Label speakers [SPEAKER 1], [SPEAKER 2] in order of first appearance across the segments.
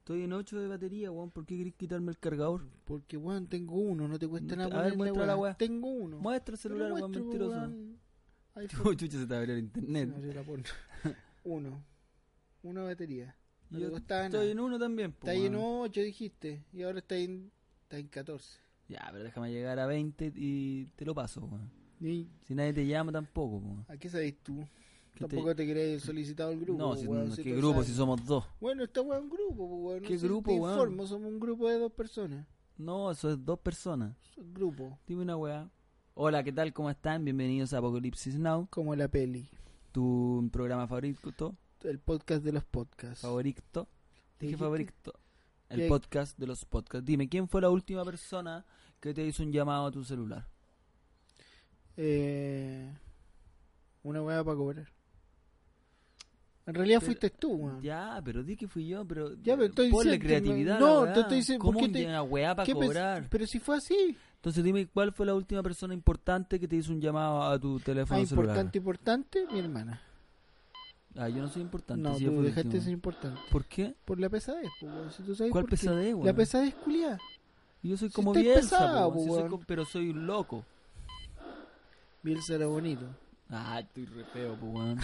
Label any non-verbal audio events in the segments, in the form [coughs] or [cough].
[SPEAKER 1] Estoy en 8 de batería, weón. ¿Por qué querés quitarme el cargador?
[SPEAKER 2] Porque, weón, tengo uno, no te cuesta
[SPEAKER 1] A
[SPEAKER 2] nada.
[SPEAKER 1] ver,
[SPEAKER 2] ponerle,
[SPEAKER 1] muestra la
[SPEAKER 2] weón.
[SPEAKER 1] weá.
[SPEAKER 2] Tengo uno.
[SPEAKER 1] Muestra el celular,
[SPEAKER 2] Te lo
[SPEAKER 1] weón,
[SPEAKER 2] muestro,
[SPEAKER 1] mentiroso. [laughs]
[SPEAKER 2] weón.
[SPEAKER 1] Chuy,
[SPEAKER 2] [laughs] iPhone.
[SPEAKER 1] chucha, se te abrió el internet.
[SPEAKER 2] Abrió
[SPEAKER 1] [laughs]
[SPEAKER 2] la puerta. uno. Una batería. No
[SPEAKER 1] Yo
[SPEAKER 2] te costaba
[SPEAKER 1] estoy
[SPEAKER 2] nada.
[SPEAKER 1] en uno también, po,
[SPEAKER 2] Está ahí en
[SPEAKER 1] weón.
[SPEAKER 2] 8, dijiste. Y ahora está ahí en, está en 14.
[SPEAKER 1] Ya, pero déjame llegar a 20 y te lo paso, weón.
[SPEAKER 2] ¿Y
[SPEAKER 1] Si nadie te llama tampoco, weón.
[SPEAKER 2] ¿A qué sabes tú?
[SPEAKER 1] Que te-
[SPEAKER 2] Tampoco te querés solicitado el grupo.
[SPEAKER 1] No, si,
[SPEAKER 2] weón,
[SPEAKER 1] no,
[SPEAKER 2] si
[SPEAKER 1] ¿qué
[SPEAKER 2] tú
[SPEAKER 1] grupo?
[SPEAKER 2] sabes.
[SPEAKER 1] Si somos dos.
[SPEAKER 2] Bueno, esta weá es un grupo, po, weón. No
[SPEAKER 1] ¿Qué
[SPEAKER 2] sé,
[SPEAKER 1] grupo,
[SPEAKER 2] te
[SPEAKER 1] weón?
[SPEAKER 2] informo, somos un grupo de dos personas.
[SPEAKER 1] No, eso es dos personas.
[SPEAKER 2] Es un grupo.
[SPEAKER 1] Dime una weá. Hola, ¿qué tal? ¿Cómo están? Bienvenidos a Apocalipsis Now,
[SPEAKER 2] Como la peli.
[SPEAKER 1] tu programa favorito,
[SPEAKER 2] El podcast de los podcasts.
[SPEAKER 1] favorito. Dije
[SPEAKER 2] Dijiste-
[SPEAKER 1] favorito. El
[SPEAKER 2] ¿Qué?
[SPEAKER 1] podcast de los podcasts. Dime, ¿quién fue la última persona que te hizo un llamado a tu celular?
[SPEAKER 2] Eh, una weá para cobrar. En realidad
[SPEAKER 1] Pero-
[SPEAKER 2] fuiste tú, weón.
[SPEAKER 1] Ya, pero di que fui yo, pero
[SPEAKER 2] Ya, pero estoy
[SPEAKER 1] ponle
[SPEAKER 2] diciendo,
[SPEAKER 1] creatividad.
[SPEAKER 2] no,
[SPEAKER 1] a la
[SPEAKER 2] te
[SPEAKER 1] weá.
[SPEAKER 2] estoy diciendo,
[SPEAKER 1] ¿Cómo
[SPEAKER 2] ¿por qué
[SPEAKER 1] un
[SPEAKER 2] te-
[SPEAKER 1] día una weá para
[SPEAKER 2] ¿Qué pens-
[SPEAKER 1] cobrar?
[SPEAKER 2] Pero si fue así.
[SPEAKER 1] Entonces dime cuál fue la última persona importante que te hizo un llamado a tu teléfono
[SPEAKER 2] Ah,
[SPEAKER 1] celular.
[SPEAKER 2] importante, importante, mi hermana.
[SPEAKER 1] Ah, yo no soy importante.
[SPEAKER 2] no,
[SPEAKER 1] si yo
[SPEAKER 2] tú
[SPEAKER 1] fui el
[SPEAKER 2] dejaste de
[SPEAKER 1] último.
[SPEAKER 2] ser importante.
[SPEAKER 1] ¿Por qué?
[SPEAKER 2] Por la pesadez, po, weón. Si tú sabes
[SPEAKER 1] ¿Cuál
[SPEAKER 2] por qué.
[SPEAKER 1] pesadez,
[SPEAKER 2] La
[SPEAKER 1] weón?
[SPEAKER 2] pesadez culiada.
[SPEAKER 1] Yo soy
[SPEAKER 2] Si
[SPEAKER 1] como
[SPEAKER 2] estáis
[SPEAKER 1] Bielsa,
[SPEAKER 2] pesada,
[SPEAKER 1] po,
[SPEAKER 2] po,
[SPEAKER 1] si soy
[SPEAKER 2] weón.
[SPEAKER 1] co- pero soy un loco.
[SPEAKER 2] Bielsa era bonito. [laughs]
[SPEAKER 1] Ah, estoy re feo, po, weón.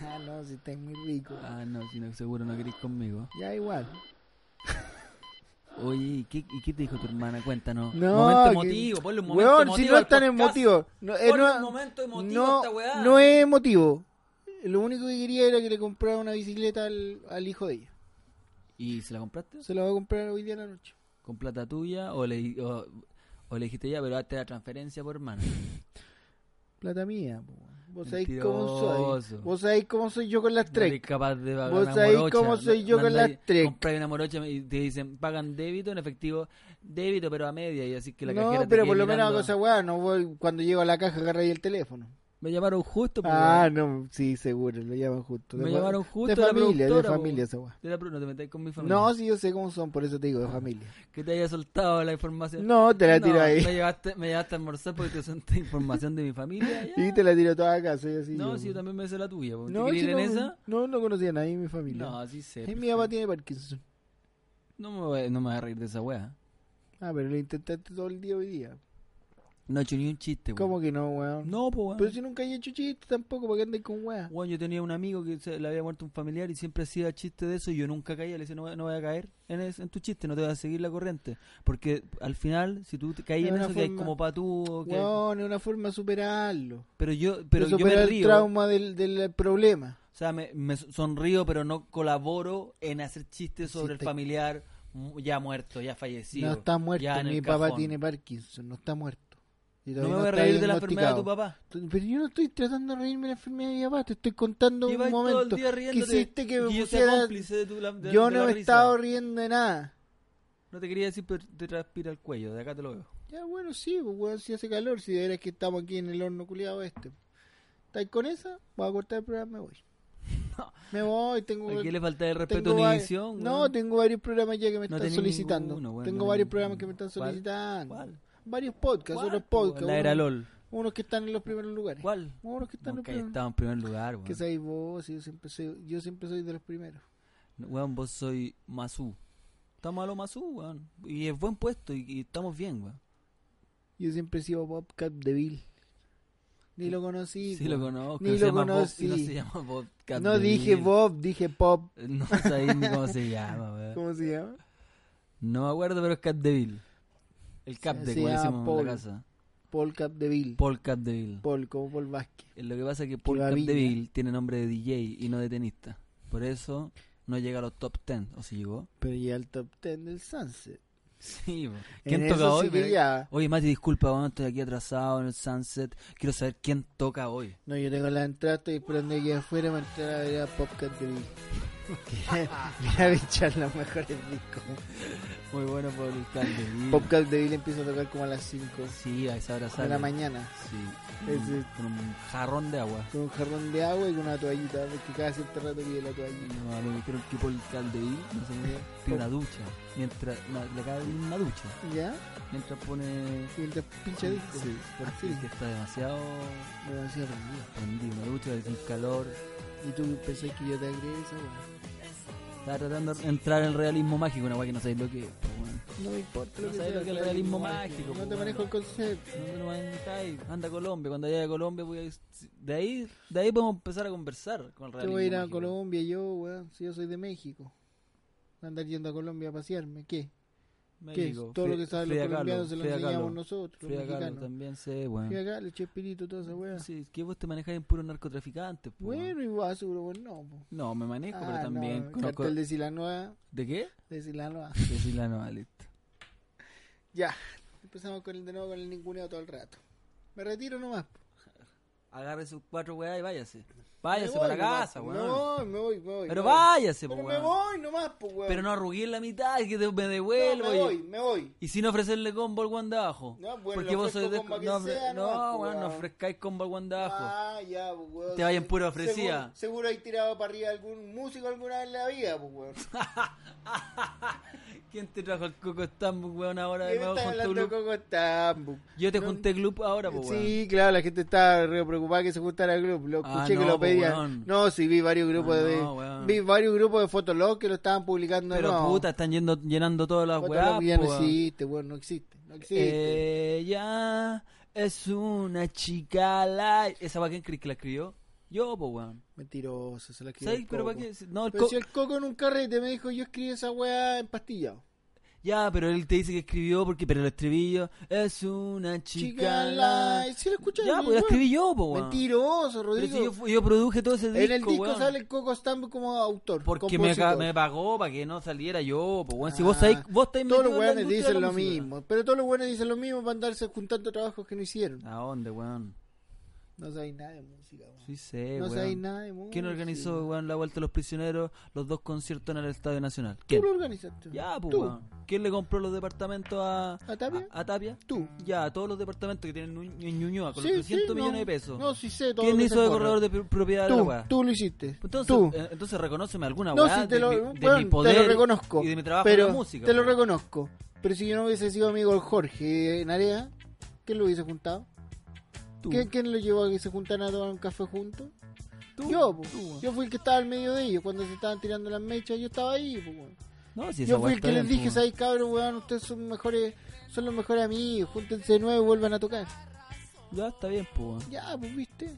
[SPEAKER 2] Ah, no, si estás muy rico.
[SPEAKER 1] Ah, no, si no, seguro no querés conmigo.
[SPEAKER 2] Ya igual.
[SPEAKER 1] Oye, ¿y qué, y qué te dijo tu hermana? Cuéntanos.
[SPEAKER 2] No,
[SPEAKER 1] momento
[SPEAKER 2] que-
[SPEAKER 1] emotivo, ponle un momento
[SPEAKER 2] Weón,
[SPEAKER 1] emotivo
[SPEAKER 2] si no
[SPEAKER 1] al
[SPEAKER 2] es tan
[SPEAKER 1] podcast.
[SPEAKER 2] emotivo. No, eh,
[SPEAKER 1] Ponle
[SPEAKER 2] no-
[SPEAKER 1] un momento emotivo a
[SPEAKER 2] no,
[SPEAKER 1] esta weá.
[SPEAKER 2] no es emotivo. Lo único que quería era que le comprara una bicicleta al, al hijo de ella.
[SPEAKER 1] ¿Y se la compraste?
[SPEAKER 2] Se la voy a comprar hoy día en la noche.
[SPEAKER 1] ¿Con plata tuya? ¿O le, o, o le dijiste ya, pero hazte la transferencia por hermana?
[SPEAKER 2] Plata mía, po. Vos sabéis cómo soy.
[SPEAKER 1] Mentiroso.
[SPEAKER 2] Vos sabéis cómo soy yo con las
[SPEAKER 1] No eres
[SPEAKER 2] tres.
[SPEAKER 1] capaz de pagar
[SPEAKER 2] Vos
[SPEAKER 1] una
[SPEAKER 2] sabés
[SPEAKER 1] morocha.
[SPEAKER 2] cómo soy yo con
[SPEAKER 1] Mandáis-
[SPEAKER 2] las Trek.
[SPEAKER 1] Compráis una morocha y te dicen, pagan débito en efectivo, débito pero a media, y así que la cajera
[SPEAKER 2] No,
[SPEAKER 1] te
[SPEAKER 2] pero
[SPEAKER 1] queda
[SPEAKER 2] por lo menos
[SPEAKER 1] mirando.
[SPEAKER 2] hago esa weá. No voy, cuando llego a la caja agarra ahí el teléfono.
[SPEAKER 1] Me llamaron justo, pues,
[SPEAKER 2] Ah,
[SPEAKER 1] weón.
[SPEAKER 2] no, sí, seguro, lo llaman justo.
[SPEAKER 1] Me
[SPEAKER 2] fa-
[SPEAKER 1] llamaron justo
[SPEAKER 2] De
[SPEAKER 1] la
[SPEAKER 2] familia, de
[SPEAKER 1] productora, po.
[SPEAKER 2] familia esa weá.
[SPEAKER 1] De la pro- no te metáis con mi familia.
[SPEAKER 2] No, sí, yo sé cómo son, por eso te digo, de familia.
[SPEAKER 1] Que te haya soltado la información.
[SPEAKER 2] No, te la tiro
[SPEAKER 1] No,
[SPEAKER 2] ahí.
[SPEAKER 1] Me llevaste, me llevaste a almorzar porque te solté información de mi
[SPEAKER 2] [laughs]
[SPEAKER 1] familia. ya.
[SPEAKER 2] [laughs] Y te la tiro toda acá, soy así.
[SPEAKER 1] No,
[SPEAKER 2] yo.
[SPEAKER 1] si yo también me sé la tuya. po. ¿Te
[SPEAKER 2] No,
[SPEAKER 1] quería
[SPEAKER 2] si
[SPEAKER 1] ir
[SPEAKER 2] no,
[SPEAKER 1] en esa?
[SPEAKER 2] no, no conocía a nadie en mi familia.
[SPEAKER 1] No, sí sé.
[SPEAKER 2] Eh, mi papá tiene Parkinson.
[SPEAKER 1] No me, voy- no me voy a reír de esa wea.
[SPEAKER 2] Ah, pero lo intentaste todo el día hoy día.
[SPEAKER 1] No he hecho ni un chiste, weón.
[SPEAKER 2] ¿Cómo que no, weón?
[SPEAKER 1] No, pues, weón.
[SPEAKER 2] Pero si nunca he hecho chistes tampoco, ¿para qué andáis con weá?
[SPEAKER 1] Weón, yo tenía un amigo que se- le había muerto un familiar y siempre hacía chiste de eso y yo nunca caía. Le decía, no, voy- no voy a caer en, es- en tu chiste, no te voy a seguir la corriente. Porque al final, si tú te caí
[SPEAKER 2] Es
[SPEAKER 1] en
[SPEAKER 2] una
[SPEAKER 1] eso, que hay
[SPEAKER 2] forma-
[SPEAKER 1] como patú. que-
[SPEAKER 2] Weón, es una forma de superarlo.
[SPEAKER 1] Pero yo,
[SPEAKER 2] Pero
[SPEAKER 1] pero
[SPEAKER 2] de
[SPEAKER 1] yo me
[SPEAKER 2] superar el
[SPEAKER 1] río.
[SPEAKER 2] trauma del, del problema.
[SPEAKER 1] O sea, me, me sonrío, pero no colaboro en hacer chistes sobre el
[SPEAKER 2] Chiste.
[SPEAKER 1] familiar mu- ya muerto, ya fallecido.
[SPEAKER 2] no está muerto,
[SPEAKER 1] ya en
[SPEAKER 2] mi
[SPEAKER 1] el
[SPEAKER 2] papá
[SPEAKER 1] cajón.
[SPEAKER 2] tiene Parkinson, no está muerto. Y
[SPEAKER 1] No me
[SPEAKER 2] todavía
[SPEAKER 1] voy a
[SPEAKER 2] está
[SPEAKER 1] reír de la enfermedad de tu
[SPEAKER 2] diagnosticado.
[SPEAKER 1] papá.
[SPEAKER 2] Pero yo no estoy tratando de reírme de la enfermedad de mi papá, te estoy contando
[SPEAKER 1] Llevas
[SPEAKER 2] un
[SPEAKER 1] todo el
[SPEAKER 2] momento.
[SPEAKER 1] día riéndote.
[SPEAKER 2] Quisiste que me
[SPEAKER 1] y yo sea
[SPEAKER 2] pusiera-
[SPEAKER 1] cómplice de tu la- de-
[SPEAKER 2] Yo
[SPEAKER 1] de la
[SPEAKER 2] no me he
[SPEAKER 1] risa.
[SPEAKER 2] estado riendo de nada.
[SPEAKER 1] No te quería decir, pero te transpira el cuello. De acá te lo veo.
[SPEAKER 2] Ya, bueno, sí, pues, weón, si hace calor, si de veras que estamos aquí en el horno culiado este. ¿Estáis con esa? Voy a cortar el programa, me
[SPEAKER 1] [laughs]
[SPEAKER 2] voy. Me voy, tengo...
[SPEAKER 1] ¿A quién le falta el respeto
[SPEAKER 2] tengo
[SPEAKER 1] a
[SPEAKER 2] vari-
[SPEAKER 1] Univisión?
[SPEAKER 2] No,
[SPEAKER 1] weón?
[SPEAKER 2] tengo varios programas ya que me
[SPEAKER 1] No
[SPEAKER 2] están
[SPEAKER 1] tenés
[SPEAKER 2] solicitando.
[SPEAKER 1] ninguno, weón,
[SPEAKER 2] tengo
[SPEAKER 1] no
[SPEAKER 2] varios
[SPEAKER 1] tenés ninguno.
[SPEAKER 2] programas que me están
[SPEAKER 1] ¿Cuál?
[SPEAKER 2] solicitando.
[SPEAKER 1] ¿Cuál?
[SPEAKER 2] Varios podcasts,
[SPEAKER 1] ¿Cuál?
[SPEAKER 2] otros podcasts.
[SPEAKER 1] La era
[SPEAKER 2] unos,
[SPEAKER 1] LOL.
[SPEAKER 2] unos que están en los primeros lugares.
[SPEAKER 1] ¿Cuál?
[SPEAKER 2] Unos que están
[SPEAKER 1] Nunca
[SPEAKER 2] en
[SPEAKER 1] he
[SPEAKER 2] los primeros
[SPEAKER 1] estado en primer lugar,
[SPEAKER 2] Que
[SPEAKER 1] weón.
[SPEAKER 2] sabéis vos, yo siempre, soy, yo siempre soy de los primeros.
[SPEAKER 1] Weón, vos soy Mazú. Está malo Mazú, weón. Y es buen puesto y, y estamos bien, weón.
[SPEAKER 2] Yo siempre he sido Bobcat Deville. Ni lo conocí.
[SPEAKER 1] Sí, lo
[SPEAKER 2] weón.
[SPEAKER 1] conozco.
[SPEAKER 2] Ni
[SPEAKER 1] se
[SPEAKER 2] lo
[SPEAKER 1] llama Bob-
[SPEAKER 2] conocí.
[SPEAKER 1] no se llama Vodka
[SPEAKER 2] No dije
[SPEAKER 1] Devil.
[SPEAKER 2] Bob, dije Pop.
[SPEAKER 1] No sabía ni cómo se llama, weón.
[SPEAKER 2] [laughs] ¿Cómo se llama?
[SPEAKER 1] No me acuerdo, pero es Cat Devil. El Cap
[SPEAKER 2] Se-
[SPEAKER 1] de
[SPEAKER 2] se
[SPEAKER 1] como le
[SPEAKER 2] llama
[SPEAKER 1] decimos en
[SPEAKER 2] Paul.
[SPEAKER 1] la casa.
[SPEAKER 2] Paul Capdeville.
[SPEAKER 1] Paul Capdeville.
[SPEAKER 2] Paul, como Paul Vázquez.
[SPEAKER 1] Eh, Lo que pasa es que Paul
[SPEAKER 2] Gaviña.
[SPEAKER 1] Capdeville tiene nombre de DJ y no de tenista. Por eso no llega a los top 10. ¿O si llegó?
[SPEAKER 2] Pero ya el top 10 del Sunset.
[SPEAKER 1] Sí, po.
[SPEAKER 2] En
[SPEAKER 1] ¿Quién
[SPEAKER 2] eso
[SPEAKER 1] toca hoy?
[SPEAKER 2] sí que
[SPEAKER 1] Pero-
[SPEAKER 2] ya-
[SPEAKER 1] Oye, Mati, disculpa, bueno, estoy aquí atrasado en el Sunset. Quiero saber quién toca hoy.
[SPEAKER 2] No, yo tengo la entrada, estoy esperando aquí afuera para entrar a ver a Pop
[SPEAKER 1] [laughs]
[SPEAKER 2] Capdeville. Mira, bichar los mejores discos.
[SPEAKER 1] Muy bueno por el Capdeville.
[SPEAKER 2] Pop Capdeville empieza a tocar como a las 5
[SPEAKER 1] Sí, a esa hora sale.
[SPEAKER 2] de la mañana.
[SPEAKER 1] Sí.
[SPEAKER 2] Es
[SPEAKER 1] Con-
[SPEAKER 2] el-
[SPEAKER 1] Con un jarrón de agua.
[SPEAKER 2] Con un jarrón de agua y con una toallita, porque cada cierto rato pide la toallita.
[SPEAKER 1] No, lo que creo que Paul Capdeville, no sé muy bien, tiene una ducha. Mientras, una- le cae una ducha.
[SPEAKER 2] ¿Ya?
[SPEAKER 1] Mientras pone...
[SPEAKER 2] Y el de pinche disco.
[SPEAKER 1] Sí, porque
[SPEAKER 2] Sí.
[SPEAKER 1] está demasiado
[SPEAKER 2] Demasiado rendido.
[SPEAKER 1] prendido. Una ducha, es un calor.
[SPEAKER 2] Y tú pensás que yo te agregué esa weá.
[SPEAKER 1] Estaba tratando de entrar en el realismo mágico, una weá que no sabéis lo que es. po, weón.
[SPEAKER 2] No me importa
[SPEAKER 1] No
[SPEAKER 2] lo que
[SPEAKER 1] sabes
[SPEAKER 2] sea
[SPEAKER 1] lo que es el realismo mágico,
[SPEAKER 2] No
[SPEAKER 1] pues,
[SPEAKER 2] te manejo el concepto.
[SPEAKER 1] No te lo vas a invitar. Anda a Colombia. Cuando llegue a Colombia, voy a- de ahí de ahí podemos empezar a conversar con el
[SPEAKER 2] Yo
[SPEAKER 1] realismo.
[SPEAKER 2] voy a ir a
[SPEAKER 1] mágico.
[SPEAKER 2] Colombia, yo, weón. Si yo soy de México. Andar yendo a Colombia a pasearme. ¿Qué? ¿Qué?
[SPEAKER 1] México.
[SPEAKER 2] Todo lo
[SPEAKER 1] Fre-
[SPEAKER 2] que saben los
[SPEAKER 1] Frida
[SPEAKER 2] colombianos
[SPEAKER 1] Kahlo,
[SPEAKER 2] se lo
[SPEAKER 1] Frida
[SPEAKER 2] enseñamos
[SPEAKER 1] Kahlo.
[SPEAKER 2] nosotros, los
[SPEAKER 1] Frida Kahlo
[SPEAKER 2] mexicanos.
[SPEAKER 1] también sé, weón.
[SPEAKER 2] Fui acá, el Chespirito, toda esa weá.
[SPEAKER 1] Sí, que vos te manejáis en puro narcotraficante, po, weón.
[SPEAKER 2] Bueno, y vos aseguro, vos no. po.
[SPEAKER 1] No, me manejo, pero
[SPEAKER 2] Ah,
[SPEAKER 1] también
[SPEAKER 2] no,
[SPEAKER 1] conozco.
[SPEAKER 2] Cartel
[SPEAKER 1] De...
[SPEAKER 2] de Silanoa.
[SPEAKER 1] qué?
[SPEAKER 2] De Silanoa.
[SPEAKER 1] De Silano, ah, listo.
[SPEAKER 2] Ya, empezamos con el de nuevo con el ninguneo todo el rato. Me retiro nomás. po.
[SPEAKER 1] Agarre sus cuatro weá y váyase.
[SPEAKER 2] Me
[SPEAKER 1] Váyase
[SPEAKER 2] voy
[SPEAKER 1] para la
[SPEAKER 2] nomás,
[SPEAKER 1] casa,
[SPEAKER 2] po.
[SPEAKER 1] weón.
[SPEAKER 2] No, me voy, me voy.
[SPEAKER 1] pero
[SPEAKER 2] me voy.
[SPEAKER 1] váyase, po,
[SPEAKER 2] Pero me
[SPEAKER 1] weón.
[SPEAKER 2] voy nomás, po, weón.
[SPEAKER 1] Pero no arrugué en la mitad, que te- me
[SPEAKER 2] No,
[SPEAKER 1] devuelvo.
[SPEAKER 2] me
[SPEAKER 1] y-
[SPEAKER 2] voy, me voy.
[SPEAKER 1] Y sin ofrecerle combo al guandajo.
[SPEAKER 2] No, bueno,
[SPEAKER 1] porque
[SPEAKER 2] le
[SPEAKER 1] vos sois
[SPEAKER 2] ofrezco
[SPEAKER 1] de...
[SPEAKER 2] combo a
[SPEAKER 1] no,
[SPEAKER 2] quien sea,
[SPEAKER 1] no,
[SPEAKER 2] no,
[SPEAKER 1] weón, no
[SPEAKER 2] weón.
[SPEAKER 1] ofrezcáis combo al guandajo.
[SPEAKER 2] Ah, ya, po, weón.
[SPEAKER 1] Te vayan puro
[SPEAKER 2] Seguro-
[SPEAKER 1] ofrecida.
[SPEAKER 2] Seguro, hay tirado para arriba algún músico alguna vez en la vida,
[SPEAKER 1] [laughs]
[SPEAKER 2] po, weón.
[SPEAKER 1] ¿Quién te trajo el Coco Stambo, weón, ahora de
[SPEAKER 2] Ah. ¿Quién
[SPEAKER 1] nuevo
[SPEAKER 2] está
[SPEAKER 1] con tu
[SPEAKER 2] hablando de
[SPEAKER 1] loop?
[SPEAKER 2] Coco Stamp?
[SPEAKER 1] Yo te
[SPEAKER 2] No-
[SPEAKER 1] junté club ahora, pues, weón.
[SPEAKER 2] Sí, claro, la gente estaba re preocupada que se juntara el grupo. Lo
[SPEAKER 1] Ah,
[SPEAKER 2] escuché
[SPEAKER 1] no,
[SPEAKER 2] que lo
[SPEAKER 1] pues,
[SPEAKER 2] pedían.
[SPEAKER 1] weón.
[SPEAKER 2] No, sí, vi varios grupos
[SPEAKER 1] Ah,
[SPEAKER 2] de.
[SPEAKER 1] no, weón.
[SPEAKER 2] vi varios grupos de Fotolog que lo estaban publicando.
[SPEAKER 1] Pero
[SPEAKER 2] no.
[SPEAKER 1] puta, están yendo, llenando todas las
[SPEAKER 2] Fotolog
[SPEAKER 1] weas,
[SPEAKER 2] ya
[SPEAKER 1] po,
[SPEAKER 2] no
[SPEAKER 1] weón. Eh,
[SPEAKER 2] existe, weón, no existe. No existe.
[SPEAKER 1] Ella es una chica light. ¿Esa va quién crees que la escribió? Yo, pues, weón.
[SPEAKER 2] Mentiroso, se la escribió.
[SPEAKER 1] ¿Sabes?
[SPEAKER 2] el
[SPEAKER 1] Pero para
[SPEAKER 2] Coco.
[SPEAKER 1] qué. No, el
[SPEAKER 2] Pero
[SPEAKER 1] co-
[SPEAKER 2] si el coco en un carrete me dijo, yo escribí esa weá en pastillado.
[SPEAKER 1] Ya, pero él te dice que escribió porque. Pero el estribillo es una chica
[SPEAKER 2] Chica la.
[SPEAKER 1] light.
[SPEAKER 2] Si lo escuchas,
[SPEAKER 1] Ya, pues la escribí yo, pues, weón.
[SPEAKER 2] Mentiroso,
[SPEAKER 1] Pero si yo,
[SPEAKER 2] Rodrigo.
[SPEAKER 1] fu- yo produje todo ese disco,
[SPEAKER 2] en el disco
[SPEAKER 1] weón.
[SPEAKER 2] sale el coco Stamp como autor.
[SPEAKER 1] Porque me, ca-
[SPEAKER 2] compositor.
[SPEAKER 1] me pagó para que no saliera yo, pues, weón. Si
[SPEAKER 2] Ah,
[SPEAKER 1] vos sabés, vos estáis metido
[SPEAKER 2] Todos los
[SPEAKER 1] en la
[SPEAKER 2] weones
[SPEAKER 1] industria de
[SPEAKER 2] dicen
[SPEAKER 1] la
[SPEAKER 2] lo
[SPEAKER 1] música.
[SPEAKER 2] mismo. Pero todos los weones dicen lo mismo para andarse juntando trabajos que no hicieron.
[SPEAKER 1] ¿A dónde, weón?
[SPEAKER 2] No sabéis nada de música, weón.
[SPEAKER 1] Sí sé,
[SPEAKER 2] no
[SPEAKER 1] weón.
[SPEAKER 2] sabéis nada de música.
[SPEAKER 1] ¿Quién organizó, weón, la vuelta de los prisioneros, los dos conciertos en el Estadio Nacional?
[SPEAKER 2] Tú
[SPEAKER 1] ¿Quién?
[SPEAKER 2] lo organizaste.
[SPEAKER 1] Ya, pues,
[SPEAKER 2] Tú.
[SPEAKER 1] weón. ¿Quién le compró los departamentos a,
[SPEAKER 2] ¿A Tapia?
[SPEAKER 1] a- a Tapia?
[SPEAKER 2] Tú.
[SPEAKER 1] Ya, a todos los departamentos que tienen en Ñu- en Ñuñoa, con
[SPEAKER 2] Sí,
[SPEAKER 1] los
[SPEAKER 2] sí,
[SPEAKER 1] 300 millones
[SPEAKER 2] no.
[SPEAKER 1] de pesos.
[SPEAKER 2] No, sí sé todo.
[SPEAKER 1] ¿Quién
[SPEAKER 2] lo que
[SPEAKER 1] hizo
[SPEAKER 2] te
[SPEAKER 1] de
[SPEAKER 2] corre.
[SPEAKER 1] corredor de pri- propiedad de la
[SPEAKER 2] Tú,
[SPEAKER 1] weá?
[SPEAKER 2] tú lo hiciste.
[SPEAKER 1] Entonces,
[SPEAKER 2] tú.
[SPEAKER 1] eh, entonces reconóceme alguna
[SPEAKER 2] No,
[SPEAKER 1] weá
[SPEAKER 2] sí, te
[SPEAKER 1] de,
[SPEAKER 2] lo,
[SPEAKER 1] mi, de
[SPEAKER 2] weón,
[SPEAKER 1] mi poder
[SPEAKER 2] te lo reconozco.
[SPEAKER 1] y de mi trabajo
[SPEAKER 2] pero
[SPEAKER 1] en la música.
[SPEAKER 2] Te lo
[SPEAKER 1] weón.
[SPEAKER 2] reconozco. Pero si yo no hubiese sido amigo del Jorge en Area, ¿quién lo hubiese juntado?
[SPEAKER 1] Tú,
[SPEAKER 2] ¿Quién, quién lo llevó a que se juntaran a tomar un café juntos?
[SPEAKER 1] tú,
[SPEAKER 2] Yo, po.
[SPEAKER 1] tú, weón.
[SPEAKER 2] yo fui el que estaba al medio de ellos cuando se estaban tirando las mechas, yo estaba ahí. po, weón.
[SPEAKER 1] No, si esa
[SPEAKER 2] Yo
[SPEAKER 1] weá
[SPEAKER 2] fui el
[SPEAKER 1] está
[SPEAKER 2] que
[SPEAKER 1] bien,
[SPEAKER 2] les dije,
[SPEAKER 1] weón.
[SPEAKER 2] ¿sabes cabros, weón? Ustedes son mejores, son los mejores amigos, júntense de nuevo y vuelvan a tocar.
[SPEAKER 1] Ya, está bien, pues, weón.
[SPEAKER 2] Ya, pues viste.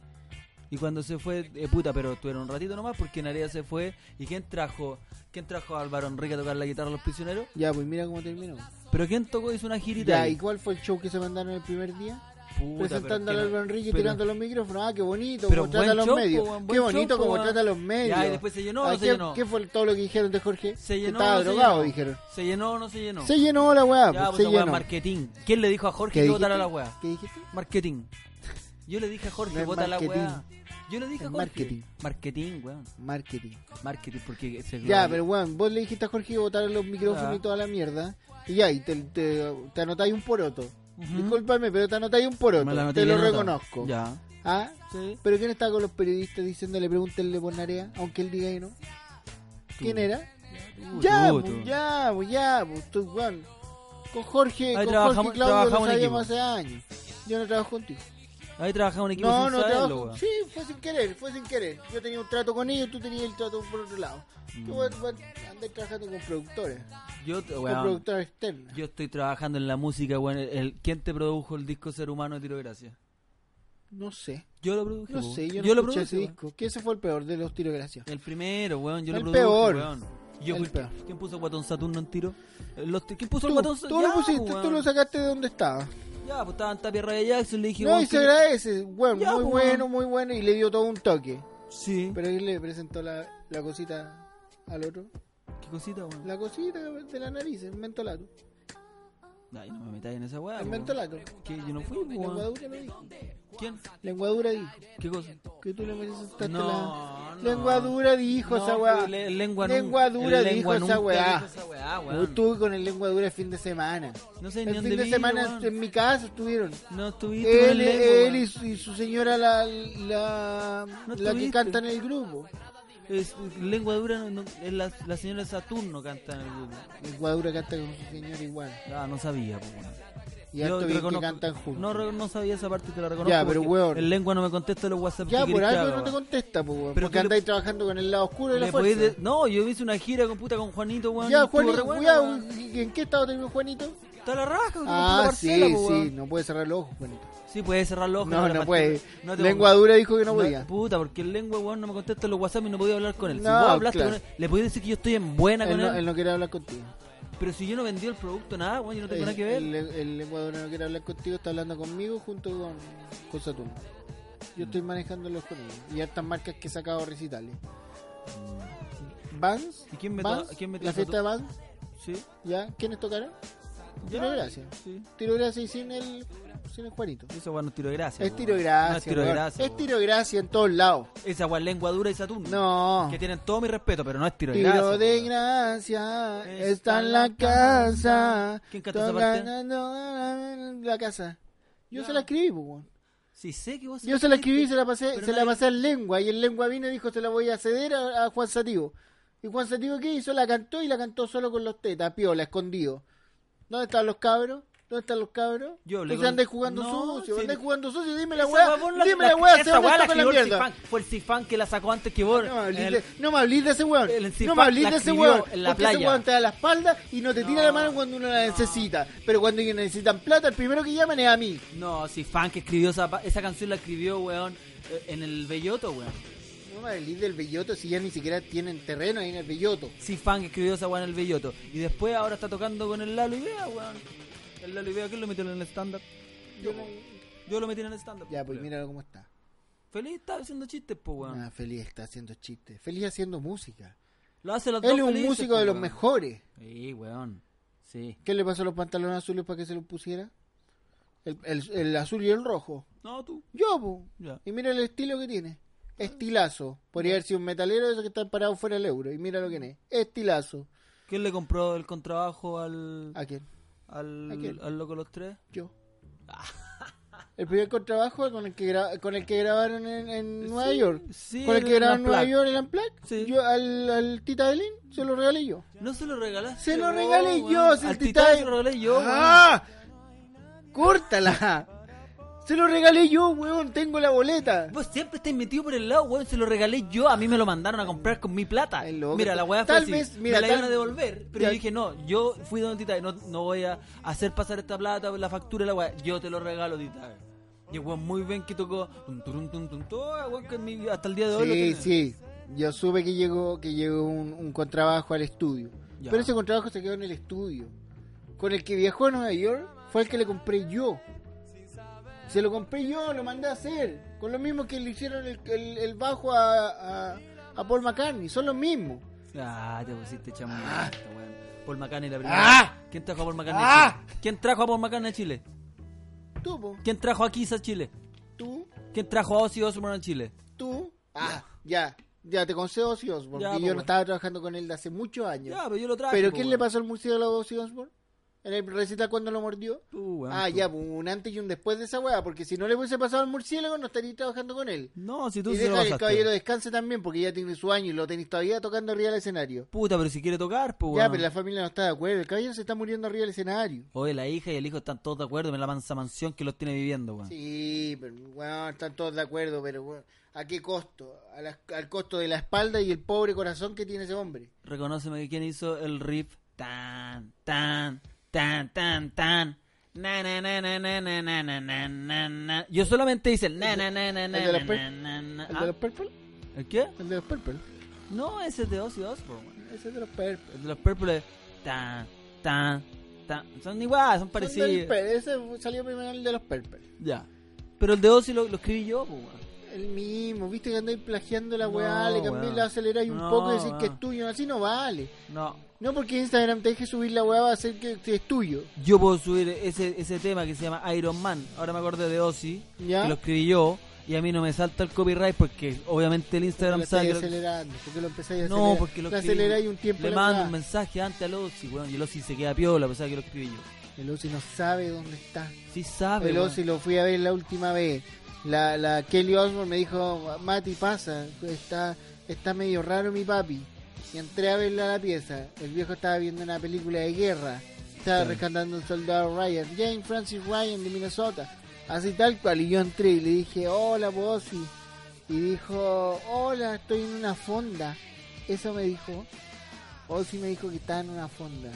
[SPEAKER 1] Y cuando se fue, eh, puta, pero estuvieron un ratito nomás porque Narea se fue. ¿Y quién trajo? ¿Quién trajo a Álvaro Enrique a tocar la guitarra a los prisioneros?
[SPEAKER 2] Ya, pues mira cómo terminó.
[SPEAKER 1] ¿Pero quién tocó? Hizo una girita.
[SPEAKER 2] Ya,
[SPEAKER 1] ahí.
[SPEAKER 2] ¿y cuál fue el show que se mandaron el primer día?
[SPEAKER 1] Puta,
[SPEAKER 2] Presentando
[SPEAKER 1] pero
[SPEAKER 2] a
[SPEAKER 1] es que
[SPEAKER 2] Álvaro
[SPEAKER 1] no-
[SPEAKER 2] Enrique y
[SPEAKER 1] pero-
[SPEAKER 2] tirando los micrófonos. Ah, qué bonito,
[SPEAKER 1] Pero
[SPEAKER 2] como trata a
[SPEAKER 1] buen
[SPEAKER 2] los
[SPEAKER 1] show,
[SPEAKER 2] medios.
[SPEAKER 1] po, weón,
[SPEAKER 2] qué
[SPEAKER 1] buen
[SPEAKER 2] bonito
[SPEAKER 1] show, po,
[SPEAKER 2] como
[SPEAKER 1] weón.
[SPEAKER 2] trata a los medios.
[SPEAKER 1] Ya, y después se llenó,
[SPEAKER 2] Ah,
[SPEAKER 1] no se
[SPEAKER 2] ¿qué,
[SPEAKER 1] llenó.
[SPEAKER 2] qué fue todo lo que dijeron de Jorge?
[SPEAKER 1] Se
[SPEAKER 2] Que
[SPEAKER 1] llenó.
[SPEAKER 2] Estaba
[SPEAKER 1] no se
[SPEAKER 2] drogado,
[SPEAKER 1] llenó.
[SPEAKER 2] dijeron.
[SPEAKER 1] Se llenó o no se llenó.
[SPEAKER 2] Se llenó la weá,
[SPEAKER 1] ya,
[SPEAKER 2] pues,
[SPEAKER 1] puta,
[SPEAKER 2] se
[SPEAKER 1] weón,
[SPEAKER 2] llenó.
[SPEAKER 1] marketing. ¿Quién le dijo a Jorge
[SPEAKER 2] ¿Qué
[SPEAKER 1] que
[SPEAKER 2] dijiste?
[SPEAKER 1] votara la weá?
[SPEAKER 2] ¿Qué dijiste?
[SPEAKER 1] Marketing. Yo le dije a Jorge,
[SPEAKER 2] No es
[SPEAKER 1] vota la weá.
[SPEAKER 2] marketing.
[SPEAKER 1] Yo le dije a
[SPEAKER 2] Es
[SPEAKER 1] Jorge.
[SPEAKER 2] marketing.
[SPEAKER 1] Marketing, weón.
[SPEAKER 2] Marketing.
[SPEAKER 1] Marketing, porque se
[SPEAKER 2] Ya, pero weón, vos le dijiste a Jorge que botaran los micrófonos
[SPEAKER 1] Ya.
[SPEAKER 2] y toda la mierda. Y ya, y te, te, te anotáis un poroto.
[SPEAKER 1] Ujú.
[SPEAKER 2] Discúlpame, pero te anotáis un poroto.
[SPEAKER 1] Me la anoté
[SPEAKER 2] te lo
[SPEAKER 1] bien anotada.
[SPEAKER 2] reconozco.
[SPEAKER 1] Ya.
[SPEAKER 2] ¿Ah?
[SPEAKER 1] Sí.
[SPEAKER 2] ¿Pero quién estaba con los periodistas diciéndole, pregúntenle por Narea, aunque él diga que no? ¿Quién era?
[SPEAKER 1] Tú,
[SPEAKER 2] ya,
[SPEAKER 1] tú,
[SPEAKER 2] pues,
[SPEAKER 1] tú.
[SPEAKER 2] ya, pues, ya, pues, tú, weón. Con Jorge,
[SPEAKER 1] Ahí
[SPEAKER 2] con
[SPEAKER 1] trabajamos-
[SPEAKER 2] Jorge y Claudio lo
[SPEAKER 1] trabajamos en
[SPEAKER 2] sabíamos
[SPEAKER 1] equipo.
[SPEAKER 2] hace años. Yo no trabajo contigo.
[SPEAKER 1] Ahí trabajamos en equipo
[SPEAKER 2] No,
[SPEAKER 1] sin
[SPEAKER 2] no
[SPEAKER 1] saberlo,
[SPEAKER 2] trabajo.
[SPEAKER 1] weón.
[SPEAKER 2] Sí, fue sin querer, fue sin querer. Yo tenía un trato con ellos, tú tenías el trato por otro lado.
[SPEAKER 1] Mm.
[SPEAKER 2] Yo voy, voy a andar trabajando con productores,
[SPEAKER 1] Yo, te-
[SPEAKER 2] con
[SPEAKER 1] weón,
[SPEAKER 2] productores externos.
[SPEAKER 1] yo estoy trabajando en la música, weón. El, el- ¿Quién te produjo el disco Ser Humano de Tiro de Gracia?
[SPEAKER 2] No sé,
[SPEAKER 1] Yo lo produje.
[SPEAKER 2] no
[SPEAKER 1] weón.
[SPEAKER 2] sé, yo no
[SPEAKER 1] lo
[SPEAKER 2] escuché
[SPEAKER 1] produje.
[SPEAKER 2] ese
[SPEAKER 1] weón.
[SPEAKER 2] disco. Que ese fue el peor de los tiros de gracia.
[SPEAKER 1] El primero, weón. Yo
[SPEAKER 2] El
[SPEAKER 1] lo produje,
[SPEAKER 2] peor.
[SPEAKER 1] weón. Y Yo
[SPEAKER 2] El
[SPEAKER 1] fui-
[SPEAKER 2] peor.
[SPEAKER 1] ¿Quién puso Guatón Saturno en tiro? Eh, los- ¿Quién puso
[SPEAKER 2] Tú,
[SPEAKER 1] el Guatón
[SPEAKER 2] tú lo
[SPEAKER 1] Ya,
[SPEAKER 2] pusiste,
[SPEAKER 1] weón.
[SPEAKER 2] tú lo sacaste de donde estaba.
[SPEAKER 1] Ya, pues estaban Tapia y Ray Jackson, le dije,
[SPEAKER 2] No,
[SPEAKER 1] weón,
[SPEAKER 2] y se
[SPEAKER 1] que-
[SPEAKER 2] agradece, weón,
[SPEAKER 1] Ya,
[SPEAKER 2] muy
[SPEAKER 1] pues,
[SPEAKER 2] bueno,
[SPEAKER 1] weón.
[SPEAKER 2] muy bueno, y le dio todo un toque.
[SPEAKER 1] Sí.
[SPEAKER 2] Pero él le presentó la, la cosita al otro.
[SPEAKER 1] ¿Qué cosita, weón?
[SPEAKER 2] La cosita de la nariz, el mentolato.
[SPEAKER 1] Ay, no me metáis en esa weá.
[SPEAKER 2] El
[SPEAKER 1] Ah, weón.
[SPEAKER 2] mentolato.
[SPEAKER 1] ¿Qué? Yo no fui, weón.
[SPEAKER 2] Lenguadura me dijo.
[SPEAKER 1] ¿Quién?
[SPEAKER 2] Lenguadura dijo.
[SPEAKER 1] ¿Qué cosa?
[SPEAKER 2] Que tú le presentaste
[SPEAKER 1] No,
[SPEAKER 2] la.
[SPEAKER 1] no.
[SPEAKER 2] Lenguadura dijo esa weá.
[SPEAKER 1] le- lengua, nun-
[SPEAKER 2] Lengua dura
[SPEAKER 1] el lengua
[SPEAKER 2] dijo esa
[SPEAKER 1] nunca
[SPEAKER 2] weá.
[SPEAKER 1] dijo esa weá,
[SPEAKER 2] Yo
[SPEAKER 1] weón.
[SPEAKER 2] estuve con el lenguadura el fin de semana.
[SPEAKER 1] No sé ni
[SPEAKER 2] El
[SPEAKER 1] dónde
[SPEAKER 2] fin de
[SPEAKER 1] vi,
[SPEAKER 2] semana
[SPEAKER 1] weón.
[SPEAKER 2] en mi casa estuvieron.
[SPEAKER 1] No estuviste con
[SPEAKER 2] Él,
[SPEAKER 1] el lengua,
[SPEAKER 2] él y, su, y su señora, la, la,
[SPEAKER 1] No
[SPEAKER 2] la que
[SPEAKER 1] estuviste.
[SPEAKER 2] canta en el grupo.
[SPEAKER 1] weón. Es- lengua dura no- no- es la, la señora Saturno canta en el grupo.
[SPEAKER 2] Lenguadura canta con su señora igual.
[SPEAKER 1] Ah, no sabía, pues, weón.
[SPEAKER 2] Y
[SPEAKER 1] Yo
[SPEAKER 2] harto
[SPEAKER 1] te
[SPEAKER 2] bien
[SPEAKER 1] reconozco-
[SPEAKER 2] que cantan juntos.
[SPEAKER 1] No, re- no sabía esa parte, te la reconozco.
[SPEAKER 2] Ya, pero,
[SPEAKER 1] porque
[SPEAKER 2] weón.
[SPEAKER 1] El lengua no me contesta los WhatsApp.
[SPEAKER 2] ya,
[SPEAKER 1] que
[SPEAKER 2] por
[SPEAKER 1] querés que
[SPEAKER 2] algo
[SPEAKER 1] haga,
[SPEAKER 2] no te
[SPEAKER 1] weón.
[SPEAKER 2] contesta, pues, weón,
[SPEAKER 1] Pero
[SPEAKER 2] porque
[SPEAKER 1] tú le-
[SPEAKER 2] andáis trabajando con el lado oscuro de la
[SPEAKER 1] Le podéis
[SPEAKER 2] fuerza.
[SPEAKER 1] de- No, yo hice una gira con puta con Juanito, weón.
[SPEAKER 2] Ya,
[SPEAKER 1] y estuvo re
[SPEAKER 2] Juanito,
[SPEAKER 1] buena,
[SPEAKER 2] ya,
[SPEAKER 1] weón.
[SPEAKER 2] ¿y ¿en qué estado terminó
[SPEAKER 1] [laughs]
[SPEAKER 2] Juanito?
[SPEAKER 1] Está la rasca, weón,
[SPEAKER 2] Ah,
[SPEAKER 1] la
[SPEAKER 2] sí,
[SPEAKER 1] parcela, po,
[SPEAKER 2] sí,
[SPEAKER 1] pues, weón.
[SPEAKER 2] no puede cerrar el ojo, Juanito.
[SPEAKER 1] Sí, puede cerrar los ojos.
[SPEAKER 2] No,
[SPEAKER 1] la
[SPEAKER 2] no
[SPEAKER 1] pastilla.
[SPEAKER 2] puede.
[SPEAKER 1] No te-
[SPEAKER 2] Lengua dura dijo que no
[SPEAKER 1] No,
[SPEAKER 2] podía.
[SPEAKER 1] puta, porque el lengua, weón, no me contesta los WhatsApp y no podía hablar con él. Si
[SPEAKER 2] No,
[SPEAKER 1] vos hablaste
[SPEAKER 2] claro.
[SPEAKER 1] con él, le podía decir que yo estoy en buena
[SPEAKER 2] Él
[SPEAKER 1] con
[SPEAKER 2] no,
[SPEAKER 1] él.
[SPEAKER 2] él no quiere hablar contigo.
[SPEAKER 1] Pero si yo no vendí el producto, nada, weón, yo no tengo
[SPEAKER 2] El-
[SPEAKER 1] nada que ver.
[SPEAKER 2] Eh, El, el lengua dura no quiere hablar contigo, está hablando conmigo junto con, con Saturno. Yo estoy
[SPEAKER 1] Mm.
[SPEAKER 2] manejando los con ellos. Y hartas marcas que he sacado recitales. Vans,
[SPEAKER 1] ¿Y quién metió-
[SPEAKER 2] Vans,
[SPEAKER 1] quién metió
[SPEAKER 2] la
[SPEAKER 1] a
[SPEAKER 2] fiesta de Vans,
[SPEAKER 1] Sí.
[SPEAKER 2] ¿ya? ¿Quiénes tocaron?
[SPEAKER 1] Ya,
[SPEAKER 2] Tiro de gracia.
[SPEAKER 1] Sí.
[SPEAKER 2] Tiro de gracia y sin el, sin el Juanito.
[SPEAKER 1] Esa weón no es tiro de gracia.
[SPEAKER 2] Es
[SPEAKER 1] po,
[SPEAKER 2] tiro de
[SPEAKER 1] weón. No
[SPEAKER 2] gracia.
[SPEAKER 1] es tiro de
[SPEAKER 2] weón.
[SPEAKER 1] gracia.
[SPEAKER 2] Es
[SPEAKER 1] po,
[SPEAKER 2] tiro de gracia en todos lados.
[SPEAKER 1] weón. Esa weón, lengua dura y Saturno.
[SPEAKER 2] No.
[SPEAKER 1] Que tienen todo mi respeto, pero no es tiro de gracia.
[SPEAKER 2] Tiro
[SPEAKER 1] po,
[SPEAKER 2] de
[SPEAKER 1] weón.
[SPEAKER 2] gracia está en la casa.
[SPEAKER 1] ¿Quién canta esa
[SPEAKER 2] Toca-
[SPEAKER 1] parte?
[SPEAKER 2] na- na- na- la casa. Yo se la escribí, po, weón.
[SPEAKER 1] Sí, sé que vos.
[SPEAKER 2] Yo se la escribí y se la pasé,
[SPEAKER 1] Pero
[SPEAKER 2] se la
[SPEAKER 1] nadie-
[SPEAKER 2] pasé al lengua. Y el lengua vino y dijo: Se la voy a ceder a, a Juan Sativo. ¿Y Juan Sativo qué hizo? La cantó y la cantó solo con los tetas, piola, escondido. ¿Dónde están los cabros? ¿Dónde están los cabros?
[SPEAKER 1] Yo hablé
[SPEAKER 2] Entonces
[SPEAKER 1] con-
[SPEAKER 2] andáis jugando
[SPEAKER 1] No,
[SPEAKER 2] sucio,
[SPEAKER 1] sí.
[SPEAKER 2] andáis jugando sucio, dime la
[SPEAKER 1] Esa
[SPEAKER 2] weá,
[SPEAKER 1] weón, la-
[SPEAKER 2] dime
[SPEAKER 1] la-
[SPEAKER 2] la weá, se
[SPEAKER 1] Esa weá
[SPEAKER 2] dónde
[SPEAKER 1] la
[SPEAKER 2] toca la
[SPEAKER 1] escribió el
[SPEAKER 2] mierda.
[SPEAKER 1] Cifán. Fue el Cifán que la sacó antes que vos.
[SPEAKER 2] No me hablís
[SPEAKER 1] en el-
[SPEAKER 2] de- no me hablís de ese weón.
[SPEAKER 1] el
[SPEAKER 2] No
[SPEAKER 1] Cifán
[SPEAKER 2] me hablís
[SPEAKER 1] la
[SPEAKER 2] de ese
[SPEAKER 1] escribió
[SPEAKER 2] weón.
[SPEAKER 1] en la
[SPEAKER 2] porque ese
[SPEAKER 1] playa.
[SPEAKER 2] weón te da la espalda y no te tira la mano cuando uno la necesita. Pero cuando ellos necesitan plata, el primero que llaman es a mí.
[SPEAKER 1] No, si fan que escribió esa, pa- esa canción la escribió, weón, eh, en el Belloto, weón.
[SPEAKER 2] No me hablís del belloto si ya ni siquiera tienen terreno ahí en el belloto.
[SPEAKER 1] Si fan que escribió esa weón en el Belloto. Y después ahora está tocando con el Lalo Ibea, weón. El Lalo Ibea, ¿quién lo metió en el stand-up?
[SPEAKER 2] Yo no-
[SPEAKER 1] Yo lo metí en el stand-up.
[SPEAKER 2] Ya, pues
[SPEAKER 1] weón.
[SPEAKER 2] míralo cómo está.
[SPEAKER 1] Feliz está haciendo chistes, pues, weón.
[SPEAKER 2] Ah, feliz está haciendo chistes. Feliz haciendo música.
[SPEAKER 1] Lo hace los dos
[SPEAKER 2] Él es un
[SPEAKER 1] felices,
[SPEAKER 2] músico
[SPEAKER 1] po,
[SPEAKER 2] de los
[SPEAKER 1] weón.
[SPEAKER 2] mejores.
[SPEAKER 1] Sí, weón. Sí.
[SPEAKER 2] ¿Qué le pasó a los pantalones azules para que se los pusiera? El, el- el azul y el rojo.
[SPEAKER 1] No, tú.
[SPEAKER 2] Yo, po.
[SPEAKER 1] Ya.
[SPEAKER 2] Y mira el estilo que tiene. Estilazo. Podría haber sido un metalero de esos que están parados fuera del euro. Y mira lo que tiene. Estilazo.
[SPEAKER 1] ¿Quién le compró el contrabajo al,
[SPEAKER 2] ¿A quién? ¿a
[SPEAKER 1] al,
[SPEAKER 2] quién?
[SPEAKER 1] al loco los tres? [laughs]
[SPEAKER 2] Yo. El primer contrabajo con el que, gra- con el que grabaron en, en Nueva York.
[SPEAKER 1] sí,
[SPEAKER 2] con el que
[SPEAKER 1] el
[SPEAKER 2] grabaron en Nueva
[SPEAKER 1] Unplugged.
[SPEAKER 2] York, el Unplugged.
[SPEAKER 1] Sí.
[SPEAKER 2] Yo al, al Tita Delin se lo regalé yo.
[SPEAKER 1] No se lo regalaste.
[SPEAKER 2] Se lo
[SPEAKER 1] weón,
[SPEAKER 2] regalé
[SPEAKER 1] weón.
[SPEAKER 2] yo, si
[SPEAKER 1] Al
[SPEAKER 2] el
[SPEAKER 1] Titán
[SPEAKER 2] Titán.
[SPEAKER 1] se lo regalé yo, weón.
[SPEAKER 2] ¡Ah! ¡Córtala! Se lo regalé yo, weón. Tengo la boleta.
[SPEAKER 1] Vos siempre estás metido por el lado, weón. Se lo regalé yo. A mí me lo mandaron a comprar con mi plata.
[SPEAKER 2] Ay, loco.
[SPEAKER 1] Mira, la weá fue
[SPEAKER 2] Tal
[SPEAKER 1] así.
[SPEAKER 2] vez- mira,
[SPEAKER 1] me la
[SPEAKER 2] tal-
[SPEAKER 1] iban a devolver. Pero
[SPEAKER 2] Ya.
[SPEAKER 1] yo dije, no, yo fui donde Tita. No, no voy a hacer pasar esta plata, la factura y la weá. Yo te lo regalo, Tita. Y el weón muy bien que tocó. Tum, turum, tum, tum, toa, weón, que en mi- hasta el día de hoy lo
[SPEAKER 2] Sí,
[SPEAKER 1] tiene.
[SPEAKER 2] sí. Yo supe que llegó, que llegó un, un contrabajo al estudio.
[SPEAKER 1] Ya.
[SPEAKER 2] Pero ese contrabajo se quedó en el estudio. Con el que viajó a Nueva York fue el que le compré yo. Se lo compré yo, lo mandé a hacer. Con lo mismo que le hicieron el, el- el bajo a, a- a Paul McCartney. Son los mismos.
[SPEAKER 1] Ah, te pusiste chamón. weón. Paul McCartney la primera.
[SPEAKER 2] Ah.
[SPEAKER 1] ¿Quién trajo a Paul McCartney
[SPEAKER 2] Ah.
[SPEAKER 1] a Chile? ¿Quién trajo a Paul McCartney a Chile?
[SPEAKER 2] Tú, po.
[SPEAKER 1] ¿Quién trajo a Kiss a Chile?
[SPEAKER 2] tú,
[SPEAKER 1] ¿Quién trajo a Ozzy Osbourne a Chile?
[SPEAKER 2] tú. Ah, ya. Ya, te concedo Ozzy Osbourne,
[SPEAKER 1] Ya,
[SPEAKER 2] porque
[SPEAKER 1] po,
[SPEAKER 2] yo no
[SPEAKER 1] bueno.
[SPEAKER 2] estaba trabajando con él de hace muchos años.
[SPEAKER 1] Ya, pues, pero yo lo traje.
[SPEAKER 2] ¿Pero
[SPEAKER 1] po,
[SPEAKER 2] quién le
[SPEAKER 1] weón.
[SPEAKER 2] pasó al murciélago a Ozzy Osbourne? ¿En el recital cuando lo mordió?
[SPEAKER 1] Tú, weón,
[SPEAKER 2] Ah,
[SPEAKER 1] tú.
[SPEAKER 2] ya, pues, un antes y un después de esa weá, porque si no le hubiese pasado al murciélago no estaría trabajando con él.
[SPEAKER 1] No, si tú
[SPEAKER 2] Y
[SPEAKER 1] se lo
[SPEAKER 2] deja que el
[SPEAKER 1] pasaste.
[SPEAKER 2] caballero descanse también, porque ya tiene su año y lo tenéis todavía tocando arriba del escenario.
[SPEAKER 1] Puta, pero si quiere tocar, pues,
[SPEAKER 2] Ya,
[SPEAKER 1] weón.
[SPEAKER 2] pero la familia no está de acuerdo, el caballero se está muriendo arriba del escenario.
[SPEAKER 1] Oye, la hija y el hijo están todos de acuerdo en la mansa mansión que los tiene viviendo, weón.
[SPEAKER 2] Sí, pero bueno, están todos de acuerdo, pero bueno, ¿a qué costo? A la- al costo de la espalda y el pobre corazón que tiene ese hombre.
[SPEAKER 1] Reconóceme que quién hizo el riff. Tan, tan, tan, tan, tan. Na, na, na, na, na, na, na, na, na, na, na. Yo solamente hice el na, na, na, na, na,
[SPEAKER 2] el de los
[SPEAKER 1] na,
[SPEAKER 2] per-
[SPEAKER 1] na, na,
[SPEAKER 2] ¿El
[SPEAKER 1] ah,
[SPEAKER 2] de los Purple?
[SPEAKER 1] ¿El qué?
[SPEAKER 2] El de los Purple.
[SPEAKER 1] No, ese es de Ozzy Osbourne, weón.
[SPEAKER 2] Ese es de los Purple.
[SPEAKER 1] El de los Purple es tan, tan, Está- son igual, son
[SPEAKER 2] Son
[SPEAKER 1] parecidos.
[SPEAKER 2] del Per- Ese salió primero el de los Purple.
[SPEAKER 1] Ya. Pero el de Ozzy lo, lo escribí yo, pues, weón.
[SPEAKER 2] El mismo, viste que andáis plagiando la
[SPEAKER 1] No,
[SPEAKER 2] weá, le cambié
[SPEAKER 1] weón.
[SPEAKER 2] la aceleráis un
[SPEAKER 1] No,
[SPEAKER 2] poco y decís que
[SPEAKER 1] weón.
[SPEAKER 2] es tuyo, así no vale.
[SPEAKER 1] No.
[SPEAKER 2] No porque Instagram te deje subir la weá, va a hacer que, que es tuyo.
[SPEAKER 1] Yo puedo subir ese, ese tema que se llama Iron Man. Ahora me acordé de Ozzy,
[SPEAKER 2] ¿Ya?
[SPEAKER 1] que lo escribí yo. Y a mí no me salta el copyright porque obviamente el
[SPEAKER 2] Porque
[SPEAKER 1] Instagram
[SPEAKER 2] lo estáis
[SPEAKER 1] sabe que lo-
[SPEAKER 2] acelerando, porque lo empezáis a acelerar.
[SPEAKER 1] No, porque lo
[SPEAKER 2] lo
[SPEAKER 1] escribí.
[SPEAKER 2] aceleráis un tiempo.
[SPEAKER 1] Le
[SPEAKER 2] la
[SPEAKER 1] mando
[SPEAKER 2] weá.
[SPEAKER 1] un mensaje antes al Ozzy, weón. Y el Ozzy se queda piola, a pesar de que lo escribí yo.
[SPEAKER 2] El Ozzy no sabe dónde está.
[SPEAKER 1] Sí sabe,
[SPEAKER 2] El
[SPEAKER 1] weón.
[SPEAKER 2] Ozzy lo fui a ver la última vez. La, la Kelly Osbourne me dijo, Mati, pasa, está, está medio raro mi papi. Y entré a verla a la pieza. El viejo estaba viendo una película de guerra. Estaba
[SPEAKER 1] Sí.
[SPEAKER 2] rescatando a un soldado Ryan. Jane Francis Ryan de Minnesota. Así tal cual. Y yo entré y le dije, hola, Ozzy. Y dijo, hola, estoy en una fonda. Eso me dijo. Ozzy me dijo que estaba en una fonda.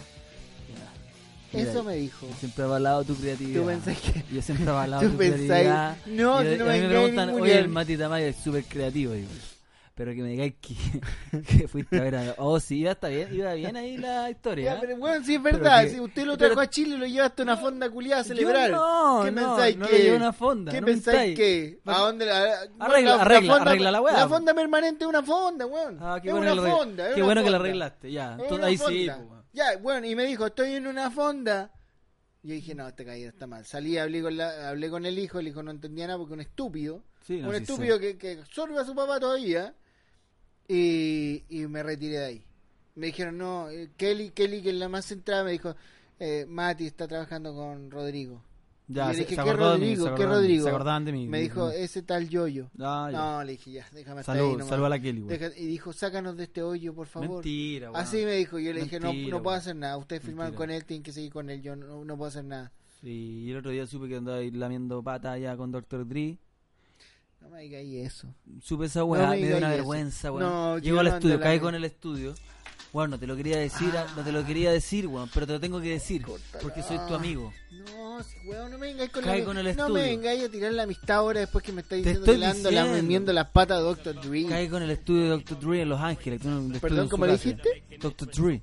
[SPEAKER 1] Mira
[SPEAKER 2] Eso
[SPEAKER 1] ahí.
[SPEAKER 2] me dijo.
[SPEAKER 1] Yo Siempre he avalado tu creatividad.
[SPEAKER 2] ¿Tú pensás que
[SPEAKER 1] Yo siempre he avalado
[SPEAKER 2] [laughs] ¿Tú
[SPEAKER 1] tu
[SPEAKER 2] pensás?
[SPEAKER 1] creatividad.
[SPEAKER 2] No,
[SPEAKER 1] Y a-
[SPEAKER 2] si no
[SPEAKER 1] a mí
[SPEAKER 2] me
[SPEAKER 1] me
[SPEAKER 2] engañes
[SPEAKER 1] preguntan,
[SPEAKER 2] ningún
[SPEAKER 1] oye, el
[SPEAKER 2] día".
[SPEAKER 1] Mati Tamayo es súper creativo. digo. Pero que [laughs] me digáis que, que fuiste a ver a... Oh, sí, iba, está bien, iba bien ahí la historia.
[SPEAKER 2] Ya,
[SPEAKER 1] ¿eh?
[SPEAKER 2] pero bueno, sí es verdad.
[SPEAKER 1] que-
[SPEAKER 2] Si usted lo
[SPEAKER 1] pero-
[SPEAKER 2] trajo a Chile, lo llevaste a una fonda culiada a celebrar.
[SPEAKER 1] Yo no,
[SPEAKER 2] ¿Qué
[SPEAKER 1] no,
[SPEAKER 2] pensáis
[SPEAKER 1] no
[SPEAKER 2] que-
[SPEAKER 1] le llevo una fonda,
[SPEAKER 2] ¿Qué
[SPEAKER 1] no
[SPEAKER 2] pensáis
[SPEAKER 1] mintáis.
[SPEAKER 2] que? ¿A
[SPEAKER 1] Va-
[SPEAKER 2] dónde? A- no,
[SPEAKER 1] Arregla- arregla-
[SPEAKER 2] fonda-
[SPEAKER 1] arregla la weá,
[SPEAKER 2] La
[SPEAKER 1] po.
[SPEAKER 2] fonda permanente es una fonda, weón.
[SPEAKER 1] Ah, qué
[SPEAKER 2] es
[SPEAKER 1] bueno, que
[SPEAKER 2] una
[SPEAKER 1] lo arregla-
[SPEAKER 2] fonda. es
[SPEAKER 1] qué
[SPEAKER 2] una
[SPEAKER 1] bueno que la
[SPEAKER 2] fonda.
[SPEAKER 1] arreglaste, ya.
[SPEAKER 2] Es
[SPEAKER 1] Entonces,
[SPEAKER 2] una
[SPEAKER 1] ahí sí,
[SPEAKER 2] fonda.
[SPEAKER 1] pues, weón.
[SPEAKER 2] Ya, bueno, y me dijo, estoy en una fonda. Yo dije, no, esta caída está mal. Salí, hablé con, la- hablé con el hijo, el hijo no entendía nada porque un estúpido
[SPEAKER 1] Sí, no,
[SPEAKER 2] un
[SPEAKER 1] sí sé.
[SPEAKER 2] estúpido que, que absorbe a su papá todavía y, y me retiré de ahí. Me dijeron, no, eh, Kelly, Kelly, que es la más centrada, me dijo, eh, Mati está trabajando con Rodrigo.
[SPEAKER 1] Ya,
[SPEAKER 2] Y le
[SPEAKER 1] se,
[SPEAKER 2] dije,
[SPEAKER 1] se
[SPEAKER 2] ¿qué
[SPEAKER 1] acordó de mí,
[SPEAKER 2] Rodrigo?
[SPEAKER 1] se
[SPEAKER 2] ¿Qué
[SPEAKER 1] acordó de mí,
[SPEAKER 2] Rodrigo?
[SPEAKER 1] Se acordaban de mí.
[SPEAKER 2] Me dijo, ese tal Yoyo.
[SPEAKER 1] Ah, ya.
[SPEAKER 2] No, le dije, ya, déjame estar ahí
[SPEAKER 1] Salud,
[SPEAKER 2] nomás.
[SPEAKER 1] salud a la Kelly, weón.
[SPEAKER 2] Deja- Y dijo, sácanos de este hoyo, por favor.
[SPEAKER 1] Mentira, weón.
[SPEAKER 2] Así me dijo, yo le dije, no,
[SPEAKER 1] Mentira,
[SPEAKER 2] no puedo
[SPEAKER 1] weón.
[SPEAKER 2] hacer nada, ustedes firmaron
[SPEAKER 1] Mentira.
[SPEAKER 2] con él, tienen que seguir con él, yo no, no puedo hacer nada.
[SPEAKER 1] Sí, y el otro día supe que andaba ahí lamiendo pata allá con Dr. Dre.
[SPEAKER 2] No me digas eso.
[SPEAKER 1] Supe esa weá,
[SPEAKER 2] No
[SPEAKER 1] me
[SPEAKER 2] me
[SPEAKER 1] dio
[SPEAKER 2] digas
[SPEAKER 1] una
[SPEAKER 2] eso.
[SPEAKER 1] vergüenza, weón.
[SPEAKER 2] No, yo
[SPEAKER 1] Llego al
[SPEAKER 2] no
[SPEAKER 1] estudio,
[SPEAKER 2] ando Ah. la-
[SPEAKER 1] caigo en el estudio. Weón, no te lo quería decir, a- no te lo quería decir, weón, pero te lo tengo que decir, porque soy tu amigo.
[SPEAKER 2] No, si, weón, no me vengáis con,
[SPEAKER 1] Cae
[SPEAKER 2] la,
[SPEAKER 1] con el
[SPEAKER 2] No me
[SPEAKER 1] estudio.
[SPEAKER 2] vengáis a tirar la amistad ahora después que me estáis
[SPEAKER 1] Te
[SPEAKER 2] diciendo
[SPEAKER 1] estoy
[SPEAKER 2] que le ando la-
[SPEAKER 1] diciendo.
[SPEAKER 2] lamiendo las patas a Dr. Dre.
[SPEAKER 1] Caigo en el estudio de Dr. Dre en Los Ángeles. tiene un estudio
[SPEAKER 2] Perdón,
[SPEAKER 1] en su
[SPEAKER 2] ¿cómo le
[SPEAKER 1] casa.
[SPEAKER 2] dijiste?
[SPEAKER 1] Dr. Dre.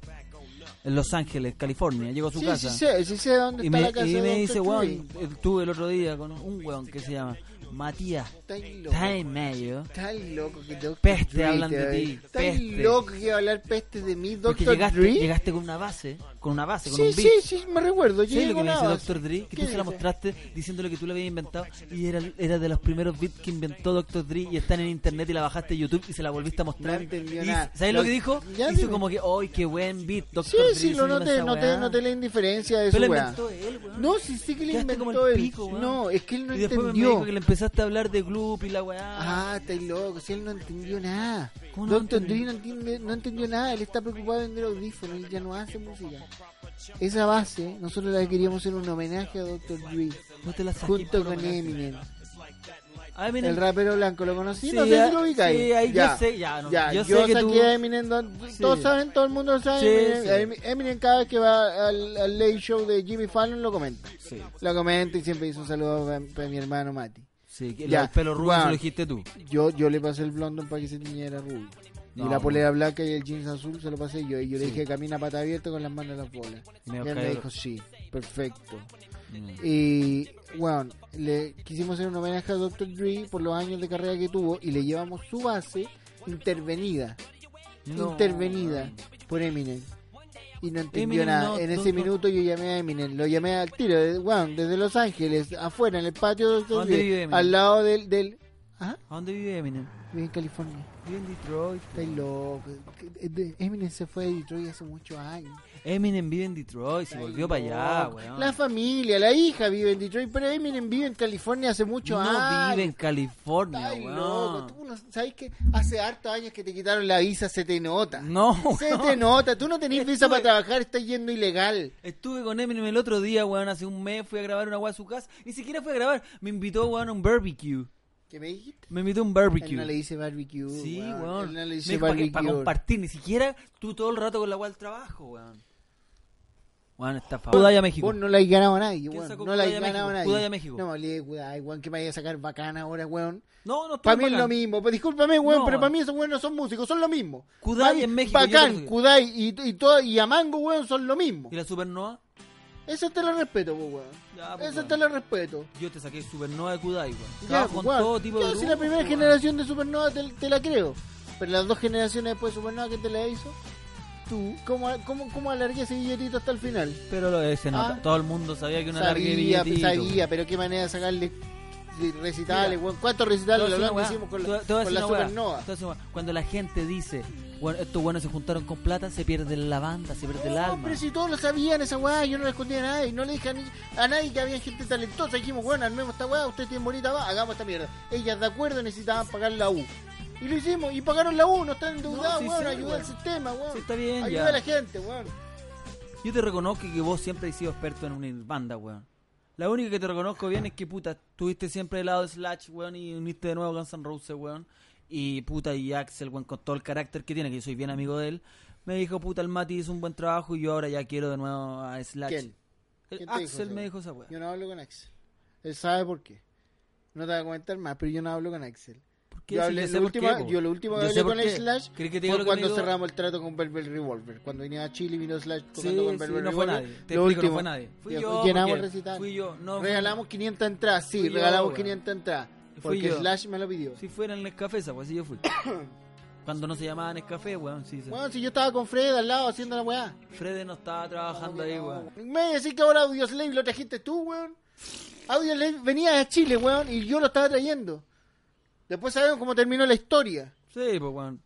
[SPEAKER 1] En Los Ángeles, California. Llego a su
[SPEAKER 2] sí,
[SPEAKER 1] casa.
[SPEAKER 2] sí sé, sí sé dónde
[SPEAKER 1] y
[SPEAKER 2] está
[SPEAKER 1] me,
[SPEAKER 2] la casa
[SPEAKER 1] y
[SPEAKER 2] de
[SPEAKER 1] me
[SPEAKER 2] Dr.
[SPEAKER 1] dice,
[SPEAKER 2] Dre.
[SPEAKER 1] weón, estuve el otro día con un weón que se llama Matías
[SPEAKER 2] Estáis loco.
[SPEAKER 1] Time Mayo.
[SPEAKER 2] Estáis loco que Dr.
[SPEAKER 1] Peste
[SPEAKER 2] Dre
[SPEAKER 1] hablan de
[SPEAKER 2] te va a-
[SPEAKER 1] ti,
[SPEAKER 2] Estáis
[SPEAKER 1] peste.
[SPEAKER 2] loco que iba a hablar peste de mí,
[SPEAKER 1] Porque
[SPEAKER 2] Dr.
[SPEAKER 1] llegaste,
[SPEAKER 2] Dre.
[SPEAKER 1] llegaste con una base, con una base, con
[SPEAKER 2] sí,
[SPEAKER 1] un beat.
[SPEAKER 2] sí, sí, me recuerdo. yo
[SPEAKER 1] ¿Sabes lo
[SPEAKER 2] llego
[SPEAKER 1] que me dice
[SPEAKER 2] nada.
[SPEAKER 1] Dr. Dre? Que
[SPEAKER 2] ¿Qué
[SPEAKER 1] tú se la
[SPEAKER 2] dice?
[SPEAKER 1] mostraste diciéndole que tú la habías inventado y era, era de los primeros beats que inventó Dr. Dre y están en internet y la bajaste de YouTube y se la volviste a mostrar.
[SPEAKER 2] No entendió
[SPEAKER 1] Y-
[SPEAKER 2] nada.
[SPEAKER 1] ¿Sabes
[SPEAKER 2] Lo-
[SPEAKER 1] lo que dijo?
[SPEAKER 2] Ya
[SPEAKER 1] Hizo
[SPEAKER 2] dime.
[SPEAKER 1] como que, ¡ay, qué buen beat, Dr.
[SPEAKER 2] Sí,
[SPEAKER 1] Dre!
[SPEAKER 2] sí, lo
[SPEAKER 1] diciéndome
[SPEAKER 2] noté,
[SPEAKER 1] esa
[SPEAKER 2] noté,
[SPEAKER 1] weá.
[SPEAKER 2] noté la indiferencia de
[SPEAKER 1] Pero
[SPEAKER 2] su
[SPEAKER 1] lo
[SPEAKER 2] weá.
[SPEAKER 1] inventó él, weón.
[SPEAKER 2] No, sí, sí que le
[SPEAKER 1] Quedaste como el
[SPEAKER 2] inventó él.
[SPEAKER 1] pico, weón.
[SPEAKER 2] no, es que él no
[SPEAKER 1] y después me
[SPEAKER 2] entendió.
[SPEAKER 1] dijo que le empezaste a hablar de Gloop y la weá.
[SPEAKER 2] Ah, estáis loco, si él no entendió nada.
[SPEAKER 1] ¿Cómo no
[SPEAKER 2] Doctor Dre
[SPEAKER 1] entendió?
[SPEAKER 2] no, entiende- no entendió nada, él está preocupado en vender audífonos, él ya no hace música. Esa base, nosotros la queríamos hacer un homenaje a Doctor Dre,
[SPEAKER 1] no te la saqué,
[SPEAKER 2] junto
[SPEAKER 1] por lo
[SPEAKER 2] con
[SPEAKER 1] menos.
[SPEAKER 2] Eminem.
[SPEAKER 1] Ah, mira,
[SPEAKER 2] El rapero blanco, ¿lo conocí?
[SPEAKER 1] Sí,
[SPEAKER 2] no sé
[SPEAKER 1] ah,
[SPEAKER 2] si lo ubicáis.
[SPEAKER 1] sí, ahí yo sé, ya, no, yo sé que
[SPEAKER 2] saqué
[SPEAKER 1] tú-
[SPEAKER 2] a Eminem, don- todos
[SPEAKER 1] Sí.
[SPEAKER 2] saben, todo el mundo sabe.
[SPEAKER 1] Sí,
[SPEAKER 2] Eminem, Em, Eminem cada vez que va al, al late show de Jimmy Fallon lo comenta.
[SPEAKER 1] Sí.
[SPEAKER 2] Lo comenta y siempre dice un saludo para, para mi hermano Mati.
[SPEAKER 1] Sí, que
[SPEAKER 2] Ya,
[SPEAKER 1] el pelo rubio
[SPEAKER 2] weón.
[SPEAKER 1] se lo dijiste tú.
[SPEAKER 2] Yo, yo le pasé el blondón para que se tiñera rubio. y
[SPEAKER 1] No,
[SPEAKER 2] la
[SPEAKER 1] no.
[SPEAKER 2] polera blanca y el jeans azul se lo pasé yo. Y yo le dije, camina pata abierta con las manos en las bolas.
[SPEAKER 1] Y me
[SPEAKER 2] Y él
[SPEAKER 1] cayó
[SPEAKER 2] me
[SPEAKER 1] el-
[SPEAKER 2] dijo, sí, perfecto.
[SPEAKER 1] Mm.
[SPEAKER 2] Y, bueno, le quisimos hacer un homenaje a Dr. Dre por los años de carrera que tuvo y le llevamos su base intervenida.
[SPEAKER 1] No.
[SPEAKER 2] Intervenida por Eminem. Y no entendió
[SPEAKER 1] Eminem,
[SPEAKER 2] nada.
[SPEAKER 1] no,
[SPEAKER 2] en
[SPEAKER 1] no,
[SPEAKER 2] ese
[SPEAKER 1] no.
[SPEAKER 2] minuto yo llamé a Eminem. Lo llamé al tiro, de- weón, desde Los Ángeles, afuera, en el patio de Dr.
[SPEAKER 1] ¿Dónde vive
[SPEAKER 2] Dre.
[SPEAKER 1] Eminem?
[SPEAKER 2] Al lado del... del... ¿Ah?
[SPEAKER 1] ¿A dónde vive Eminem?
[SPEAKER 2] Vive en California.
[SPEAKER 1] Vive en Detroit.
[SPEAKER 2] Estáis loco. Eminem se fue de Detroit hace muchos años.
[SPEAKER 1] Eminem vive en Detroit, se volvió para allá, weón.
[SPEAKER 2] La familia, la hija vive en Detroit, pero Eminem vive en California hace muchos años.
[SPEAKER 1] No vive en California,
[SPEAKER 2] Estáis loco.
[SPEAKER 1] weón.
[SPEAKER 2] Tú no- ¿Sabes que Hace hartos años que te quitaron la visa, se te nota.
[SPEAKER 1] No,
[SPEAKER 2] Se
[SPEAKER 1] weón.
[SPEAKER 2] te nota. Tú no tenés visa
[SPEAKER 1] Estuve-
[SPEAKER 2] para trabajar, estás yendo ilegal.
[SPEAKER 1] Estuve con Eminem el otro día, weón, hace un mes, fui a grabar una weá a su casa. Ni siquiera fui a grabar, me invitó, weón, a un barbecue.
[SPEAKER 2] ¿Qué me dijiste?
[SPEAKER 1] Me invitó a un
[SPEAKER 2] Él no le
[SPEAKER 1] barbecue.
[SPEAKER 2] dice barbecue.
[SPEAKER 1] Sí,
[SPEAKER 2] weón.
[SPEAKER 1] weón.
[SPEAKER 2] Él
[SPEAKER 1] Me
[SPEAKER 2] no le dice
[SPEAKER 1] dijo para, que-
[SPEAKER 2] barbecue.
[SPEAKER 1] para compartir, ni siquiera tú todo el rato con la weá al trabajo, weón. Weón, está favor. Cudaya México.
[SPEAKER 2] Vos no la has ganado a nadie,
[SPEAKER 1] ¿Quién
[SPEAKER 2] weón.
[SPEAKER 1] sacó
[SPEAKER 2] No la has
[SPEAKER 1] Cudaya
[SPEAKER 2] ganado a
[SPEAKER 1] México?
[SPEAKER 2] nadie.
[SPEAKER 1] Cudaya México.
[SPEAKER 2] No, le ay, weón, que me vaya a sacar bacana ahora, weón.
[SPEAKER 1] No, no estuvo
[SPEAKER 2] Para mí es
[SPEAKER 1] bacán.
[SPEAKER 2] lo mismo, pues discúlpame, weón,
[SPEAKER 1] No,
[SPEAKER 2] pero
[SPEAKER 1] weón.
[SPEAKER 2] para mí esos weones no son músicos, son lo mismo.
[SPEAKER 1] Kudai
[SPEAKER 2] Ay,
[SPEAKER 1] en México, yo
[SPEAKER 2] Bacán,
[SPEAKER 1] creo que-
[SPEAKER 2] Kudai y, y, todo, y Amango, weón, son lo mismo.
[SPEAKER 1] ¿Y la Supernova?
[SPEAKER 2] Eso te lo respeto, pues, weón.
[SPEAKER 1] Ya, pues,
[SPEAKER 2] Eso
[SPEAKER 1] weón.
[SPEAKER 2] te lo respeto.
[SPEAKER 1] Yo te saqué Supernova de Kudai, weón.
[SPEAKER 2] Ya,
[SPEAKER 1] Trabajo
[SPEAKER 2] pues,
[SPEAKER 1] con
[SPEAKER 2] weón.
[SPEAKER 1] todo tipo
[SPEAKER 2] Ya,
[SPEAKER 1] de
[SPEAKER 2] si la
[SPEAKER 1] grupos,
[SPEAKER 2] primera
[SPEAKER 1] weón.
[SPEAKER 2] generación de Supernova te, te la creo. Pero las dos generaciones después de Supernova que te la hizo, tú, ¿cómo, cómo, cómo alargué ese billetito hasta el final?
[SPEAKER 1] Pero lo ese no,
[SPEAKER 2] Ah.
[SPEAKER 1] todo el mundo sabía que una larga
[SPEAKER 2] sabía, pues,
[SPEAKER 1] billetito.
[SPEAKER 2] sabía, pero qué manera de sacarle recitales,
[SPEAKER 1] Mira,
[SPEAKER 2] weón. ¿Cuántos
[SPEAKER 1] Te voy
[SPEAKER 2] recitales
[SPEAKER 1] a
[SPEAKER 2] lo
[SPEAKER 1] decir una
[SPEAKER 2] hablamos
[SPEAKER 1] weá,
[SPEAKER 2] hicimos con
[SPEAKER 1] te voy
[SPEAKER 2] la,
[SPEAKER 1] a- te voy a
[SPEAKER 2] con
[SPEAKER 1] decir
[SPEAKER 2] la
[SPEAKER 1] una weá,
[SPEAKER 2] Supernova?
[SPEAKER 1] te voy a decir una weá. Cuando la gente dice, bueno, estos buenos se juntaron con plata, se pierde la banda, se pierde el
[SPEAKER 2] No,
[SPEAKER 1] alma.
[SPEAKER 2] Pero si todos lo sabían esa weá, yo no le escondía a nadie, no le dije a, ni- a nadie que había gente talentosa, dijimos, bueno, armemos esta weá, ustedes tienen bonita va, hagamos esta mierda. Ellas de acuerdo necesitaban pagar la U. Y lo hicimos, y pagaron la U, no están endeudados,
[SPEAKER 1] No, sí,
[SPEAKER 2] weón,
[SPEAKER 1] sí,
[SPEAKER 2] ayuda
[SPEAKER 1] weón.
[SPEAKER 2] al sistema, weón.
[SPEAKER 1] Sí, está bien,
[SPEAKER 2] ayuda
[SPEAKER 1] ya.
[SPEAKER 2] a la gente, weón.
[SPEAKER 1] Yo te reconozco que vos siempre has sido experto en unir banda, weón. La única que te reconozco bien es que, puta, estuviste siempre del lado de Slash, weón, y uniste de nuevo Guns N' Roses, weón. Y, puta, y Axel, weón, con todo el carácter que tiene, que yo soy bien amigo de él, me dijo, puta, el Mati hizo un buen trabajo y yo ahora ya quiero de nuevo a Slash.
[SPEAKER 2] ¿Quién?
[SPEAKER 1] El
[SPEAKER 2] ¿Quién te dijo
[SPEAKER 1] Axel
[SPEAKER 2] eso,
[SPEAKER 1] me
[SPEAKER 2] weón?
[SPEAKER 1] dijo esa weón.
[SPEAKER 2] Yo no hablo con Axel. Él sabe por qué. No te voy a comentar más, pero yo no hablo con Axel.
[SPEAKER 1] qué?
[SPEAKER 2] Yo,
[SPEAKER 1] Sí,
[SPEAKER 2] hablé,
[SPEAKER 1] yo sé
[SPEAKER 2] lo
[SPEAKER 1] por qué,
[SPEAKER 2] último,
[SPEAKER 1] po.
[SPEAKER 2] yo lo último que
[SPEAKER 1] Yo
[SPEAKER 2] hablé
[SPEAKER 1] sé por
[SPEAKER 2] con el
[SPEAKER 1] qué.
[SPEAKER 2] Slash
[SPEAKER 1] ¿Crees que te diga
[SPEAKER 2] fue
[SPEAKER 1] lo que
[SPEAKER 2] cuando
[SPEAKER 1] me dijo? [coughs]
[SPEAKER 2] cerramos el trato con Velvet Revolver. Cuando venía a Chile vino Slash
[SPEAKER 1] Sí,
[SPEAKER 2] tocando con
[SPEAKER 1] sí,
[SPEAKER 2] Velvet
[SPEAKER 1] no fue
[SPEAKER 2] Revolver.
[SPEAKER 1] nadie. Te
[SPEAKER 2] Lo
[SPEAKER 1] explico, no
[SPEAKER 2] último.
[SPEAKER 1] fue nadie. Fui
[SPEAKER 2] Ya,
[SPEAKER 1] yo,
[SPEAKER 2] Llenamos
[SPEAKER 1] porque
[SPEAKER 2] recital.
[SPEAKER 1] fui yo, no, fui-
[SPEAKER 2] Regalamos 500 entradas, sí,
[SPEAKER 1] Fui yo,
[SPEAKER 2] regalamos
[SPEAKER 1] weón.
[SPEAKER 2] 500 entradas.
[SPEAKER 1] Fui
[SPEAKER 2] Porque
[SPEAKER 1] yo.
[SPEAKER 2] Slash me lo pidió.
[SPEAKER 1] Si fuera en el café, esa, pues si yo
[SPEAKER 2] [coughs]
[SPEAKER 1] fui. Cuando no se llamaba Nescafé, weón, sí. se-
[SPEAKER 2] Bueno, si yo estaba con Fred al lado haciendo la weá.
[SPEAKER 1] Fred no estaba trabajando ahí, weón.
[SPEAKER 2] Me decís que ahora Audioslave lo trajiste tú, weón. Audioslave venía a Chile, weón, y yo lo estaba trayendo. Después sabemos cómo terminó la historia.
[SPEAKER 1] Sí, pues, weón.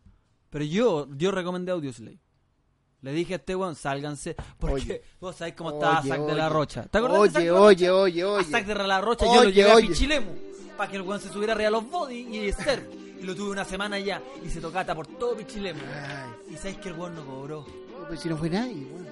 [SPEAKER 1] Pero yo, yo recomendé Audioslay. Le dije a este weón, sálganse. Porque
[SPEAKER 2] Oye.
[SPEAKER 1] vos sabés cómo estaba
[SPEAKER 2] Oye,
[SPEAKER 1] Zack de la
[SPEAKER 2] oye.
[SPEAKER 1] Rocha. ¿Te acordás de Zack
[SPEAKER 2] Oye,
[SPEAKER 1] de la Rocha?
[SPEAKER 2] oye, oye,
[SPEAKER 1] A
[SPEAKER 2] oye.
[SPEAKER 1] Zack de la Rocha yo
[SPEAKER 2] Oye,
[SPEAKER 1] lo llevé a
[SPEAKER 2] oye.
[SPEAKER 1] Pichilemu. Para que el weón se subiera arriba a los body y ser. Y lo tuve una semana ya. Y se tocata por todo Pichilemu.
[SPEAKER 2] Ay,
[SPEAKER 1] Y sabes que el weón no cobró.
[SPEAKER 2] pero si no fue nadie, weón.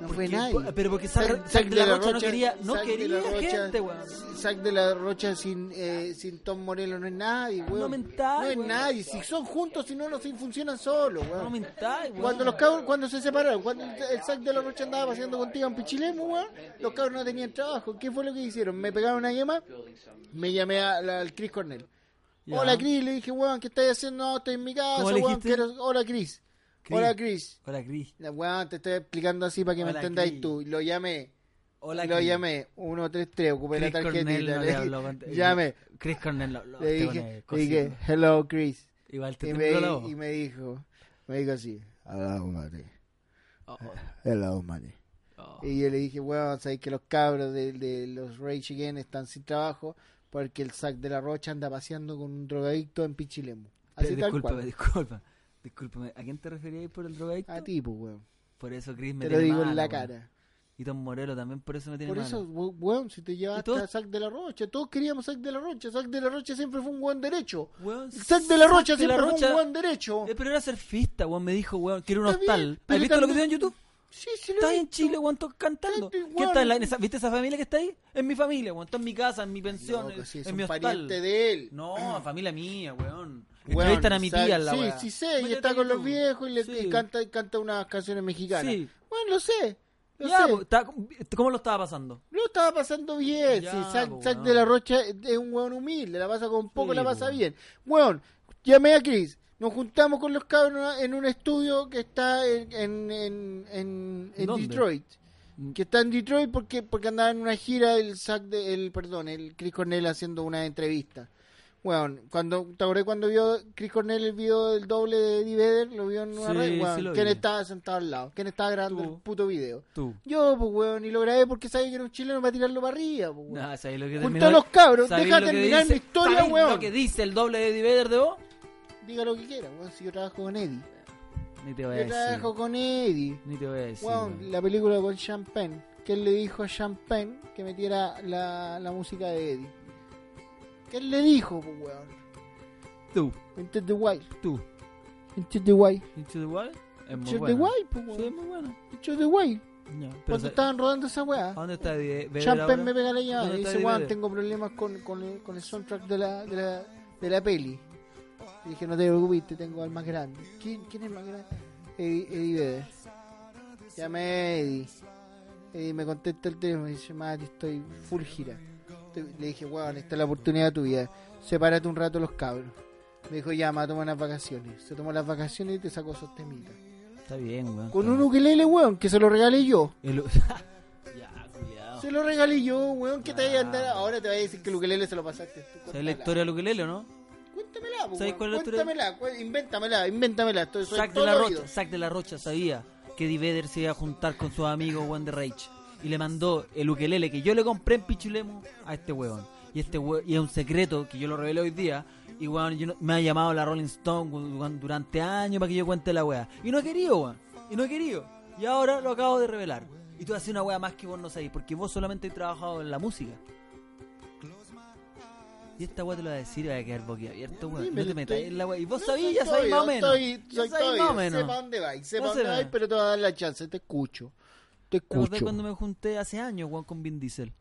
[SPEAKER 2] No fue
[SPEAKER 1] Porque-
[SPEAKER 2] nadie.
[SPEAKER 1] Pero porque Zack Zack de la Rocha no quería, no
[SPEAKER 2] Zack de
[SPEAKER 1] quería
[SPEAKER 2] la Rocha-
[SPEAKER 1] gente, weón.
[SPEAKER 2] Zack de la Rocha sin, eh, sin Tom Morello no es nadie, weón.
[SPEAKER 1] No mental,
[SPEAKER 2] No es
[SPEAKER 1] weón.
[SPEAKER 2] nadie. Si son juntos, si no, no se funcionan solos,
[SPEAKER 1] No
[SPEAKER 2] weón.
[SPEAKER 1] mentáis, weón.
[SPEAKER 2] Cuando los cabros, cuando se separaron, cuando el Zack de la Rocha andaba paseando contigo en Pichilemu, weón, los cabros no tenían trabajo. ¿Qué fue lo que hicieron? Me pegaron una yema, me llamé a la- al Chris Cornell.
[SPEAKER 1] Ya.
[SPEAKER 2] Hola Chris, le dije, weón, ¿qué estás haciendo? No, estoy en mi casa,
[SPEAKER 1] ¿Cómo le
[SPEAKER 2] weón,
[SPEAKER 1] dijiste?
[SPEAKER 2] quiero- Hola Chris.
[SPEAKER 1] Chris.
[SPEAKER 2] Hola Chris.
[SPEAKER 1] Hola, Cris.
[SPEAKER 2] La weón, te estoy explicando así para que me
[SPEAKER 1] Hola,
[SPEAKER 2] entendáis
[SPEAKER 1] Chris.
[SPEAKER 2] tú. Lo llamé.
[SPEAKER 1] Hola,
[SPEAKER 2] lo
[SPEAKER 1] Cris.
[SPEAKER 2] llamé, 133, ocupé la
[SPEAKER 1] Chris Cornell
[SPEAKER 2] tarjetita.
[SPEAKER 1] no le
[SPEAKER 2] le dije,
[SPEAKER 1] habló con-
[SPEAKER 2] [laughs] Llamé,
[SPEAKER 1] Chris Cornell lo habló
[SPEAKER 2] le
[SPEAKER 1] este
[SPEAKER 2] dije,
[SPEAKER 1] con
[SPEAKER 2] le
[SPEAKER 1] el
[SPEAKER 2] dije,
[SPEAKER 1] cosito.
[SPEAKER 2] hello Chris.
[SPEAKER 1] Igual te
[SPEAKER 2] Y
[SPEAKER 1] tembló la voz.
[SPEAKER 2] me, y me dijo, me dijo así, hello Mati,
[SPEAKER 1] Oh,
[SPEAKER 2] hello Mati.
[SPEAKER 1] oh, oh.
[SPEAKER 2] Y yo le dije, weón, sabéis que los cabros de, de los Rage Again están sin trabajo porque el sac de la Rocha anda paseando con un drogadicto en Pichilemu. Así tal
[SPEAKER 1] eh, Discúlpame,
[SPEAKER 2] cual.
[SPEAKER 1] disculpa. Discúlpame, ¿a quién te referías por el drogadicto?
[SPEAKER 2] A ti, pues, weón.
[SPEAKER 1] Por eso Chris me
[SPEAKER 2] Te lo
[SPEAKER 1] tiene
[SPEAKER 2] digo en
[SPEAKER 1] mala,
[SPEAKER 2] la
[SPEAKER 1] weón.
[SPEAKER 2] cara.
[SPEAKER 1] Y Tom Morello también por eso me tiene
[SPEAKER 2] Por
[SPEAKER 1] mala.
[SPEAKER 2] eso, we- weón, si te llevaste
[SPEAKER 1] todos-
[SPEAKER 2] a Sac de la Rocha, todos queríamos Sac de la Rocha. Sac de la Rocha siempre fue un buen derecho.
[SPEAKER 1] Weón,
[SPEAKER 2] Sac de la Rocha
[SPEAKER 1] Zack de la
[SPEAKER 2] siempre fue
[SPEAKER 1] Rocha-
[SPEAKER 2] un buen derecho.
[SPEAKER 1] Eh, pero era surfista, weón. Me dijo, weón, quiero un
[SPEAKER 2] Está bien,
[SPEAKER 1] hostal. ¿Has
[SPEAKER 2] pero
[SPEAKER 1] visto lo que
[SPEAKER 2] también-
[SPEAKER 1] dio en YouTube?
[SPEAKER 2] Sí, sí, lo
[SPEAKER 1] Está
[SPEAKER 2] he
[SPEAKER 1] en
[SPEAKER 2] visto.
[SPEAKER 1] Chile, weón, todos cantando.
[SPEAKER 2] Está igual.
[SPEAKER 1] ¿Quién está en la- en esa- ¿Viste esa familia que está ahí? Es mi familia, weón. Está en mi casa, en mi pensión,
[SPEAKER 2] Loco,
[SPEAKER 1] en,
[SPEAKER 2] sí, es
[SPEAKER 1] en
[SPEAKER 2] un
[SPEAKER 1] mi hostal.
[SPEAKER 2] pariente de él.
[SPEAKER 1] No, familia mía, weón.
[SPEAKER 2] Weón,
[SPEAKER 1] Entrevistan a mi
[SPEAKER 2] Zack-
[SPEAKER 1] tía, la
[SPEAKER 2] Sí,
[SPEAKER 1] weá.
[SPEAKER 2] sí sé, y
[SPEAKER 1] Métete a
[SPEAKER 2] está con los
[SPEAKER 1] YouTube.
[SPEAKER 2] viejos y, le,
[SPEAKER 1] Sí.
[SPEAKER 2] y canta, canta unas canciones mexicanas.
[SPEAKER 1] Sí.
[SPEAKER 2] Bueno, lo sé. Lo
[SPEAKER 1] Ya, pues,
[SPEAKER 2] sé.
[SPEAKER 1] po, está- ¿Cómo lo estaba pasando?
[SPEAKER 2] Lo estaba pasando bien.
[SPEAKER 1] Ya,
[SPEAKER 2] sí, Zac,
[SPEAKER 1] po,
[SPEAKER 2] Zac
[SPEAKER 1] weón.
[SPEAKER 2] de la Rocha es un weón humilde, la pasa con poco,
[SPEAKER 1] Sí,
[SPEAKER 2] la
[SPEAKER 1] po,
[SPEAKER 2] pasa
[SPEAKER 1] weón.
[SPEAKER 2] bien. Weón, llamé a Chris. Nos juntamos con los cabros en un estudio que está en, en, en, en- en
[SPEAKER 1] ¿Dónde? Mm.
[SPEAKER 2] Detroit. Que está en Detroit porque, porque andaba en una gira el Zac de, el, perdón, el Chris Cornell haciendo una entrevista. Weón, cuando, ¿te acordás cuando vio Chris Cornell el video del doble de Eddie Vedder? Lo vio en una
[SPEAKER 1] Sí,
[SPEAKER 2] red, weón.
[SPEAKER 1] sí lo
[SPEAKER 2] ¿Quién
[SPEAKER 1] vi.
[SPEAKER 2] estaba sentado al lado? ¿Quién estaba grabando
[SPEAKER 1] Tú.
[SPEAKER 2] el puto video?
[SPEAKER 1] Tú.
[SPEAKER 2] Yo, pues, weón, y lo grabé porque sabía que era un chileno para tirarlo para arriba, pues, weón.
[SPEAKER 1] Nah, ¿sabes lo que
[SPEAKER 2] Junté
[SPEAKER 1] terminó-
[SPEAKER 2] a los cabros,
[SPEAKER 1] ¿sabes
[SPEAKER 2] deja
[SPEAKER 1] lo que
[SPEAKER 2] terminar mi historia,
[SPEAKER 1] ¿sabes
[SPEAKER 2] weón?
[SPEAKER 1] lo que dice el doble de Eddie Vedder de vos?
[SPEAKER 2] Diga lo que quiera, weón, si yo trabajo con Eddie.
[SPEAKER 1] Ni te voy a
[SPEAKER 2] Yo
[SPEAKER 1] decir.
[SPEAKER 2] trabajo con Eddie.
[SPEAKER 1] Ni te voy a decir.
[SPEAKER 2] Weón,
[SPEAKER 1] weón.
[SPEAKER 2] la película con Champagne, que él le dijo a Champagne que metiera la, la música de Eddie. ¿Qué él le dijo, pues, weón?
[SPEAKER 1] Tú,
[SPEAKER 2] Into the Wild,
[SPEAKER 1] tú.
[SPEAKER 2] into the Wild,
[SPEAKER 1] ¿Into the Wild? Es muy
[SPEAKER 2] into the
[SPEAKER 1] bueno.
[SPEAKER 2] Wild, pues,
[SPEAKER 1] Sí, es
[SPEAKER 2] weón.
[SPEAKER 1] muy bueno.
[SPEAKER 2] Into the Wild.
[SPEAKER 1] Ya, pero
[SPEAKER 2] Cuando
[SPEAKER 1] sa-
[SPEAKER 2] estaban rodando esa
[SPEAKER 1] ¿A
[SPEAKER 2] weá,
[SPEAKER 1] dónde está Eddie Vedder
[SPEAKER 2] Champagne
[SPEAKER 1] ahora?
[SPEAKER 2] me pega la llamada
[SPEAKER 1] ¿Dónde
[SPEAKER 2] y
[SPEAKER 1] está
[SPEAKER 2] dice,
[SPEAKER 1] Eddie
[SPEAKER 2] weón,
[SPEAKER 1] Vedder?
[SPEAKER 2] tengo problemas con, con, el, con el soundtrack de la, de la, de la peli. Y dije, no te preocupes, te tengo al más grande. ¿Quién, quién es el más grande? Eddie, Eddie Vedder. Llamé a Eddie. Eddie me contesta el teléfono y dice, Mati, estoy full gira. Te- Le dije, weón, esta es la oportunidad tuya. Sepárate un rato los cabros. Me dijo, ya, me toma unas vacaciones. Se tomó las vacaciones y te sacó esos temitas.
[SPEAKER 1] Está bien, weón.
[SPEAKER 2] Con
[SPEAKER 1] está
[SPEAKER 2] un ukelele, weón, que se lo regalé yo.
[SPEAKER 1] bien. El- [laughs] Ya,
[SPEAKER 2] Se lo regalé yo, weón, que te vaya a andar. Ahora te vaya a decir que el ukelele se lo pasaste. tú.
[SPEAKER 1] ¿Sabes la
[SPEAKER 2] Cuéntamela.
[SPEAKER 1] historia de Luquelelo, no?
[SPEAKER 2] Cuéntamela, po,
[SPEAKER 1] ¿Sabes
[SPEAKER 2] weón,
[SPEAKER 1] cuál es la historia?
[SPEAKER 2] cuéntamela, cué- invéntamela, invéntamela. Estoy, soy
[SPEAKER 1] Zack de
[SPEAKER 2] todo
[SPEAKER 1] la
[SPEAKER 2] oído.
[SPEAKER 1] Rocha, Zack de la Rocha sabía que Eddie Vedder se iba a juntar con sus amigos One de Rage y le mandó el ukelele que yo le compré en Pichulemo a este weón. Y este hue- y es un secreto que yo lo revelé hoy día. Y weón, yo no- me ha llamado la Rolling Stone weón, durante años para que yo cuente la wea. Y no he querido, weón. Y no he querido. Y ahora lo acabo de revelar. Y tú haces una wea más que vos no sabés, porque vos solamente has trabajado en la música. Y esta wea te lo va a decir y va a quedar boquiabierto, weón. No
[SPEAKER 2] Dímelo,
[SPEAKER 1] te metas
[SPEAKER 2] estoy-
[SPEAKER 1] en la wea. Y vos
[SPEAKER 2] No,
[SPEAKER 1] sabías,
[SPEAKER 2] soy
[SPEAKER 1] ya sabés
[SPEAKER 2] todo
[SPEAKER 1] más o
[SPEAKER 2] oído,
[SPEAKER 1] menos.
[SPEAKER 2] soy-
[SPEAKER 1] Ya
[SPEAKER 2] soy
[SPEAKER 1] sabés
[SPEAKER 2] todo
[SPEAKER 1] más o
[SPEAKER 2] oído.
[SPEAKER 1] menos.
[SPEAKER 2] Sé para dónde vais, sé
[SPEAKER 1] No
[SPEAKER 2] para
[SPEAKER 1] sé
[SPEAKER 2] dónde
[SPEAKER 1] nada.
[SPEAKER 2] vais, pero te voy a dar la chance. Te escucho. Te
[SPEAKER 1] ¿Te acordás
[SPEAKER 2] escucho.
[SPEAKER 1] cuando me junté hace años, weón, con Vin Diesel?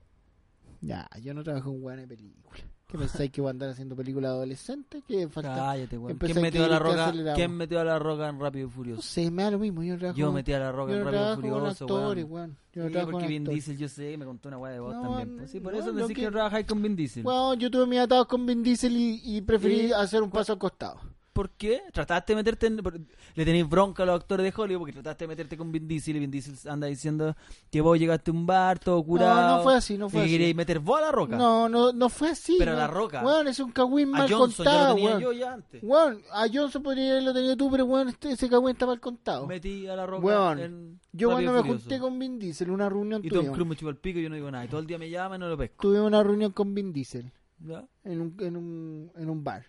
[SPEAKER 2] Ya, yo no trabajo en weón de película. ¿Qué pensáis que voy a andar haciendo películas adolescentes? Que falta.
[SPEAKER 1] Cállate, weón.
[SPEAKER 2] Empecé
[SPEAKER 1] ¿Quién
[SPEAKER 2] a
[SPEAKER 1] metió a la
[SPEAKER 2] escribir que
[SPEAKER 1] roca?
[SPEAKER 2] aceleramos.
[SPEAKER 1] ¿Quién metió a la roca en Rápido y
[SPEAKER 2] No
[SPEAKER 1] Furioso?
[SPEAKER 2] sé, me da lo mismo. Yo no trabajo
[SPEAKER 1] Yo
[SPEAKER 2] con-
[SPEAKER 1] metí a la roca
[SPEAKER 2] yo
[SPEAKER 1] en
[SPEAKER 2] no
[SPEAKER 1] Rápido y
[SPEAKER 2] trabajo con
[SPEAKER 1] Furioso,
[SPEAKER 2] actores,
[SPEAKER 1] weón.
[SPEAKER 2] weón. Yo no
[SPEAKER 1] Sí,
[SPEAKER 2] trabajo
[SPEAKER 1] porque
[SPEAKER 2] con
[SPEAKER 1] Vin
[SPEAKER 2] actores.
[SPEAKER 1] Diesel, yo sé, me contó una weá de vos
[SPEAKER 2] No,
[SPEAKER 1] también. pues. Sí, por
[SPEAKER 2] no,
[SPEAKER 1] eso
[SPEAKER 2] lo
[SPEAKER 1] decís que,
[SPEAKER 2] que-
[SPEAKER 1] no trabajáis con Vin Diesel.
[SPEAKER 2] Bueno, yo tuve mis atados con Vin Diesel y, y preferí
[SPEAKER 1] Sí.
[SPEAKER 2] hacer un paso al costado.
[SPEAKER 1] ¿Por qué? Trataste de meterte en... por- Le tenéis bronca a los actores de Hollywood porque trataste de meterte con Vin Diesel y Vin Diesel anda diciendo que vos llegaste a un bar todo curado.
[SPEAKER 2] no fue así, no fue
[SPEAKER 1] y que
[SPEAKER 2] así.
[SPEAKER 1] queríais meter vos a la roca.
[SPEAKER 2] No, no, no fue así.
[SPEAKER 1] Pero
[SPEAKER 2] weón.
[SPEAKER 1] La Roca.
[SPEAKER 2] Weón, es un cagüín
[SPEAKER 1] a
[SPEAKER 2] mal
[SPEAKER 1] Johnson ya lo
[SPEAKER 2] contado,
[SPEAKER 1] tenía
[SPEAKER 2] weón.
[SPEAKER 1] yo ya antes.
[SPEAKER 2] Weón, a Johnson podría haberlo tenido tú, pero weón, este- ese cagüín está mal contado.
[SPEAKER 1] Metí a la roca
[SPEAKER 2] Weón,
[SPEAKER 1] en Rápido
[SPEAKER 2] yo cuando
[SPEAKER 1] y
[SPEAKER 2] me
[SPEAKER 1] Furioso.
[SPEAKER 2] junté con Vin Diesel, una reunión
[SPEAKER 1] Y Tom Cruise
[SPEAKER 2] tuvimos.
[SPEAKER 1] me chupa el pico y yo no digo nada. Y todo el día me llama y no lo pesco.
[SPEAKER 2] Tuve una reunión con Vin Diesel
[SPEAKER 1] ¿Ya?
[SPEAKER 2] en un, en un, en un bar.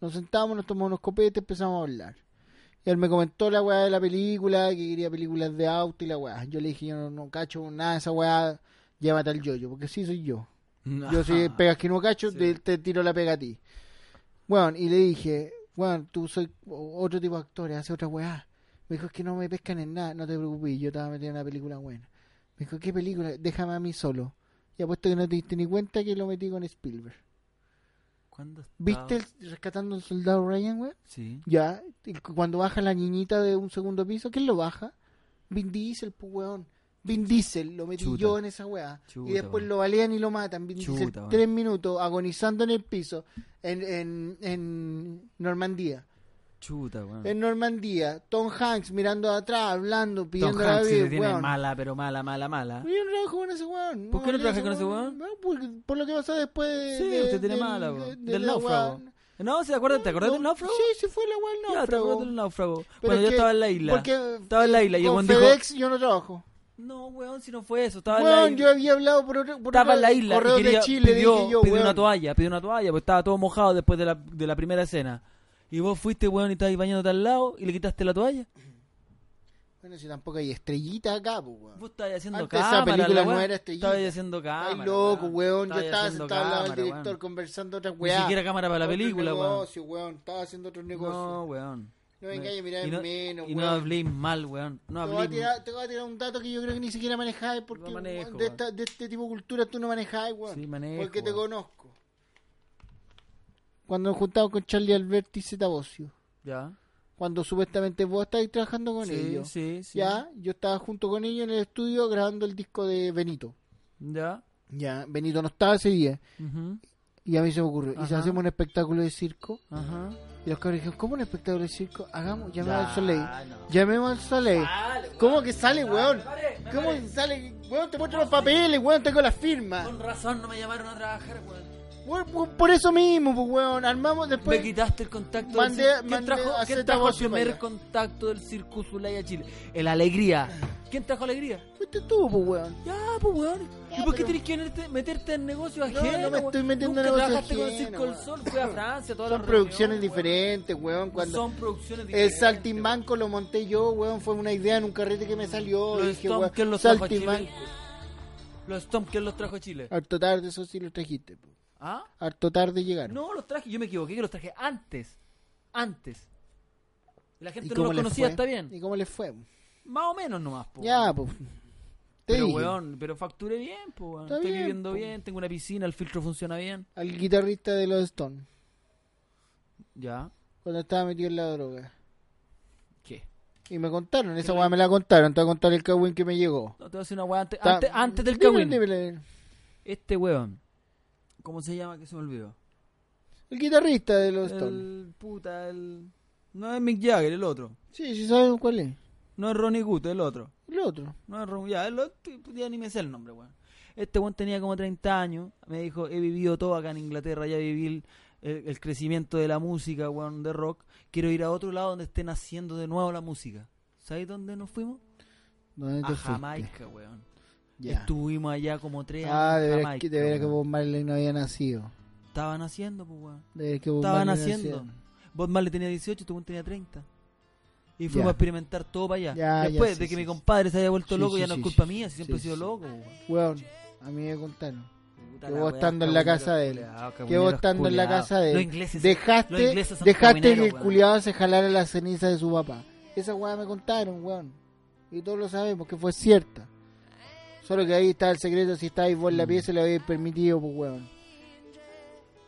[SPEAKER 2] Nos sentamos, nos tomamos unos copetes, empezamos a hablar. Y él me comentó la weá de la película, que quería películas de auto y la weá. Yo le dije, yo no, no cacho nada de esa weá, llévate al yoyo, porque sí soy yo. Yo si pegas que no cacho, te, te tiro la pega a ti. Bueno, y le dije, bueno, tú soy otro tipo de actor, hace otra weá. Me dijo, es que no me pescan en nada, no te preocupes, yo estaba metido en una película buena. Me dijo, ¿qué película? Déjame a mí solo. Y apuesto que no te diste ni cuenta que lo metí con Spielberg.
[SPEAKER 1] ¿Cuándo estaba?
[SPEAKER 2] ¿Viste el- rescatando al soldado Ryan, weón?
[SPEAKER 1] Sí.
[SPEAKER 2] Ya, y cu- cuando baja la niñita de un segundo piso, ¿quién lo baja? Vin Diesel, pues weón. Vin Diesel, lo metí
[SPEAKER 1] Chuta.
[SPEAKER 2] yo en esa weá.
[SPEAKER 1] Chuta,
[SPEAKER 2] y después
[SPEAKER 1] weón.
[SPEAKER 2] lo balean y lo matan. Vin
[SPEAKER 1] Chuta,
[SPEAKER 2] Diesel,
[SPEAKER 1] weón.
[SPEAKER 2] tres minutos, agonizando en el piso, en, en, en Normandía.
[SPEAKER 1] Chuta, weón.
[SPEAKER 2] En Normandía, Tom Hanks mirando atrás, hablando,
[SPEAKER 1] Tom
[SPEAKER 2] pidiendo la
[SPEAKER 1] Hanks se
[SPEAKER 2] vida,
[SPEAKER 1] te tiene
[SPEAKER 2] weón.
[SPEAKER 1] mala, pero mala, mala, mala.
[SPEAKER 2] Yo no trabajo con ese weón.
[SPEAKER 1] ¿Por qué no
[SPEAKER 2] le
[SPEAKER 1] trabajas
[SPEAKER 2] hace
[SPEAKER 1] con ese weón?
[SPEAKER 2] No, por, por lo que pasó después de.
[SPEAKER 1] Sí,
[SPEAKER 2] de-
[SPEAKER 1] usted tiene
[SPEAKER 2] del-
[SPEAKER 1] mala,
[SPEAKER 2] de-
[SPEAKER 1] weón.
[SPEAKER 2] de
[SPEAKER 1] Del
[SPEAKER 2] la
[SPEAKER 1] náufrago.
[SPEAKER 2] weá.
[SPEAKER 1] No, ¿se acuerdan? ¿Te acuerdas del náufrago?
[SPEAKER 2] Sí, sí fue la weá del
[SPEAKER 1] Ya, ¿te
[SPEAKER 2] náufrago.
[SPEAKER 1] acuerdas del náufrago?
[SPEAKER 2] Pero
[SPEAKER 1] Cuando yo
[SPEAKER 2] es que-
[SPEAKER 1] estaba en la isla.
[SPEAKER 2] porque,
[SPEAKER 1] Estaba en la isla [laughs] y el
[SPEAKER 2] con
[SPEAKER 1] weón dijo-
[SPEAKER 2] FedEx yo no trabajo.
[SPEAKER 1] No, weón, si no fue eso. Estaba
[SPEAKER 2] Weón,
[SPEAKER 1] en la
[SPEAKER 2] yo
[SPEAKER 1] isla.
[SPEAKER 2] había hablado por otro por
[SPEAKER 1] Estaba
[SPEAKER 2] otro
[SPEAKER 1] en la isla.
[SPEAKER 2] correo
[SPEAKER 1] y quería-
[SPEAKER 2] de Chile,
[SPEAKER 1] pidió,
[SPEAKER 2] dije yo,
[SPEAKER 1] pidió
[SPEAKER 2] weón.
[SPEAKER 1] una toalla, pidió una toalla, porque estaba todo mojado después de la, de la primera escena. Y vos fuiste, weón, y estabas bañándote al lado y le quitaste la toalla.
[SPEAKER 2] Bueno, si tampoco hay estrellita acá, pues, weón.
[SPEAKER 1] Vos estabas haciendo
[SPEAKER 2] Antes esa
[SPEAKER 1] cámara.
[SPEAKER 2] película
[SPEAKER 1] la
[SPEAKER 2] no
[SPEAKER 1] weá.
[SPEAKER 2] era estrellita.
[SPEAKER 1] Estabas haciendo cámara.
[SPEAKER 2] Ay, loco, weón. Yo
[SPEAKER 1] Estabas
[SPEAKER 2] estaba
[SPEAKER 1] haciendo
[SPEAKER 2] sentado al lado del
[SPEAKER 1] cámara,
[SPEAKER 2] director
[SPEAKER 1] weón.
[SPEAKER 2] conversando otras
[SPEAKER 1] Ni
[SPEAKER 2] weá.
[SPEAKER 1] siquiera cámara para la
[SPEAKER 2] Otro
[SPEAKER 1] película, weón.
[SPEAKER 2] negocio, weón. Estaba haciendo otros negocios.
[SPEAKER 1] No, weón.
[SPEAKER 2] No me engañes, mirá
[SPEAKER 1] Y no-
[SPEAKER 2] menos,
[SPEAKER 1] Y
[SPEAKER 2] weón.
[SPEAKER 1] no habléis mal, weón. No
[SPEAKER 2] te, voy a
[SPEAKER 1] habléis
[SPEAKER 2] tirar, te voy a tirar un dato que yo creo que ni siquiera manejáis porque
[SPEAKER 1] No manejo,
[SPEAKER 2] weón, de,
[SPEAKER 1] weón.
[SPEAKER 2] esta- de este tipo de cultura tú no manejáis, weón.
[SPEAKER 1] Sí, manejo,
[SPEAKER 2] porque te
[SPEAKER 1] weón.
[SPEAKER 2] conozco. Cuando nos juntamos con Charlie Alberti y Zeta Bosio,
[SPEAKER 1] Ya.
[SPEAKER 2] cuando supuestamente vos estáis trabajando con
[SPEAKER 1] Sí,
[SPEAKER 2] ellos,
[SPEAKER 1] sí, sí.
[SPEAKER 2] ya, yo estaba junto con ellos en el estudio grabando el disco de Benito.
[SPEAKER 1] Ya.
[SPEAKER 2] Ya, Benito no estaba ese día.
[SPEAKER 1] Ujú.
[SPEAKER 2] Y a mí se me ocurrió, ¿y si
[SPEAKER 1] Ajá.
[SPEAKER 2] hacemos un espectáculo de circo?
[SPEAKER 1] Ajá.
[SPEAKER 2] Y los cabros dijeron, ¿cómo un espectáculo de circo? Hagamos, llamemos
[SPEAKER 1] Ya,
[SPEAKER 2] al Soleil.
[SPEAKER 1] no.
[SPEAKER 2] Llamemos al Soleil. ¿Cómo que sale, weón? ¿Cómo que sale? Weón, te muestro los papeles, weón, tengo las firmas.
[SPEAKER 1] Con razón no me llamaron a trabajar, weón.
[SPEAKER 2] Weón, por- por eso mismo, pues, weón, armamos después.
[SPEAKER 1] me quitaste el contacto.
[SPEAKER 2] Pues, Mandé-
[SPEAKER 1] del cir- ¿Quién
[SPEAKER 2] mandé
[SPEAKER 1] trajo,
[SPEAKER 2] a
[SPEAKER 1] quién
[SPEAKER 2] Zeta
[SPEAKER 1] trajo el
[SPEAKER 2] Bosio para
[SPEAKER 1] primer
[SPEAKER 2] allá.
[SPEAKER 1] contacto del Circus Zulay a Chile? El Alegría. ¿Quién trajo Alegría?
[SPEAKER 2] Fuiste tú, pues, weón.
[SPEAKER 1] Ya, pues, weón.
[SPEAKER 2] Ya,
[SPEAKER 1] ¿Y por qué tenés
[SPEAKER 2] pero-
[SPEAKER 1] que meterte, meterte en negocios
[SPEAKER 2] no
[SPEAKER 1] ajenos?
[SPEAKER 2] me
[SPEAKER 1] weón?
[SPEAKER 2] estoy metiendo en
[SPEAKER 1] Nunca
[SPEAKER 2] negocios
[SPEAKER 1] trabajaste con el
[SPEAKER 2] ajenos,
[SPEAKER 1] Circo del
[SPEAKER 2] weón.
[SPEAKER 1] Sol, fui a Francia, todas
[SPEAKER 2] Son
[SPEAKER 1] las
[SPEAKER 2] producciones
[SPEAKER 1] reuniones, weón.
[SPEAKER 2] diferentes, weón. Cuando
[SPEAKER 1] Son producciones
[SPEAKER 2] el
[SPEAKER 1] diferentes.
[SPEAKER 2] saltimbanco lo monté yo, weón, fue una idea en un carrete que me salió.
[SPEAKER 1] Los
[SPEAKER 2] Dije,
[SPEAKER 1] Stones,
[SPEAKER 2] weón,
[SPEAKER 1] ¿quién los trajo a Chile?
[SPEAKER 2] saltimbanco.
[SPEAKER 1] weón. Los Stompkins los trajo a Chile.
[SPEAKER 2] Harto tarde, eso sí lo trajiste, pues.
[SPEAKER 1] ¿Ah?
[SPEAKER 2] Harto tarde llegaron.
[SPEAKER 1] No, los traje, yo me equivoqué que los traje antes. Antes. La gente no
[SPEAKER 2] cómo
[SPEAKER 1] los
[SPEAKER 2] les
[SPEAKER 1] conocía,
[SPEAKER 2] fue?
[SPEAKER 1] está bien.
[SPEAKER 2] ¿Y cómo les fue?
[SPEAKER 1] Más o menos nomás, po.
[SPEAKER 2] Ya,
[SPEAKER 1] weón.
[SPEAKER 2] pues. Te
[SPEAKER 1] pero
[SPEAKER 2] dije.
[SPEAKER 1] weón, pero facturé bien, po. weón.
[SPEAKER 2] Está
[SPEAKER 1] Estoy
[SPEAKER 2] bien,
[SPEAKER 1] viviendo
[SPEAKER 2] po.
[SPEAKER 1] bien, tengo una piscina, el filtro funciona bien.
[SPEAKER 2] Al guitarrista de los Stones,
[SPEAKER 1] Ya.
[SPEAKER 2] cuando estaba metido en la droga.
[SPEAKER 1] ¿Qué?
[SPEAKER 2] Y me contaron, esa weá me la contaron. Te voy a contar el cagüín que me llegó.
[SPEAKER 1] No te voy a hacer una weá antes,
[SPEAKER 2] Ta-
[SPEAKER 1] antes, antes del
[SPEAKER 2] Dímelo,
[SPEAKER 1] Kawin.
[SPEAKER 2] dímelo.
[SPEAKER 1] Este weón. ¿Cómo se llama que se me olvidó?
[SPEAKER 2] El guitarrista de los Stones.
[SPEAKER 1] El puta, el. No es Mick Jagger, el otro.
[SPEAKER 2] Sí, sí sabes cuál es.
[SPEAKER 1] No es Ronnie Good, el otro.
[SPEAKER 2] El otro.
[SPEAKER 1] No es Ron- ya, el otro- ya ni me sé el nombre, weón. Este weón tenía como 30 años. Me dijo, he vivido todo acá en Inglaterra, ya viví el, el- el crecimiento de la música, weón, de rock. Quiero ir a otro lado donde esté naciendo de nuevo la música. ¿Sabes dónde nos fuimos?
[SPEAKER 2] ¿Dónde
[SPEAKER 1] A
[SPEAKER 2] te fuiste?
[SPEAKER 1] Jamaica, weón.
[SPEAKER 2] Ya.
[SPEAKER 1] Estuvimos allá como tres años.
[SPEAKER 2] Ah, de
[SPEAKER 1] en
[SPEAKER 2] veras
[SPEAKER 1] Jamaica,
[SPEAKER 2] que, de veras que
[SPEAKER 1] weón.
[SPEAKER 2] Bob Marley no había nacido.
[SPEAKER 1] Estaban haciendo, pues, weón.
[SPEAKER 2] De veras que Bob
[SPEAKER 1] Estaban
[SPEAKER 2] Marley no
[SPEAKER 1] haciendo.
[SPEAKER 2] nació.
[SPEAKER 1] Bob Marley tenía 18, tú tenía 30. Y fuimos
[SPEAKER 2] Ya.
[SPEAKER 1] a experimentar todo para allá.
[SPEAKER 2] Ya, ya,
[SPEAKER 1] Después
[SPEAKER 2] sí,
[SPEAKER 1] de que
[SPEAKER 2] sí,
[SPEAKER 1] mi
[SPEAKER 2] sí.
[SPEAKER 1] compadre se haya vuelto
[SPEAKER 2] Sí,
[SPEAKER 1] loco,
[SPEAKER 2] sí,
[SPEAKER 1] ya no
[SPEAKER 2] sí,
[SPEAKER 1] es culpa
[SPEAKER 2] sí,
[SPEAKER 1] mía, si
[SPEAKER 2] sí,
[SPEAKER 1] siempre he
[SPEAKER 2] sí,
[SPEAKER 1] sido
[SPEAKER 2] sí.
[SPEAKER 1] loco. weón.
[SPEAKER 2] Weón, a mí me contaron.
[SPEAKER 1] Puta
[SPEAKER 2] Que
[SPEAKER 1] la
[SPEAKER 2] vos
[SPEAKER 1] weá,
[SPEAKER 2] estando en la
[SPEAKER 1] cagoneros
[SPEAKER 2] casa de él.
[SPEAKER 1] culiados,
[SPEAKER 2] Que vos
[SPEAKER 1] cagoneros
[SPEAKER 2] estando en la
[SPEAKER 1] culiados.
[SPEAKER 2] casa de
[SPEAKER 1] Los
[SPEAKER 2] él.
[SPEAKER 1] ingleses, los
[SPEAKER 2] Dejaste,
[SPEAKER 1] ingleses son
[SPEAKER 2] dejaste que
[SPEAKER 1] cagoneros,
[SPEAKER 2] el
[SPEAKER 1] weón.
[SPEAKER 2] culiado se jalara la ceniza de su papá. Esa weá me contaron, weón. Y todos lo sabemos que fue cierta. Solo que ahí está el secreto, si estáis vos en
[SPEAKER 1] Mm.
[SPEAKER 2] la pieza le habéis permitido, pues weón.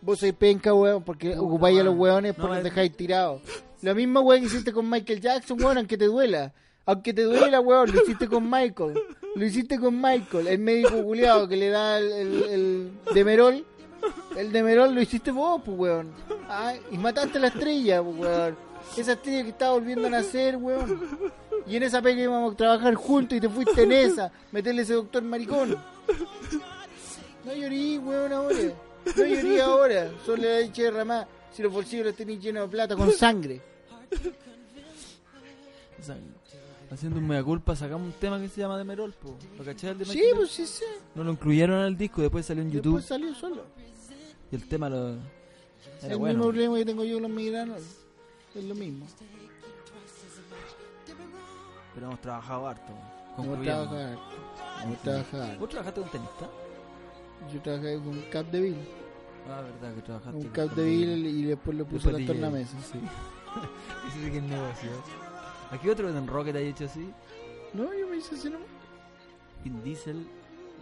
[SPEAKER 2] Vos sois penca, weón, porque
[SPEAKER 1] Puta,
[SPEAKER 2] ocupáis a los
[SPEAKER 1] weón.
[SPEAKER 2] weones
[SPEAKER 1] No,
[SPEAKER 2] porque
[SPEAKER 1] es-
[SPEAKER 2] los dejáis tirados. La misma weón que hiciste con Michael Jackson, weón, aunque te duela. Aunque te duela, weón, lo hiciste con Michael. Lo hiciste con Michael, el médico culiado que le da el, el, el demerol. El demerol lo hiciste vos, pues, weón. Ay, y mataste a la estrella, pues, weón. Esa estrella que estaba volviendo a nacer, weón. Y en esa pega íbamos a trabajar juntos y te fuiste en esa. Meterle ese doctor maricón. No llorí, weón, ahora. No llorí [laughs] ahora. Solo le eché derramada. Si los bolsillos los tenéis llenos de plata con sangre.
[SPEAKER 1] O sea, Haciendo un mea culpa, sacamos un tema que se llama Demerol, po. ¿Lo cachai el de
[SPEAKER 2] Sí,
[SPEAKER 1] Michael
[SPEAKER 2] pues sí, sí.
[SPEAKER 1] No lo incluyeron en el disco, después salió en YouTube
[SPEAKER 2] Después salió solo.
[SPEAKER 1] y el tema lo.
[SPEAKER 2] Es
[SPEAKER 1] Era
[SPEAKER 2] el
[SPEAKER 1] bueno.
[SPEAKER 2] mismo problema que tengo yo con los migranos. Es lo mismo.
[SPEAKER 1] Pero hemos trabajado harto. weón.
[SPEAKER 2] Como
[SPEAKER 1] Concluyendo.
[SPEAKER 2] trabajar. Como
[SPEAKER 1] Hemos trabajado.
[SPEAKER 2] trabajar.
[SPEAKER 1] ¿Vos trabajaste con tenista?
[SPEAKER 2] Yo trabajé con Cap de Vil.
[SPEAKER 1] Ah, verdad que trabajaste.
[SPEAKER 2] Un
[SPEAKER 1] con
[SPEAKER 2] Cap de
[SPEAKER 1] tenista.
[SPEAKER 2] Vil y después lo puse
[SPEAKER 1] Después
[SPEAKER 2] en la
[SPEAKER 1] DJ.
[SPEAKER 2] tornamesa.
[SPEAKER 1] Sí. Pues [laughs] Ese sí que es negocio. ¿A qué otro en Rocket haya hecho así?
[SPEAKER 2] No, yo me hice así nomás.
[SPEAKER 1] Vin Diesel,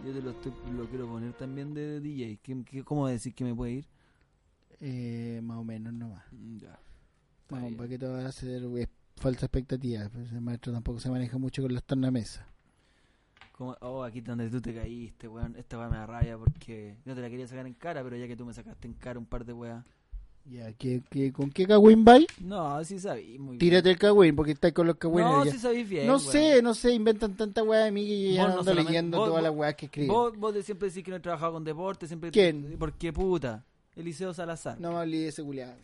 [SPEAKER 1] yo te lo, estoy, lo quiero poner también de DJ. ¿Qué, qué- cómo decir que me puede ir?
[SPEAKER 2] Eh, más o menos nomás.
[SPEAKER 1] Mm, Ya. Está
[SPEAKER 2] Vamos,
[SPEAKER 1] bien.
[SPEAKER 2] ¿para qué te vas a hacer eh, falsa expectativa? Pues el maestro tampoco se maneja mucho con las tornamesas.
[SPEAKER 1] Como- oh, aquí donde tú te caíste, weón. Esta weá me da rabia porque yo te la quería sacar en cara, pero ya que tú me sacaste en cara un par de weas.
[SPEAKER 2] Ya, ¿qué, qué, con qué cagüín vais?
[SPEAKER 1] No, sí sabí muy bien.
[SPEAKER 2] Tírate el cagüín porque estás con los cagüines.
[SPEAKER 1] no,
[SPEAKER 2] ya.
[SPEAKER 1] sí sabís bien.
[SPEAKER 2] no
[SPEAKER 1] weón.
[SPEAKER 2] sé, no sé, inventan tanta weá de mí que yo ya
[SPEAKER 1] Vos
[SPEAKER 2] no
[SPEAKER 1] no
[SPEAKER 2] ando
[SPEAKER 1] solamente-
[SPEAKER 2] leyendo
[SPEAKER 1] vos-
[SPEAKER 2] todas
[SPEAKER 1] vos-
[SPEAKER 2] las weas que escriben.
[SPEAKER 1] Vos, vos de siempre decís que no he trabajado con deporte. Siempre
[SPEAKER 2] ¿Quién?
[SPEAKER 1] ¿Por qué puta? Eliseo Salazar.
[SPEAKER 2] No me hablé de ese culiado.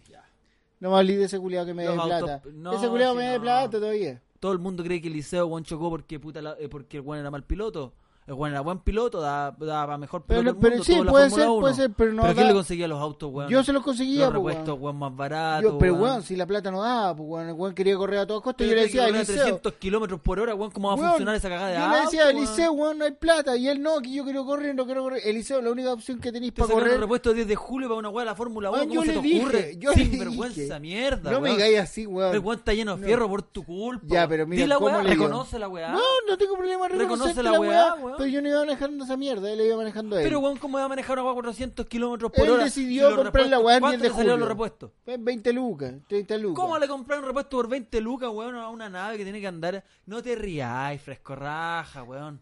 [SPEAKER 2] No me hablé de ese culiado que me
[SPEAKER 1] Los
[SPEAKER 2] dé
[SPEAKER 1] autos-
[SPEAKER 2] plata.
[SPEAKER 1] no,
[SPEAKER 2] ese culiado
[SPEAKER 1] si
[SPEAKER 2] me dé
[SPEAKER 1] no.
[SPEAKER 2] plata todavía.
[SPEAKER 1] Todo el mundo cree que Eliseo Juan chocó porque puta la- eh, porque el Juan era mal piloto. El Juan era buen piloto, daba, daba mejor piloto
[SPEAKER 2] Pero,
[SPEAKER 1] del
[SPEAKER 2] pero
[SPEAKER 1] mundo,
[SPEAKER 2] sí,
[SPEAKER 1] tuvo la
[SPEAKER 2] puede
[SPEAKER 1] Fórmula
[SPEAKER 2] ser,
[SPEAKER 1] 1.
[SPEAKER 2] puede ser, pero no
[SPEAKER 1] ¿Pero quién
[SPEAKER 2] da-
[SPEAKER 1] le conseguía los autos, weón?
[SPEAKER 2] Yo se los conseguía,
[SPEAKER 1] Los
[SPEAKER 2] pues, weón.
[SPEAKER 1] repuestos, weón, más baratos.
[SPEAKER 2] Yo, pero weón, si la plata no daba, pues weón, el weón quería correr a todas costas.
[SPEAKER 1] Pero
[SPEAKER 2] Yo le
[SPEAKER 1] tenés que
[SPEAKER 2] decía a
[SPEAKER 1] correr a
[SPEAKER 2] Eliseo.
[SPEAKER 1] 300 kilómetros por hora, weón, ¿cómo va a
[SPEAKER 2] weón,
[SPEAKER 1] funcionar esa cagada de
[SPEAKER 2] Yo
[SPEAKER 1] auto,
[SPEAKER 2] le decía a
[SPEAKER 1] weón?
[SPEAKER 2] Eliseo, weón, no hay plata. Y él no, que yo quiero correr, no quiero correr. Eliseo, la única opción que tenéis
[SPEAKER 1] Te
[SPEAKER 2] para
[SPEAKER 1] sacaron
[SPEAKER 2] correr.
[SPEAKER 1] el repuesto desde julio para una weá de la Fórmula 1,
[SPEAKER 2] Weón,
[SPEAKER 1] ¿cómo
[SPEAKER 2] yo
[SPEAKER 1] se te
[SPEAKER 2] le dije,
[SPEAKER 1] ocurre?
[SPEAKER 2] yo le
[SPEAKER 1] Sin vergüenza,
[SPEAKER 2] dije.
[SPEAKER 1] mierda,
[SPEAKER 2] no me
[SPEAKER 1] weón.
[SPEAKER 2] digáis así, weón.
[SPEAKER 1] El weón está lleno de fierro por tu culpa.
[SPEAKER 2] Ya, pero mira,
[SPEAKER 1] Di la
[SPEAKER 2] ¿cómo
[SPEAKER 1] weá,
[SPEAKER 2] le digo?
[SPEAKER 1] reconoce la weá.
[SPEAKER 2] No, no tengo problema en
[SPEAKER 1] Reconoce
[SPEAKER 2] reconocerte
[SPEAKER 1] la
[SPEAKER 2] la,
[SPEAKER 1] weá,
[SPEAKER 2] weá,
[SPEAKER 1] weón.
[SPEAKER 2] Pero yo no iba manejando esa mierda, él la iba manejando a él.
[SPEAKER 1] Pero, weón, ¿cómo va a manejar una weá a 400 kilómetros por
[SPEAKER 2] Él
[SPEAKER 1] hora?
[SPEAKER 2] decidió
[SPEAKER 1] los
[SPEAKER 2] comprar la
[SPEAKER 1] repuestos-
[SPEAKER 2] weá el
[SPEAKER 1] ¿Cuánto
[SPEAKER 2] 10 de
[SPEAKER 1] te salieron los
[SPEAKER 2] julio?
[SPEAKER 1] repuestos?
[SPEAKER 2] Ven, 20 lucas, 30 lucas.
[SPEAKER 1] ¿Cómo le compraron un repuesto por 20 lucas, weón, a una nave que tiene que andar? No te riáis, fresco raja, weón.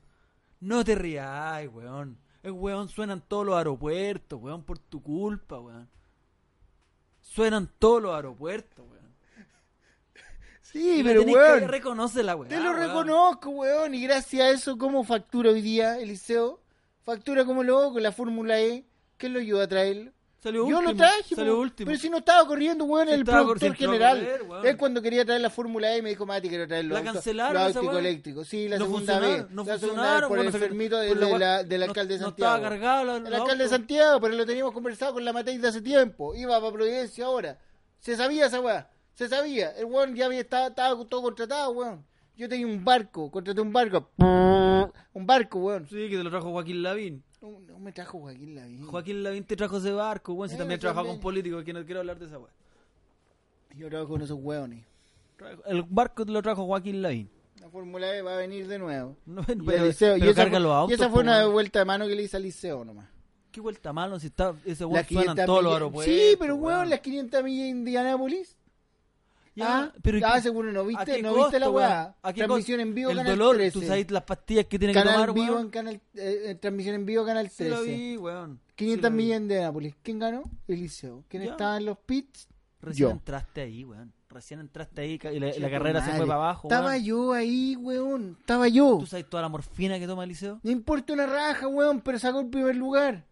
[SPEAKER 1] No te riáis, weón. El weón suenan todos los aeropuertos, weón, por tu culpa, weón. Suenan todos los aeropuertos, weón.
[SPEAKER 2] Sí,
[SPEAKER 1] Y
[SPEAKER 2] pero
[SPEAKER 1] tenés que
[SPEAKER 2] weón,
[SPEAKER 1] reconoce la weón.
[SPEAKER 2] te lo reconozco, weón, y gracias a eso, ¿cómo factura hoy día Eliseo? Factura como loco la Fórmula E. ¿Quién lo ayuda a traer?
[SPEAKER 1] Salió
[SPEAKER 2] Yo
[SPEAKER 1] último.
[SPEAKER 2] lo traje,
[SPEAKER 1] Salió
[SPEAKER 2] po.
[SPEAKER 1] último.
[SPEAKER 2] pero si no estaba corriendo, weón,
[SPEAKER 1] Si
[SPEAKER 2] el
[SPEAKER 1] estaba
[SPEAKER 2] productor
[SPEAKER 1] corriendo, si
[SPEAKER 2] general.
[SPEAKER 1] estaba corriendo, weón.
[SPEAKER 2] Es cuando quería traer la Fórmula E y me dijo, Mati, quiero traer los
[SPEAKER 1] La
[SPEAKER 2] autos-
[SPEAKER 1] cancelaron
[SPEAKER 2] los
[SPEAKER 1] esa
[SPEAKER 2] autos
[SPEAKER 1] weá.
[SPEAKER 2] eléctricos. Sí, la
[SPEAKER 1] No
[SPEAKER 2] segunda vez.
[SPEAKER 1] funcionaron, no
[SPEAKER 2] la segunda vez
[SPEAKER 1] funcionaron,
[SPEAKER 2] por
[SPEAKER 1] weón,
[SPEAKER 2] el
[SPEAKER 1] no sé qué-
[SPEAKER 2] enfermito
[SPEAKER 1] por
[SPEAKER 2] de-
[SPEAKER 1] la
[SPEAKER 2] de
[SPEAKER 1] weá-
[SPEAKER 2] la- del
[SPEAKER 1] no-
[SPEAKER 2] alcalde de
[SPEAKER 1] no
[SPEAKER 2] Santiago.
[SPEAKER 1] estaba cargado la-
[SPEAKER 2] El
[SPEAKER 1] la
[SPEAKER 2] alcalde de
[SPEAKER 1] auto.
[SPEAKER 2] Santiago, pero lo teníamos conversado con la Matei de hace tiempo. Iba para Providencia ahora. Se sabía esa weá. Se sabía. El weón ya había estado, estaba todo contratado, weón. Yo tenía un barco, contraté un barco. [laughs] Un barco, weón.
[SPEAKER 1] Sí, que te lo trajo Joaquín Lavín.
[SPEAKER 2] No, no me trajo Joaquín Lavín.
[SPEAKER 1] Joaquín Lavín te trajo ese barco, weón. Si
[SPEAKER 2] Eh,
[SPEAKER 1] también trabajaba
[SPEAKER 2] también.
[SPEAKER 1] con políticos, que no quiero hablar de esa weón.
[SPEAKER 2] Yo trabajo con esos weones.
[SPEAKER 1] El barco te lo trajo Joaquín Lavín. [laughs]
[SPEAKER 2] La Fórmula E va a venir de nuevo.
[SPEAKER 1] No,
[SPEAKER 2] Y
[SPEAKER 1] pero,
[SPEAKER 2] el Liceo- y
[SPEAKER 1] pero
[SPEAKER 2] esa
[SPEAKER 1] carga
[SPEAKER 2] fue-
[SPEAKER 1] los autos.
[SPEAKER 2] y esa
[SPEAKER 1] po,
[SPEAKER 2] fue una
[SPEAKER 1] weón.
[SPEAKER 2] vuelta de mano que le hice al liceo nomás.
[SPEAKER 1] ¿Qué vuelta malo si está ese
[SPEAKER 2] Las
[SPEAKER 1] weón suenan
[SPEAKER 2] 500
[SPEAKER 1] todos los
[SPEAKER 2] millas-
[SPEAKER 1] aeropuertos?
[SPEAKER 2] Sí, pero weón, las 500 millas de Indianápolis.
[SPEAKER 1] Ya,
[SPEAKER 2] ah,
[SPEAKER 1] pero ¿y
[SPEAKER 2] ah,
[SPEAKER 1] qué-
[SPEAKER 2] seguro no
[SPEAKER 1] ¿a
[SPEAKER 2] viste,
[SPEAKER 1] qué
[SPEAKER 2] no
[SPEAKER 1] costo,
[SPEAKER 2] viste la
[SPEAKER 1] weón?
[SPEAKER 2] weá.
[SPEAKER 1] ¿A qué
[SPEAKER 2] Transmisión
[SPEAKER 1] costo?
[SPEAKER 2] en vivo,
[SPEAKER 1] El
[SPEAKER 2] canal
[SPEAKER 1] dolor,
[SPEAKER 2] 13.
[SPEAKER 1] tú sabes las pastillas que tiene que
[SPEAKER 2] Canal
[SPEAKER 1] tomar,
[SPEAKER 2] vivo en
[SPEAKER 1] weón.
[SPEAKER 2] canal, eh, eh, transmisión en vivo, canal
[SPEAKER 1] Sí
[SPEAKER 2] 13.
[SPEAKER 1] lo vi, weón.
[SPEAKER 2] 500
[SPEAKER 1] Sí lo vi.
[SPEAKER 2] millas de Indianápolis. ¿Quién ganó? El liceo. ¿Quién
[SPEAKER 1] Ya.
[SPEAKER 2] estaba en los pits?
[SPEAKER 1] Recién
[SPEAKER 2] Yo.
[SPEAKER 1] entraste ahí, weón. recién entraste ahí ca- y la, y la
[SPEAKER 2] Che, tu
[SPEAKER 1] carrera se fue
[SPEAKER 2] madre.
[SPEAKER 1] para abajo.
[SPEAKER 2] Estaba
[SPEAKER 1] weón.
[SPEAKER 2] yo ahí, weón. Estaba yo.
[SPEAKER 1] ¿Tú sabes toda la morfina que toma el liceo?
[SPEAKER 2] No importa una raja, weón, pero sacó el primer lugar.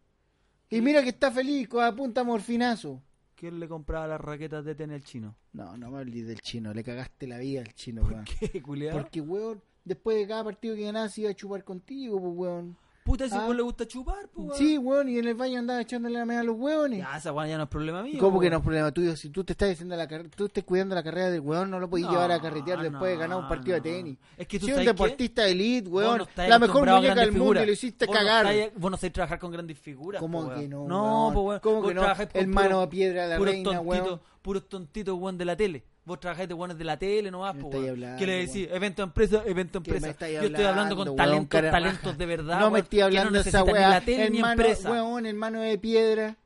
[SPEAKER 2] Y mira que está feliz, con la punta morfinazo.
[SPEAKER 1] ¿Quién le compraba las raquetas de tenis al
[SPEAKER 2] [laughs]
[SPEAKER 1] chino?
[SPEAKER 2] No, no me hables del chino, le cagaste la vida al chino, weón.
[SPEAKER 1] ¿Qué, culiao?
[SPEAKER 2] Porque, weón, después de cada partido que ganás se iba a chupar contigo, pues, weón.
[SPEAKER 1] Puta, si a
[SPEAKER 2] Ah.
[SPEAKER 1] vos le gusta chupar, pues, weón.
[SPEAKER 2] Sí, weón, y en el baño andaba echándole la media a los weones.
[SPEAKER 1] Ya, esa weón ya no es problema mío.
[SPEAKER 2] ¿Cómo que
[SPEAKER 1] weón.
[SPEAKER 2] no es problema tuyo? Si tú te estás haciendo la carrera, tú estás cuidando la carrera del weón, no lo podés llevar a
[SPEAKER 1] No,
[SPEAKER 2] carretear después de ganar un partido
[SPEAKER 1] no.
[SPEAKER 2] de tenis.
[SPEAKER 1] Es que tú
[SPEAKER 2] si un
[SPEAKER 1] ¿sabes qué?
[SPEAKER 2] deportista elite,
[SPEAKER 1] Vos
[SPEAKER 2] weón,
[SPEAKER 1] no estás
[SPEAKER 2] la mejor
[SPEAKER 1] acostumbrado a
[SPEAKER 2] muñeca
[SPEAKER 1] grandes
[SPEAKER 2] del mundo
[SPEAKER 1] figuras.
[SPEAKER 2] y lo hiciste
[SPEAKER 1] Vos no
[SPEAKER 2] cagar.
[SPEAKER 1] estáis- vos no sabéis trabajar con grandes figuras.
[SPEAKER 2] ¿Cómo
[SPEAKER 1] po, weón.
[SPEAKER 2] que no,
[SPEAKER 1] No,
[SPEAKER 2] weón?
[SPEAKER 1] po, weón.
[SPEAKER 2] ¿Cómo
[SPEAKER 1] Vos
[SPEAKER 2] que no?
[SPEAKER 1] trabajáis con
[SPEAKER 2] El mano
[SPEAKER 1] puros-
[SPEAKER 2] a piedra de la
[SPEAKER 1] puros
[SPEAKER 2] reina,
[SPEAKER 1] tontitos,
[SPEAKER 2] weón.
[SPEAKER 1] Puros tontitos, weón, de la tele. Vos trabajáis de weones de la tele nomás,
[SPEAKER 2] Me
[SPEAKER 1] po,
[SPEAKER 2] estáis
[SPEAKER 1] weón.
[SPEAKER 2] hablando,
[SPEAKER 1] ¿Qué le decís? Evento empresa, evento
[SPEAKER 2] ¿Qué me
[SPEAKER 1] empresa.
[SPEAKER 2] estáis
[SPEAKER 1] Yo estoy hablando con
[SPEAKER 2] weón,
[SPEAKER 1] talentos,
[SPEAKER 2] cara baja?
[SPEAKER 1] talentos de verdad,
[SPEAKER 2] No
[SPEAKER 1] weón,
[SPEAKER 2] me estoy
[SPEAKER 1] que no
[SPEAKER 2] hablando de esa
[SPEAKER 1] necesitan ni
[SPEAKER 2] weá.
[SPEAKER 1] la tele ni
[SPEAKER 2] hermano,
[SPEAKER 1] empresa.
[SPEAKER 2] weón, hermano de piedra.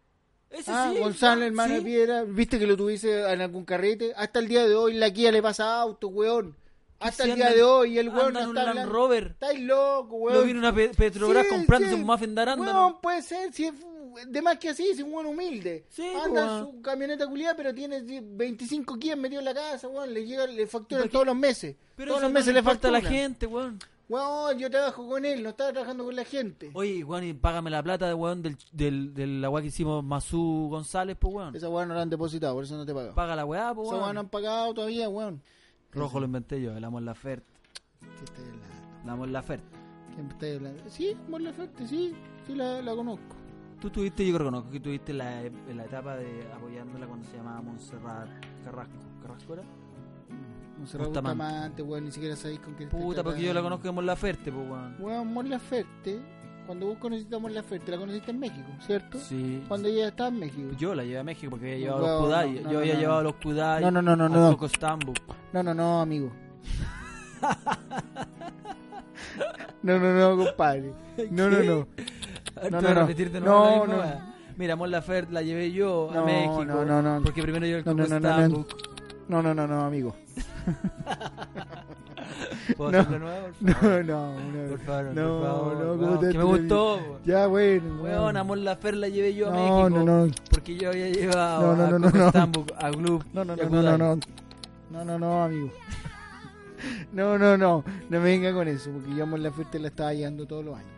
[SPEAKER 1] Ese
[SPEAKER 2] Ah,
[SPEAKER 1] sí,
[SPEAKER 2] Gonzalo,
[SPEAKER 1] weón,
[SPEAKER 2] hermano
[SPEAKER 1] sí.
[SPEAKER 2] de piedra. ¿Viste que lo tuviste en algún carrete? Hasta el día de hoy la Kia le pasa auto, weón. Hasta
[SPEAKER 1] Si
[SPEAKER 2] el día
[SPEAKER 1] andan-
[SPEAKER 2] de hoy el weón
[SPEAKER 1] andan
[SPEAKER 2] no
[SPEAKER 1] un
[SPEAKER 2] está
[SPEAKER 1] Land
[SPEAKER 2] hablando.
[SPEAKER 1] Rover.
[SPEAKER 2] Estáis loco, weón.
[SPEAKER 1] Lo vino una Pe- Petrobras
[SPEAKER 2] Sí,
[SPEAKER 1] comprándose
[SPEAKER 2] sí.
[SPEAKER 1] un muffin de arándano.
[SPEAKER 2] Weón, puede ser, si es, de más que así, es un weón humilde.
[SPEAKER 1] Sí, pues,
[SPEAKER 2] Anda en
[SPEAKER 1] weón.
[SPEAKER 2] su camioneta culiada, pero tiene 25 kios metido en la casa, weón. Le llega, le facturan
[SPEAKER 1] Porque-
[SPEAKER 2] todos los meses.
[SPEAKER 1] Pero
[SPEAKER 2] todos
[SPEAKER 1] eso
[SPEAKER 2] los
[SPEAKER 1] no
[SPEAKER 2] meses
[SPEAKER 1] le
[SPEAKER 2] le
[SPEAKER 1] falta a la
[SPEAKER 2] facturan.
[SPEAKER 1] gente, weón.
[SPEAKER 2] Weón, yo trabajo con él, no estaba trabajando con la gente.
[SPEAKER 1] Oye, weón, y págame la plata de weón del, del, del la weá que hicimos Masú González, pues weón.
[SPEAKER 2] Esa weón no la han depositado, por eso no te pagan.
[SPEAKER 1] Paga la weá, pues
[SPEAKER 2] Esa weón no
[SPEAKER 1] weón.
[SPEAKER 2] han pagado todavía, weón.
[SPEAKER 1] Rojo lo inventé yo, el amor Laferte.
[SPEAKER 2] ¿Qué estás hablando?
[SPEAKER 1] El amor Laferte.
[SPEAKER 2] ¿Qué me estás hablando? Sí, Mon Laferte, sí, sí la, la conozco.
[SPEAKER 1] Tú tuviste, yo reconozco que tuviste la, la etapa de apoyándola cuando se llamaba Montserrat Carrasco. ¿Carrasco era?
[SPEAKER 2] Este No se gusta
[SPEAKER 1] Bustamante.
[SPEAKER 2] amante, weón, ni siquiera sabéis con quién estás
[SPEAKER 1] Puta, porque yo la
[SPEAKER 2] tratando.
[SPEAKER 1] conozco de amor Laferte, pues weón.
[SPEAKER 2] Weón, Mon Laferte, cuando vos conociste a Mon Laferte, la conociste en México, ¿cierto?
[SPEAKER 1] Sí.
[SPEAKER 2] Cuando ella estaba en México.
[SPEAKER 1] Yo la llevé a México porque había llevado
[SPEAKER 2] No,
[SPEAKER 1] los
[SPEAKER 2] no,
[SPEAKER 1] Kudai.
[SPEAKER 2] no,
[SPEAKER 1] yo
[SPEAKER 2] no,
[SPEAKER 1] había
[SPEAKER 2] no,
[SPEAKER 1] llevado
[SPEAKER 2] no.
[SPEAKER 1] los Kudai.
[SPEAKER 2] No, no, no, no,
[SPEAKER 1] a
[SPEAKER 2] no.
[SPEAKER 1] Coco Stambu. [laughs]
[SPEAKER 2] No, no, no, amigo. No, no,
[SPEAKER 1] [laughs]
[SPEAKER 2] no, compadre. No, no, no.
[SPEAKER 1] A ver,
[SPEAKER 2] No,
[SPEAKER 1] te voy
[SPEAKER 2] no,
[SPEAKER 1] a
[SPEAKER 2] no.
[SPEAKER 1] repetir de nuevo
[SPEAKER 2] No,
[SPEAKER 1] la misma
[SPEAKER 2] no.
[SPEAKER 1] weá. Mira, Mon Laferte la llevé yo a
[SPEAKER 2] No,
[SPEAKER 1] México.
[SPEAKER 2] no, no, no.
[SPEAKER 1] Porque primero yo el
[SPEAKER 2] No, no,
[SPEAKER 1] Coco
[SPEAKER 2] no, no, no.
[SPEAKER 1] Stambuco.
[SPEAKER 2] No, no, no, no, amigo.
[SPEAKER 1] ¿Puedo
[SPEAKER 2] No.
[SPEAKER 1] hacerlo de nuevo? Por
[SPEAKER 2] No,
[SPEAKER 1] favor,
[SPEAKER 2] no, no.
[SPEAKER 1] Por favor,
[SPEAKER 2] no,
[SPEAKER 1] por favor,
[SPEAKER 2] no,
[SPEAKER 1] weón,
[SPEAKER 2] ¿cómo te
[SPEAKER 1] que me
[SPEAKER 2] atreves?
[SPEAKER 1] gustó.
[SPEAKER 2] Ya, bueno.
[SPEAKER 1] Weón, a Mon Laferte la llevé yo a
[SPEAKER 2] No,
[SPEAKER 1] México.
[SPEAKER 2] no, no.
[SPEAKER 1] Porque yo había llevado
[SPEAKER 2] No, no,
[SPEAKER 1] a
[SPEAKER 2] no, no,
[SPEAKER 1] Coco
[SPEAKER 2] no.
[SPEAKER 1] Stambuco, a Gloop.
[SPEAKER 2] No, no,
[SPEAKER 1] y a
[SPEAKER 2] no, no, no,
[SPEAKER 1] Kudai.
[SPEAKER 2] no. No, no, no, amigo. [laughs] No, no, no. No me venga con eso, porque yo a Mon Laferte la estaba llevando todos los años.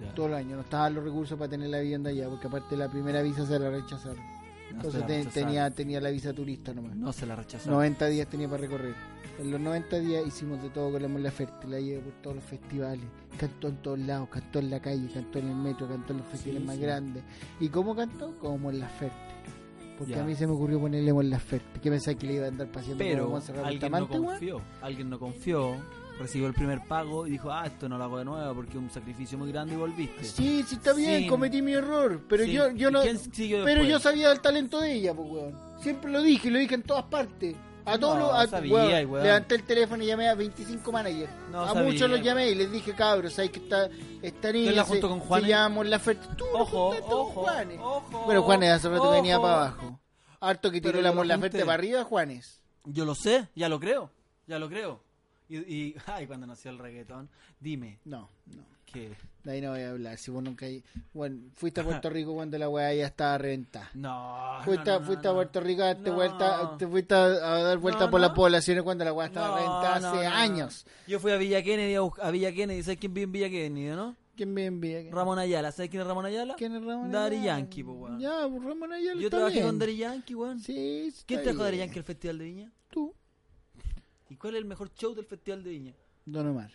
[SPEAKER 1] Ya,
[SPEAKER 2] Todos los años. No estaban los recursos para tener la vivienda allá, porque aparte la primera visa se la rechazaron.
[SPEAKER 1] no se
[SPEAKER 2] Entonces
[SPEAKER 1] la
[SPEAKER 2] te-
[SPEAKER 1] rechazaron.
[SPEAKER 2] tenía, tenía la visa turista nomás.
[SPEAKER 1] No se la rechazaron.
[SPEAKER 2] 90 días tenía para recorrer. En los 90 días hicimos de todo con la Mola Ferte, la llevé por todos los festivales, cantó en todos lados, cantó en la calle, cantó en el metro, cantó en los festivales
[SPEAKER 1] Sí,
[SPEAKER 2] más
[SPEAKER 1] sí.
[SPEAKER 2] grandes. ¿Y cómo cantó? Como Mola Ferte. Porque
[SPEAKER 1] Ya.
[SPEAKER 2] a mí se me ocurrió ponerle Mola Ferte, que pensaba que le iba a andar paseando como
[SPEAKER 1] Pero
[SPEAKER 2] Montserrat
[SPEAKER 1] alguien no
[SPEAKER 2] Bustamante, weón.
[SPEAKER 1] confió. Alguien no confió. Recibió el primer pago y dijo, ah, esto no lo hago de nuevo porque es un sacrificio muy grande y volviste.
[SPEAKER 2] Sí, sí, está bien,
[SPEAKER 1] Sí.
[SPEAKER 2] cometí mi error, pero
[SPEAKER 1] Sí.
[SPEAKER 2] yo, yo
[SPEAKER 1] ¿Y
[SPEAKER 2] no...
[SPEAKER 1] quién siguió
[SPEAKER 2] Pero
[SPEAKER 1] después?
[SPEAKER 2] yo sabía del talento de ella, pues, weón. Siempre lo dije, y lo dije en todas partes. A todos
[SPEAKER 1] No,
[SPEAKER 2] los. a-
[SPEAKER 1] sabía,
[SPEAKER 2] weón,
[SPEAKER 1] weón.
[SPEAKER 2] Levanté el teléfono y llamé a 25 managers.
[SPEAKER 1] No,
[SPEAKER 2] a
[SPEAKER 1] sabía,
[SPEAKER 2] muchos los
[SPEAKER 1] weón.
[SPEAKER 2] llamé y les dije, cabros, ¿sabes que está esta niña?
[SPEAKER 1] la
[SPEAKER 2] se-
[SPEAKER 1] junto con
[SPEAKER 2] se
[SPEAKER 1] Juanes?
[SPEAKER 2] llama la oferta. Tú
[SPEAKER 1] Ojo,
[SPEAKER 2] la juntaste con
[SPEAKER 1] ojo,
[SPEAKER 2] Juanes.
[SPEAKER 1] ojo,
[SPEAKER 2] Bueno, Juanes hace rato que venía
[SPEAKER 1] ojo.
[SPEAKER 2] para abajo. Harto que tiró
[SPEAKER 1] Pero
[SPEAKER 2] la
[SPEAKER 1] yo la
[SPEAKER 2] molaferte
[SPEAKER 1] junté.
[SPEAKER 2] para arriba, Juanes.
[SPEAKER 1] Yo lo sé, ya lo creo, ya lo creo. Y, y- [laughs] ay, cuando nació el reggaetón, dime
[SPEAKER 2] No, no.
[SPEAKER 1] que
[SPEAKER 2] De ahí no voy a hablar. Si vos nunca. Bueno, fuiste a Puerto Rico cuando la weá ya estaba reventada.
[SPEAKER 1] no.
[SPEAKER 2] Fuiste,
[SPEAKER 1] Ah, no, no,
[SPEAKER 2] fuiste
[SPEAKER 1] no,
[SPEAKER 2] a
[SPEAKER 1] no.
[SPEAKER 2] Puerto Rico, te,
[SPEAKER 1] No.
[SPEAKER 2] vuelta, te fuiste a, a dar vuelta
[SPEAKER 1] No,
[SPEAKER 2] por
[SPEAKER 1] no.
[SPEAKER 2] las poblaciones cuando la weá estaba
[SPEAKER 1] No,
[SPEAKER 2] reventada
[SPEAKER 1] no,
[SPEAKER 2] hace
[SPEAKER 1] no, no.
[SPEAKER 2] años.
[SPEAKER 1] Yo fui a Villa Kennedy a, bus- a Villa Kennedy, ¿sabes quién vive en Villa Kennedy, no?
[SPEAKER 2] ¿Quién me envía? ¿Quién-
[SPEAKER 1] Ramón Ayala, ¿sabes quién es Ramón Ayala?
[SPEAKER 2] ¿Quién es Ramón
[SPEAKER 1] Daddy
[SPEAKER 2] Ayala?
[SPEAKER 1] Yankee, po, weón.
[SPEAKER 2] Ya, pues, Ramón Ayala
[SPEAKER 1] Yo
[SPEAKER 2] está
[SPEAKER 1] trabajé
[SPEAKER 2] bien.
[SPEAKER 1] con Daddy Yankee, weón.
[SPEAKER 2] Sí, está
[SPEAKER 1] ¿Quién trajo a Daddy
[SPEAKER 2] bien.
[SPEAKER 1] Yankee al Festival de Viña?
[SPEAKER 2] Tú.
[SPEAKER 1] ¿Y cuál es el mejor show del Festival de Viña?
[SPEAKER 2] Don Omar.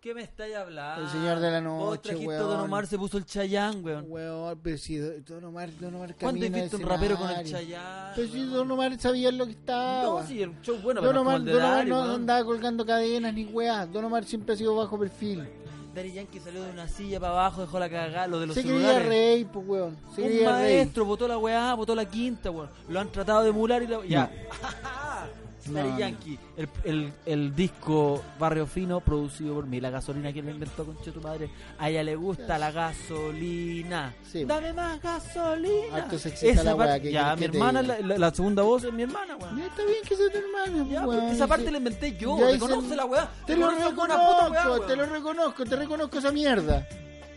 [SPEAKER 1] ¿Qué me estáis hablando?
[SPEAKER 2] El señor de la
[SPEAKER 1] Vos
[SPEAKER 2] noche,
[SPEAKER 1] trajiste a
[SPEAKER 2] weón.
[SPEAKER 1] Don Omar, se puso el Chayán, weón.
[SPEAKER 2] Weón, pero si Don Omar, Don Omar
[SPEAKER 1] ¿Cuándo
[SPEAKER 2] camina
[SPEAKER 1] has visto un
[SPEAKER 2] de
[SPEAKER 1] rapero con el
[SPEAKER 2] escenario.
[SPEAKER 1] Chayán?
[SPEAKER 2] Pero si
[SPEAKER 1] weón?
[SPEAKER 2] Don Omar sabía lo que estaba.
[SPEAKER 1] No, sí, el show bueno, pero
[SPEAKER 2] Don
[SPEAKER 1] no es como
[SPEAKER 2] Omar,
[SPEAKER 1] el de
[SPEAKER 2] Don Omar
[SPEAKER 1] Daddy,
[SPEAKER 2] no
[SPEAKER 1] weón.
[SPEAKER 2] andaba colgando cadenas ni weá. Don Omar siempre ha sido bajo perfil.
[SPEAKER 1] Daddy Yankee salió de una silla para abajo, dejó la cagada, lo de los
[SPEAKER 2] Se quería
[SPEAKER 1] celulares.
[SPEAKER 2] rey, pues weón. Se
[SPEAKER 1] Un
[SPEAKER 2] quería rey.
[SPEAKER 1] maestro botó la weá, botó la quinta, weón. Lo han tratado de emular y la... Ya. [laughs] Daddy
[SPEAKER 2] No, no.
[SPEAKER 1] Yankee, el, el, el disco Barrio Fino producido por mí, la gasolina que lo inventó con tu madre. A ella le gusta la gasolina.
[SPEAKER 2] Sí.
[SPEAKER 1] Dame más gasolina.
[SPEAKER 2] Harto sexista la weá,
[SPEAKER 1] parte-
[SPEAKER 2] ¿qué
[SPEAKER 1] Ya,
[SPEAKER 2] querés
[SPEAKER 1] mi
[SPEAKER 2] que te
[SPEAKER 1] hermana,
[SPEAKER 2] diga?
[SPEAKER 1] la, la- la segunda voz es mi hermana, weón.
[SPEAKER 2] Ya está bien que sea tu hermano,
[SPEAKER 1] Ya,
[SPEAKER 2] weón.
[SPEAKER 1] porque esa parte
[SPEAKER 2] Sí.
[SPEAKER 1] la inventé yo.
[SPEAKER 2] Ya,
[SPEAKER 1] Reconoce
[SPEAKER 2] ese-
[SPEAKER 1] la weá.
[SPEAKER 2] Te lo
[SPEAKER 1] reconoce como una
[SPEAKER 2] reconozco,
[SPEAKER 1] puta weá,
[SPEAKER 2] te lo
[SPEAKER 1] weón.
[SPEAKER 2] reconozco, te reconozco esa mierda.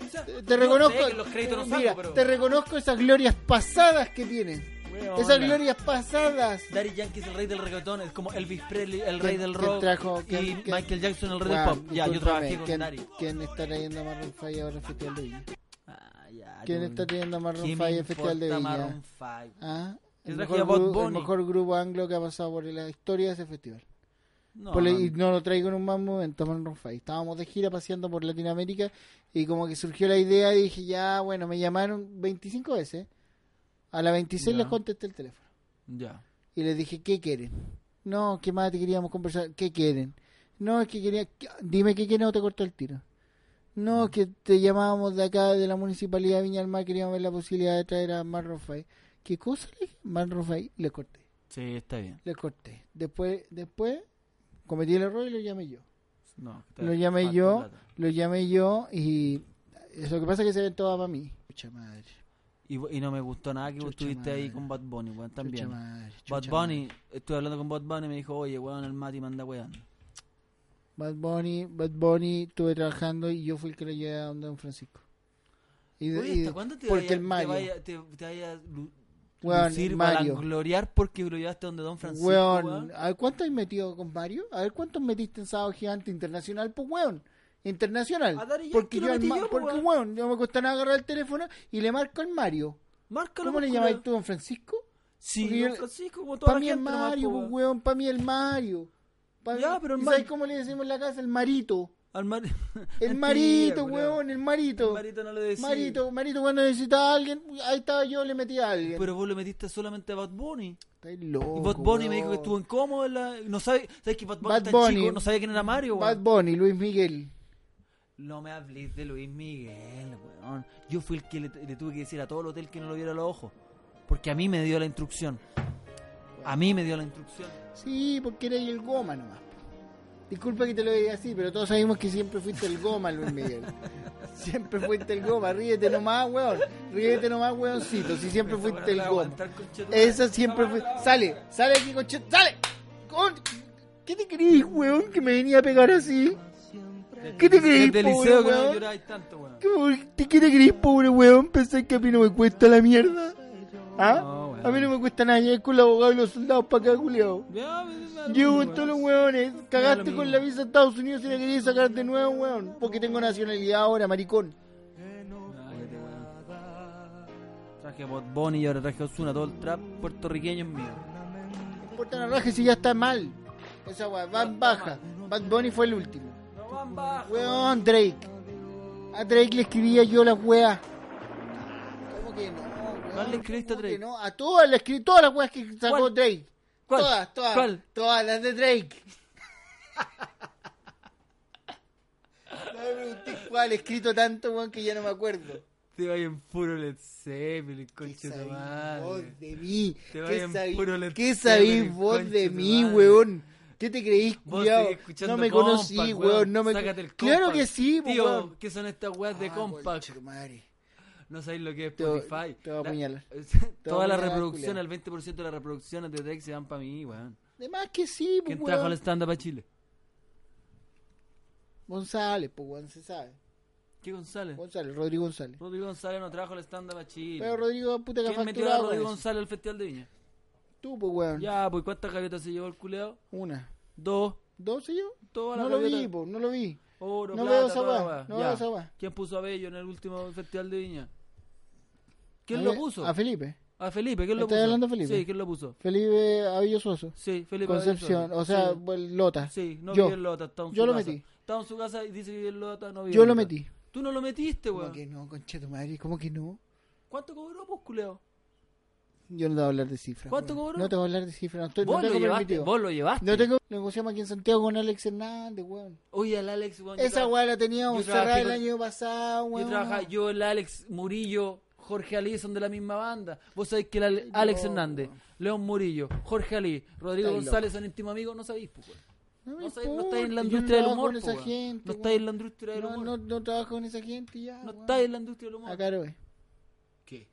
[SPEAKER 1] O sea,
[SPEAKER 2] Te
[SPEAKER 1] yo sé
[SPEAKER 2] reconozco.
[SPEAKER 1] que los créditos no
[SPEAKER 2] mira,
[SPEAKER 1] salgo, pero-
[SPEAKER 2] te reconozco esas glorias pasadas que tienes.
[SPEAKER 1] Weón,
[SPEAKER 2] Esas
[SPEAKER 1] onda.
[SPEAKER 2] glorias pasadas.
[SPEAKER 1] Daddy Yankee es el rey del reggaetón, es como Elvis Presley, el rey del
[SPEAKER 2] ¿Quién
[SPEAKER 1] rock.
[SPEAKER 2] trajo-
[SPEAKER 1] y
[SPEAKER 2] quién- quién-
[SPEAKER 1] Michael Jackson, el rey
[SPEAKER 2] Guau,
[SPEAKER 1] del pop. Ya, yo
[SPEAKER 2] discúlpame,
[SPEAKER 1] trabajé con
[SPEAKER 2] ¿quién,
[SPEAKER 1] Daddy.
[SPEAKER 2] ¿Quién está trayendo a Maroon 5 ahora al Festival de Viña?
[SPEAKER 1] Ah, ya,
[SPEAKER 2] ¿Quién
[SPEAKER 1] yo-
[SPEAKER 2] está trayendo a Maroon
[SPEAKER 1] ¿Quién
[SPEAKER 2] 5
[SPEAKER 1] me
[SPEAKER 2] al Festival de
[SPEAKER 1] importa
[SPEAKER 2] Viña?
[SPEAKER 1] Maroon five?
[SPEAKER 2] ¿Ah? El,
[SPEAKER 1] Yo traje
[SPEAKER 2] mejor
[SPEAKER 1] a Bad
[SPEAKER 2] gru- el
[SPEAKER 1] Bunny.
[SPEAKER 2] mejor grupo anglo que ha pasado por la historia de ese festival.
[SPEAKER 1] No,
[SPEAKER 2] Por la-
[SPEAKER 1] no,
[SPEAKER 2] y no Pues lo traigo en un más momento, Maroon 5. Estábamos de gira paseando por Latinoamérica y como que surgió la idea y dije, ya, bueno, me llamaron 25 veces. A la 26
[SPEAKER 1] Ya.
[SPEAKER 2] les contesté el teléfono.
[SPEAKER 1] Ya.
[SPEAKER 2] Y les dije, ¿qué quieren? No, que más te queríamos conversar. ¿Qué quieren? No, es que quería... que- Dime qué quieren o te corto el tiro.
[SPEAKER 1] Mm.
[SPEAKER 2] No, es que te llamábamos de acá, de la municipalidad de Viña del Mar, queríamos ver la posibilidad de traer a Marron Fay. ¿Qué cosa? Le dije, Marron Fay, le corté.
[SPEAKER 1] Sí, está bien.
[SPEAKER 2] Le corté. Después, después cometí el error y lo llamé yo.
[SPEAKER 1] No, está
[SPEAKER 2] Lo
[SPEAKER 1] bien.
[SPEAKER 2] llamé
[SPEAKER 1] Falta
[SPEAKER 2] yo,
[SPEAKER 1] plata.
[SPEAKER 2] lo llamé yo y... es Lo que pasa es que se ven todas para mí. Chucha madre.
[SPEAKER 1] Y, y no me gustó nada que vos
[SPEAKER 2] Chucha
[SPEAKER 1] estuviste ahí
[SPEAKER 2] madre.
[SPEAKER 1] con Bad Bunny, weón, también.
[SPEAKER 2] Chucha madre.
[SPEAKER 1] Bad
[SPEAKER 2] chucha
[SPEAKER 1] Bunny, estuve hablando con Bad Bunny y me dijo, oye, weón, el Mati manda weón.
[SPEAKER 2] Bad Bunny, Bad Bunny, estuve trabajando y yo fui el que le llevé a donde Don Francisco. Y, de-
[SPEAKER 1] Oye,
[SPEAKER 2] y-
[SPEAKER 1] ¿hasta cuándo te
[SPEAKER 2] porque
[SPEAKER 1] vaya,
[SPEAKER 2] el Mario,
[SPEAKER 1] te vaya, te, te vaya lu-
[SPEAKER 2] Weón,
[SPEAKER 1] lucir,
[SPEAKER 2] Mario.
[SPEAKER 1] gloriar porque lo llevaste donde Don Francisco,
[SPEAKER 2] weón,
[SPEAKER 1] weón?
[SPEAKER 2] a ver, ¿cuánto has metido con Mario? A ver, ¿cuántos metiste en Sábado Gigante Internacional? Pues, weón, internacional.
[SPEAKER 1] A Daddy Yankee
[SPEAKER 2] Porque
[SPEAKER 1] lo
[SPEAKER 2] yo, al
[SPEAKER 1] metí
[SPEAKER 2] Ma-
[SPEAKER 1] yo, pues,
[SPEAKER 2] porque,
[SPEAKER 1] weón.
[SPEAKER 2] weón, no me costó nada agarrar el teléfono y le marco al Mario.
[SPEAKER 1] Márcalo,
[SPEAKER 2] ¿Cómo le
[SPEAKER 1] pues,
[SPEAKER 2] llamáis
[SPEAKER 1] culiao.
[SPEAKER 2] tú, Don Francisco? Porque
[SPEAKER 1] Sí,
[SPEAKER 2] yo
[SPEAKER 1] Don
[SPEAKER 2] le-
[SPEAKER 1] Francisco, como toda
[SPEAKER 2] Para
[SPEAKER 1] la
[SPEAKER 2] mí es
[SPEAKER 1] gente. nomás,
[SPEAKER 2] Mario,
[SPEAKER 1] po,
[SPEAKER 2] pues,
[SPEAKER 1] weón.
[SPEAKER 2] weón, para mí el Mario. Pa'
[SPEAKER 1] Ya,
[SPEAKER 2] mí-
[SPEAKER 1] pero el
[SPEAKER 2] ¿y
[SPEAKER 1] Mario-
[SPEAKER 2] ¿Sabes cómo le decimos en la casa? El marito.
[SPEAKER 1] Al Mar-
[SPEAKER 2] [laughs] El
[SPEAKER 1] Mentira,
[SPEAKER 2] marito,
[SPEAKER 1] culiao.
[SPEAKER 2] weón, el marito.
[SPEAKER 1] El Marito no le decía.
[SPEAKER 2] Marito, Marito, cuando necesitaba a alguien, ahí estaba yo, le metí a alguien.
[SPEAKER 1] Pero vos le metiste solamente a Bad Bunny.
[SPEAKER 2] Estáis loco,
[SPEAKER 1] y Bad Bunny me dijo que
[SPEAKER 2] weón.
[SPEAKER 1] estuvo incómodo. En la... No sabe, sabes que Bad Bunny
[SPEAKER 2] Bad
[SPEAKER 1] está
[SPEAKER 2] Bunny.
[SPEAKER 1] chico, no sabía quién era Mario,
[SPEAKER 2] Bad
[SPEAKER 1] weón.
[SPEAKER 2] Bunny, Luis Miguel.
[SPEAKER 1] No me hables de Luis Miguel, weón. Yo fui el que le, le tuve que decir a todo el hotel que no lo viera a los ojos. Porque a mí me dio la instrucción. A mí me dio la instrucción.
[SPEAKER 2] Sí, porque eres el goma nomás. Disculpa que te lo diga así, pero todos sabemos que siempre fuiste el goma, Luis
[SPEAKER 1] [laughs]
[SPEAKER 2] Miguel. siempre fuiste el goma. Ríete nomás, weón. Ríete nomás, weoncito, si siempre fuiste el goma. Esa siempre fue. Sale, sale aquí, coche. ¡Sale! Con- ¿Qué te creís, weón, que me venía a pegar así? ¿Qué te creís,
[SPEAKER 1] Desde el
[SPEAKER 2] pobre
[SPEAKER 1] liceo que no
[SPEAKER 2] weón?
[SPEAKER 1] lloráis tanto, weón.
[SPEAKER 2] ¿Qué- ¿Te quiere gris, pobre weón? Pensás que a mí no me cuesta la mierda. ¿Ah?
[SPEAKER 1] No, weón.
[SPEAKER 2] a mí no me cuesta nada. Llegué con los abogados y los soldados para acá, culiao.
[SPEAKER 1] Ya, me- me da lo
[SPEAKER 2] Llego
[SPEAKER 1] mismo,
[SPEAKER 2] con todos los
[SPEAKER 1] weón.
[SPEAKER 2] weones.
[SPEAKER 1] Me da
[SPEAKER 2] Cagaste
[SPEAKER 1] lo
[SPEAKER 2] con
[SPEAKER 1] mismo.
[SPEAKER 2] la visa a Estados Unidos y la querías sacar de nuevo, weón. Porque tengo nacionalidad ahora, maricón.
[SPEAKER 1] Cállate, weón. Traje a Bad Bunny y ahora traje a Ozuna. Todo el trap puertorriqueño es mío.
[SPEAKER 2] No importa la raja si ya está mal. Esa weá, va en baja. Bad Bunny fue el último.
[SPEAKER 1] No van bajo.
[SPEAKER 2] Weón, Drake. A Drake le escribía yo las weas. ¿Cómo que no? weón?
[SPEAKER 1] ¿Cuál le escribiste a
[SPEAKER 2] ¿Cómo que
[SPEAKER 1] Drake?
[SPEAKER 2] No? A todas le escribí, todas las weas que sacó
[SPEAKER 1] ¿Cuál?
[SPEAKER 2] Drake.
[SPEAKER 1] ¿Cuál?
[SPEAKER 2] Todas, todas.
[SPEAKER 1] ¿Cuál?
[SPEAKER 2] Todas las
[SPEAKER 1] [laughs]
[SPEAKER 2] de Drake. no me pregunté cuál, he escrito tanto, weón, que ya no me acuerdo.
[SPEAKER 1] Te vayas en puro Led Zeppelin, concha de tu
[SPEAKER 2] sabís vos
[SPEAKER 1] madre.
[SPEAKER 2] de mí?
[SPEAKER 1] Te
[SPEAKER 2] ¿Qué
[SPEAKER 1] vayan
[SPEAKER 2] sabís,
[SPEAKER 1] puro Led
[SPEAKER 2] ¿Qué
[SPEAKER 1] Zeppelin,
[SPEAKER 2] sabís vos
[SPEAKER 1] concha
[SPEAKER 2] de
[SPEAKER 1] tu
[SPEAKER 2] mí,
[SPEAKER 1] madre?
[SPEAKER 2] weón? ¿Qué te creís,
[SPEAKER 1] Vos
[SPEAKER 2] culiao?
[SPEAKER 1] seguís escuchando
[SPEAKER 2] No me
[SPEAKER 1] Compact,
[SPEAKER 2] conocí, weón. No me...
[SPEAKER 1] Sácate el
[SPEAKER 2] Claro
[SPEAKER 1] Compact.
[SPEAKER 2] que sí, pues,
[SPEAKER 1] Tío,
[SPEAKER 2] weón.
[SPEAKER 1] ¿qué son estas weas de
[SPEAKER 2] Ah,
[SPEAKER 1] Compact?
[SPEAKER 2] conchetumare.
[SPEAKER 1] No sabéis lo que es
[SPEAKER 2] Te voy-
[SPEAKER 1] Spotify.
[SPEAKER 2] te voy a
[SPEAKER 1] La- [laughs]
[SPEAKER 2] apuñalar.
[SPEAKER 1] Toda la
[SPEAKER 2] apuñalar,
[SPEAKER 1] reproducción,
[SPEAKER 2] culiao.
[SPEAKER 1] el 20% de las reproducciones de Drake se van para mí, weón.
[SPEAKER 2] De más que sí, pues,
[SPEAKER 1] ¿Quién trajo
[SPEAKER 2] weón.
[SPEAKER 1] el stand-up a Chile?
[SPEAKER 2] González, pues, weón, se sabe.
[SPEAKER 1] ¿Qué González?
[SPEAKER 2] González, Rodrigo González.
[SPEAKER 1] Rodrigo González no trajo el stand-up a
[SPEAKER 2] Pues, Pero
[SPEAKER 1] Chile.
[SPEAKER 2] Rodrigo, puta que ha
[SPEAKER 1] ¿Quién metió a
[SPEAKER 2] facturado
[SPEAKER 1] Rodrigo
[SPEAKER 2] con eso.
[SPEAKER 1] González al Festival de Viña?
[SPEAKER 2] Tú, pues, weón.
[SPEAKER 1] Ya, pues ¿cuántas gaviotas se llevó el culeado?
[SPEAKER 2] Una.
[SPEAKER 1] Dos.
[SPEAKER 2] ¿Dos, yo?
[SPEAKER 1] Todas las
[SPEAKER 2] No lo vi,
[SPEAKER 1] gaviotas.
[SPEAKER 2] pues, no lo vi.
[SPEAKER 1] Oro,
[SPEAKER 2] No
[SPEAKER 1] plata,
[SPEAKER 2] veo esa
[SPEAKER 1] toda la
[SPEAKER 2] weá,
[SPEAKER 1] weá.
[SPEAKER 2] no
[SPEAKER 1] Ya.
[SPEAKER 2] veo esa weá.
[SPEAKER 1] ¿Quién puso a Bello en el último festival de Viña? ¿Quién
[SPEAKER 2] A
[SPEAKER 1] lo
[SPEAKER 2] ver,
[SPEAKER 1] puso?
[SPEAKER 2] A Felipe.
[SPEAKER 1] A Felipe, ¿quién lo
[SPEAKER 2] ¿Estás
[SPEAKER 1] puso?
[SPEAKER 2] hablando de Felipe?
[SPEAKER 1] Sí, ¿quién lo puso?
[SPEAKER 2] Felipe Avillo Suazo.
[SPEAKER 1] Sí, Felipe.
[SPEAKER 2] Concepción,
[SPEAKER 1] Abenzo.
[SPEAKER 2] o sea,
[SPEAKER 1] Sí,
[SPEAKER 2] bueno, Lota.
[SPEAKER 1] sí, no
[SPEAKER 2] yo.
[SPEAKER 1] vive en Lota, está en su
[SPEAKER 2] Yo lo
[SPEAKER 1] casa.
[SPEAKER 2] metí.
[SPEAKER 1] Está en su casa y dice que vive en Lota, no vive
[SPEAKER 2] Yo
[SPEAKER 1] en
[SPEAKER 2] lo
[SPEAKER 1] Lota.
[SPEAKER 2] metí.
[SPEAKER 1] Tú no lo metiste,
[SPEAKER 2] ¿Cómo que
[SPEAKER 1] weón.
[SPEAKER 2] no, concha tu madre? ¿Cómo que no?
[SPEAKER 1] ¿Cuánto cobró, pues, culeo?
[SPEAKER 2] Yo no te voy a hablar de cifras.
[SPEAKER 1] ¿Cuánto
[SPEAKER 2] weón.
[SPEAKER 1] cobró?
[SPEAKER 2] No te voy a hablar de cifras. No, estoy, no
[SPEAKER 1] Vos lo
[SPEAKER 2] tengo
[SPEAKER 1] llevaste,
[SPEAKER 2] permitido.
[SPEAKER 1] vos lo llevaste.
[SPEAKER 2] No tengo. Negociamos aquí en Santiago con Alex Hernández, weón.
[SPEAKER 1] Oye, al Alex, weón. yo
[SPEAKER 2] Esa
[SPEAKER 1] tra-
[SPEAKER 2] weá la teníamos
[SPEAKER 1] yo
[SPEAKER 2] cerrada
[SPEAKER 1] trabajé
[SPEAKER 2] el
[SPEAKER 1] con-
[SPEAKER 2] año pasado, weón.
[SPEAKER 1] Yo trabajaba, yo, el Alex Murillo, Jorge Ali son de la misma banda. Vos sabés que el Ale- Alex
[SPEAKER 2] No,
[SPEAKER 1] Hernández, León Murillo, Jorge Ali, Rodrigo
[SPEAKER 2] Estáis
[SPEAKER 1] González son íntimos amigos, no sabéis, pues, weón.
[SPEAKER 2] No, me
[SPEAKER 1] No, sabéis- no
[SPEAKER 2] importa,
[SPEAKER 1] estáis en la
[SPEAKER 2] yo no
[SPEAKER 1] industria del
[SPEAKER 2] trabajo
[SPEAKER 1] humor,
[SPEAKER 2] con
[SPEAKER 1] po,
[SPEAKER 2] esa
[SPEAKER 1] weón.
[SPEAKER 2] gente,
[SPEAKER 1] No
[SPEAKER 2] weón.
[SPEAKER 1] estáis en la industria del
[SPEAKER 2] No,
[SPEAKER 1] humor.
[SPEAKER 2] no, no trabajo con esa gente ya.
[SPEAKER 1] No
[SPEAKER 2] weón.
[SPEAKER 1] está en la industria del humor.
[SPEAKER 2] A Caro, eh.
[SPEAKER 1] ¿Qué?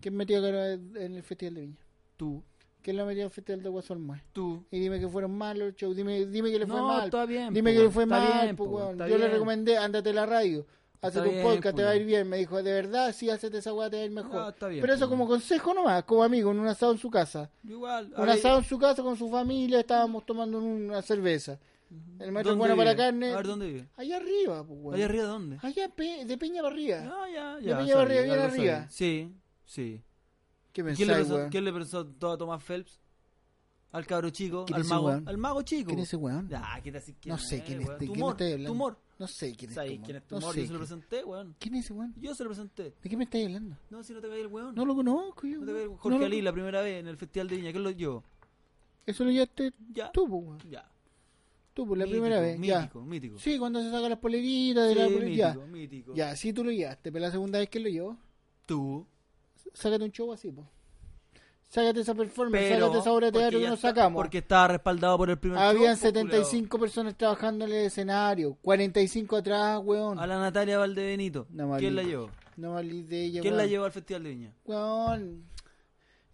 [SPEAKER 2] ¿Quién metió a Caro en el Festival de Viña?
[SPEAKER 1] Tú,
[SPEAKER 2] ¿Quién la metió al Festival de Guasolmue?
[SPEAKER 1] tú.
[SPEAKER 2] Y dime que fueron malos los shows, dime, dime que le fue
[SPEAKER 1] No,
[SPEAKER 2] mal.
[SPEAKER 1] está bien,
[SPEAKER 2] Dime
[SPEAKER 1] po,
[SPEAKER 2] que le
[SPEAKER 1] weón.
[SPEAKER 2] fue
[SPEAKER 1] Está
[SPEAKER 2] mal,
[SPEAKER 1] bien,
[SPEAKER 2] po,
[SPEAKER 1] po,
[SPEAKER 2] weón.
[SPEAKER 1] está
[SPEAKER 2] Yo le
[SPEAKER 1] bien.
[SPEAKER 2] recomendé, ándate a la radio. Hazte
[SPEAKER 1] Está
[SPEAKER 2] un
[SPEAKER 1] bien,
[SPEAKER 2] podcast, te va a ir
[SPEAKER 1] Julio.
[SPEAKER 2] bien. Me dijo, de verdad, sí, hazte esa weá, te va a ir mejor.
[SPEAKER 1] No, está bien,
[SPEAKER 2] Pero eso
[SPEAKER 1] Julio.
[SPEAKER 2] como consejo nomás, como amigo, en un asado en su casa.
[SPEAKER 1] Yo Igual.
[SPEAKER 2] Un
[SPEAKER 1] ahora-
[SPEAKER 2] asado en su casa con su familia, estábamos tomando una cerveza. El
[SPEAKER 1] ¿dónde
[SPEAKER 2] maestro es bueno para la
[SPEAKER 1] vive?
[SPEAKER 2] carne.
[SPEAKER 1] A ver, ¿dónde vive?
[SPEAKER 2] Allá arriba, pues, weón.
[SPEAKER 1] ¿Allá arriba dónde?
[SPEAKER 2] Allá pe- de Peña para arriba.
[SPEAKER 1] Ah, ya,
[SPEAKER 2] De
[SPEAKER 1] ya.
[SPEAKER 2] Peña
[SPEAKER 1] sabía,
[SPEAKER 2] Barriga, bien
[SPEAKER 1] algo
[SPEAKER 2] arriba.
[SPEAKER 1] sabía. Sí, sí.
[SPEAKER 2] ¿Qué
[SPEAKER 1] ¿Quién le,
[SPEAKER 2] pensáis,
[SPEAKER 1] pensó,
[SPEAKER 2] weón?
[SPEAKER 1] ¿Quién le pensó todo a Tomás Phelps? Al cabro chico,
[SPEAKER 2] ¿Quién
[SPEAKER 1] al
[SPEAKER 2] es ese
[SPEAKER 1] mago,
[SPEAKER 2] weón?
[SPEAKER 1] al mago chico.
[SPEAKER 2] ¿Quién es ese weón?
[SPEAKER 1] Ah, ¿qué te decís quién
[SPEAKER 2] No sé
[SPEAKER 1] es,
[SPEAKER 2] quién es
[SPEAKER 1] weón?
[SPEAKER 2] este, ¿quién
[SPEAKER 1] Tumor,
[SPEAKER 2] estáis hablando?
[SPEAKER 1] tumor.
[SPEAKER 2] No sé quién es
[SPEAKER 1] ¿Sabéis
[SPEAKER 2] Tumor.
[SPEAKER 1] quién es
[SPEAKER 2] No
[SPEAKER 1] Tumor?
[SPEAKER 2] sé
[SPEAKER 1] Yo se lo
[SPEAKER 2] quién-
[SPEAKER 1] presenté, weón.
[SPEAKER 2] ¿Quién es ese weón?
[SPEAKER 1] Yo se lo presenté.
[SPEAKER 2] ¿De qué me estáis hablando?
[SPEAKER 1] No, si no te caí el weón.
[SPEAKER 2] No lo conozco yo.
[SPEAKER 1] No te caí el
[SPEAKER 2] weón.
[SPEAKER 1] Jorge
[SPEAKER 2] No lo-
[SPEAKER 1] Ali la primera vez en el Festival de Viña. ¿Qué lo llevó?
[SPEAKER 2] Eso lo llevaste
[SPEAKER 1] Ya.
[SPEAKER 2] tú, pues, weón.
[SPEAKER 1] Ya.
[SPEAKER 2] Tú, pues, la
[SPEAKER 1] Mítico,
[SPEAKER 2] primera vez. ya.
[SPEAKER 1] Mítico, mítico.
[SPEAKER 2] Sí, cuando se saca las poleritas de
[SPEAKER 1] Sí,
[SPEAKER 2] la
[SPEAKER 1] mítico,
[SPEAKER 2] polera.
[SPEAKER 1] mítico.
[SPEAKER 2] Ya. ya, sí tú lo llevaste, pero la segunda vez que lo llevó,
[SPEAKER 1] Tú.
[SPEAKER 2] sácate un show así, pues. Sácate esa performance,
[SPEAKER 1] Pero.
[SPEAKER 2] sácate esa obra de
[SPEAKER 1] porque
[SPEAKER 2] teatro que
[SPEAKER 1] ya
[SPEAKER 2] nos
[SPEAKER 1] está-
[SPEAKER 2] sacamos.
[SPEAKER 1] Porque estaba respaldado por el primer
[SPEAKER 2] Habían
[SPEAKER 1] show, pues,
[SPEAKER 2] 75 personas trabajando en el escenario, 45 atrás, weón.
[SPEAKER 1] culiao. A la Natalia Valdebenito.
[SPEAKER 2] No, María.
[SPEAKER 1] ¿Quién la llevó?
[SPEAKER 2] No valí de ella,
[SPEAKER 1] ¿Quién la
[SPEAKER 2] weón.
[SPEAKER 1] llevó al Festival de Viña?
[SPEAKER 2] Weón.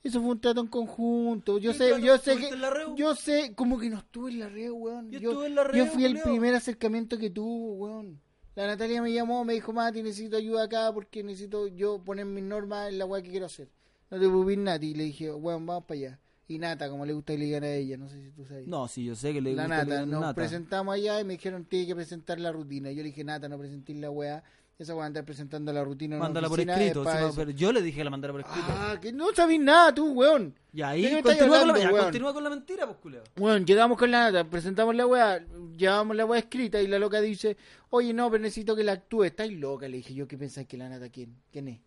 [SPEAKER 2] Eso fue un trato en conjunto. Yo
[SPEAKER 1] ¿Qué
[SPEAKER 2] sé,
[SPEAKER 1] trato?
[SPEAKER 2] yo sé
[SPEAKER 1] ¿Estuviste
[SPEAKER 2] que.
[SPEAKER 1] en la reu?
[SPEAKER 2] Yo sé, como que no estuve en la red, weón.
[SPEAKER 1] Yo estuve en la reu,
[SPEAKER 2] yo fui el
[SPEAKER 1] culiao.
[SPEAKER 2] primer acercamiento que tuvo, weón. La Natalia me llamó, me dijo, Mati, necesito ayuda acá porque necesito yo poner mis normas en la weá que quiero hacer. No te puedo ir, Nati. Y le dije, weón, vamos para allá. Y Nata, como le gusta que le digan a ella, no sé si tú sabes.
[SPEAKER 1] No, sí, yo sé que le gusta
[SPEAKER 2] La
[SPEAKER 1] el
[SPEAKER 2] nata,
[SPEAKER 1] Gran
[SPEAKER 2] nos
[SPEAKER 1] Nata.
[SPEAKER 2] presentamos allá y me dijeron tiene que presentar la rutina. Yo le dije, nata, no presenté la weá. Esa weá andar presentando la rutina. en una
[SPEAKER 1] Mándala por
[SPEAKER 2] oficina, es
[SPEAKER 1] escrito.
[SPEAKER 2] pa'
[SPEAKER 1] sí,
[SPEAKER 2] eso".
[SPEAKER 1] no, pero yo le dije que la mandara por escrito.
[SPEAKER 2] Ah, que no sabís nada tú, weón.
[SPEAKER 1] y ahí
[SPEAKER 2] ¿de qué me
[SPEAKER 1] continúa,
[SPEAKER 2] estáis
[SPEAKER 1] con la,
[SPEAKER 2] hablando,
[SPEAKER 1] ya,
[SPEAKER 2] weón?
[SPEAKER 1] continúa con la mentira, pues culeo.
[SPEAKER 2] Bueno, llegamos con la nata, presentamos la weá, llevamos la weá escrita y la loca dice, oye, no, pero necesito que la actúe. Estáis loca, le dije yo, ¿qué pensáis que la nata quién? ¿Quién es?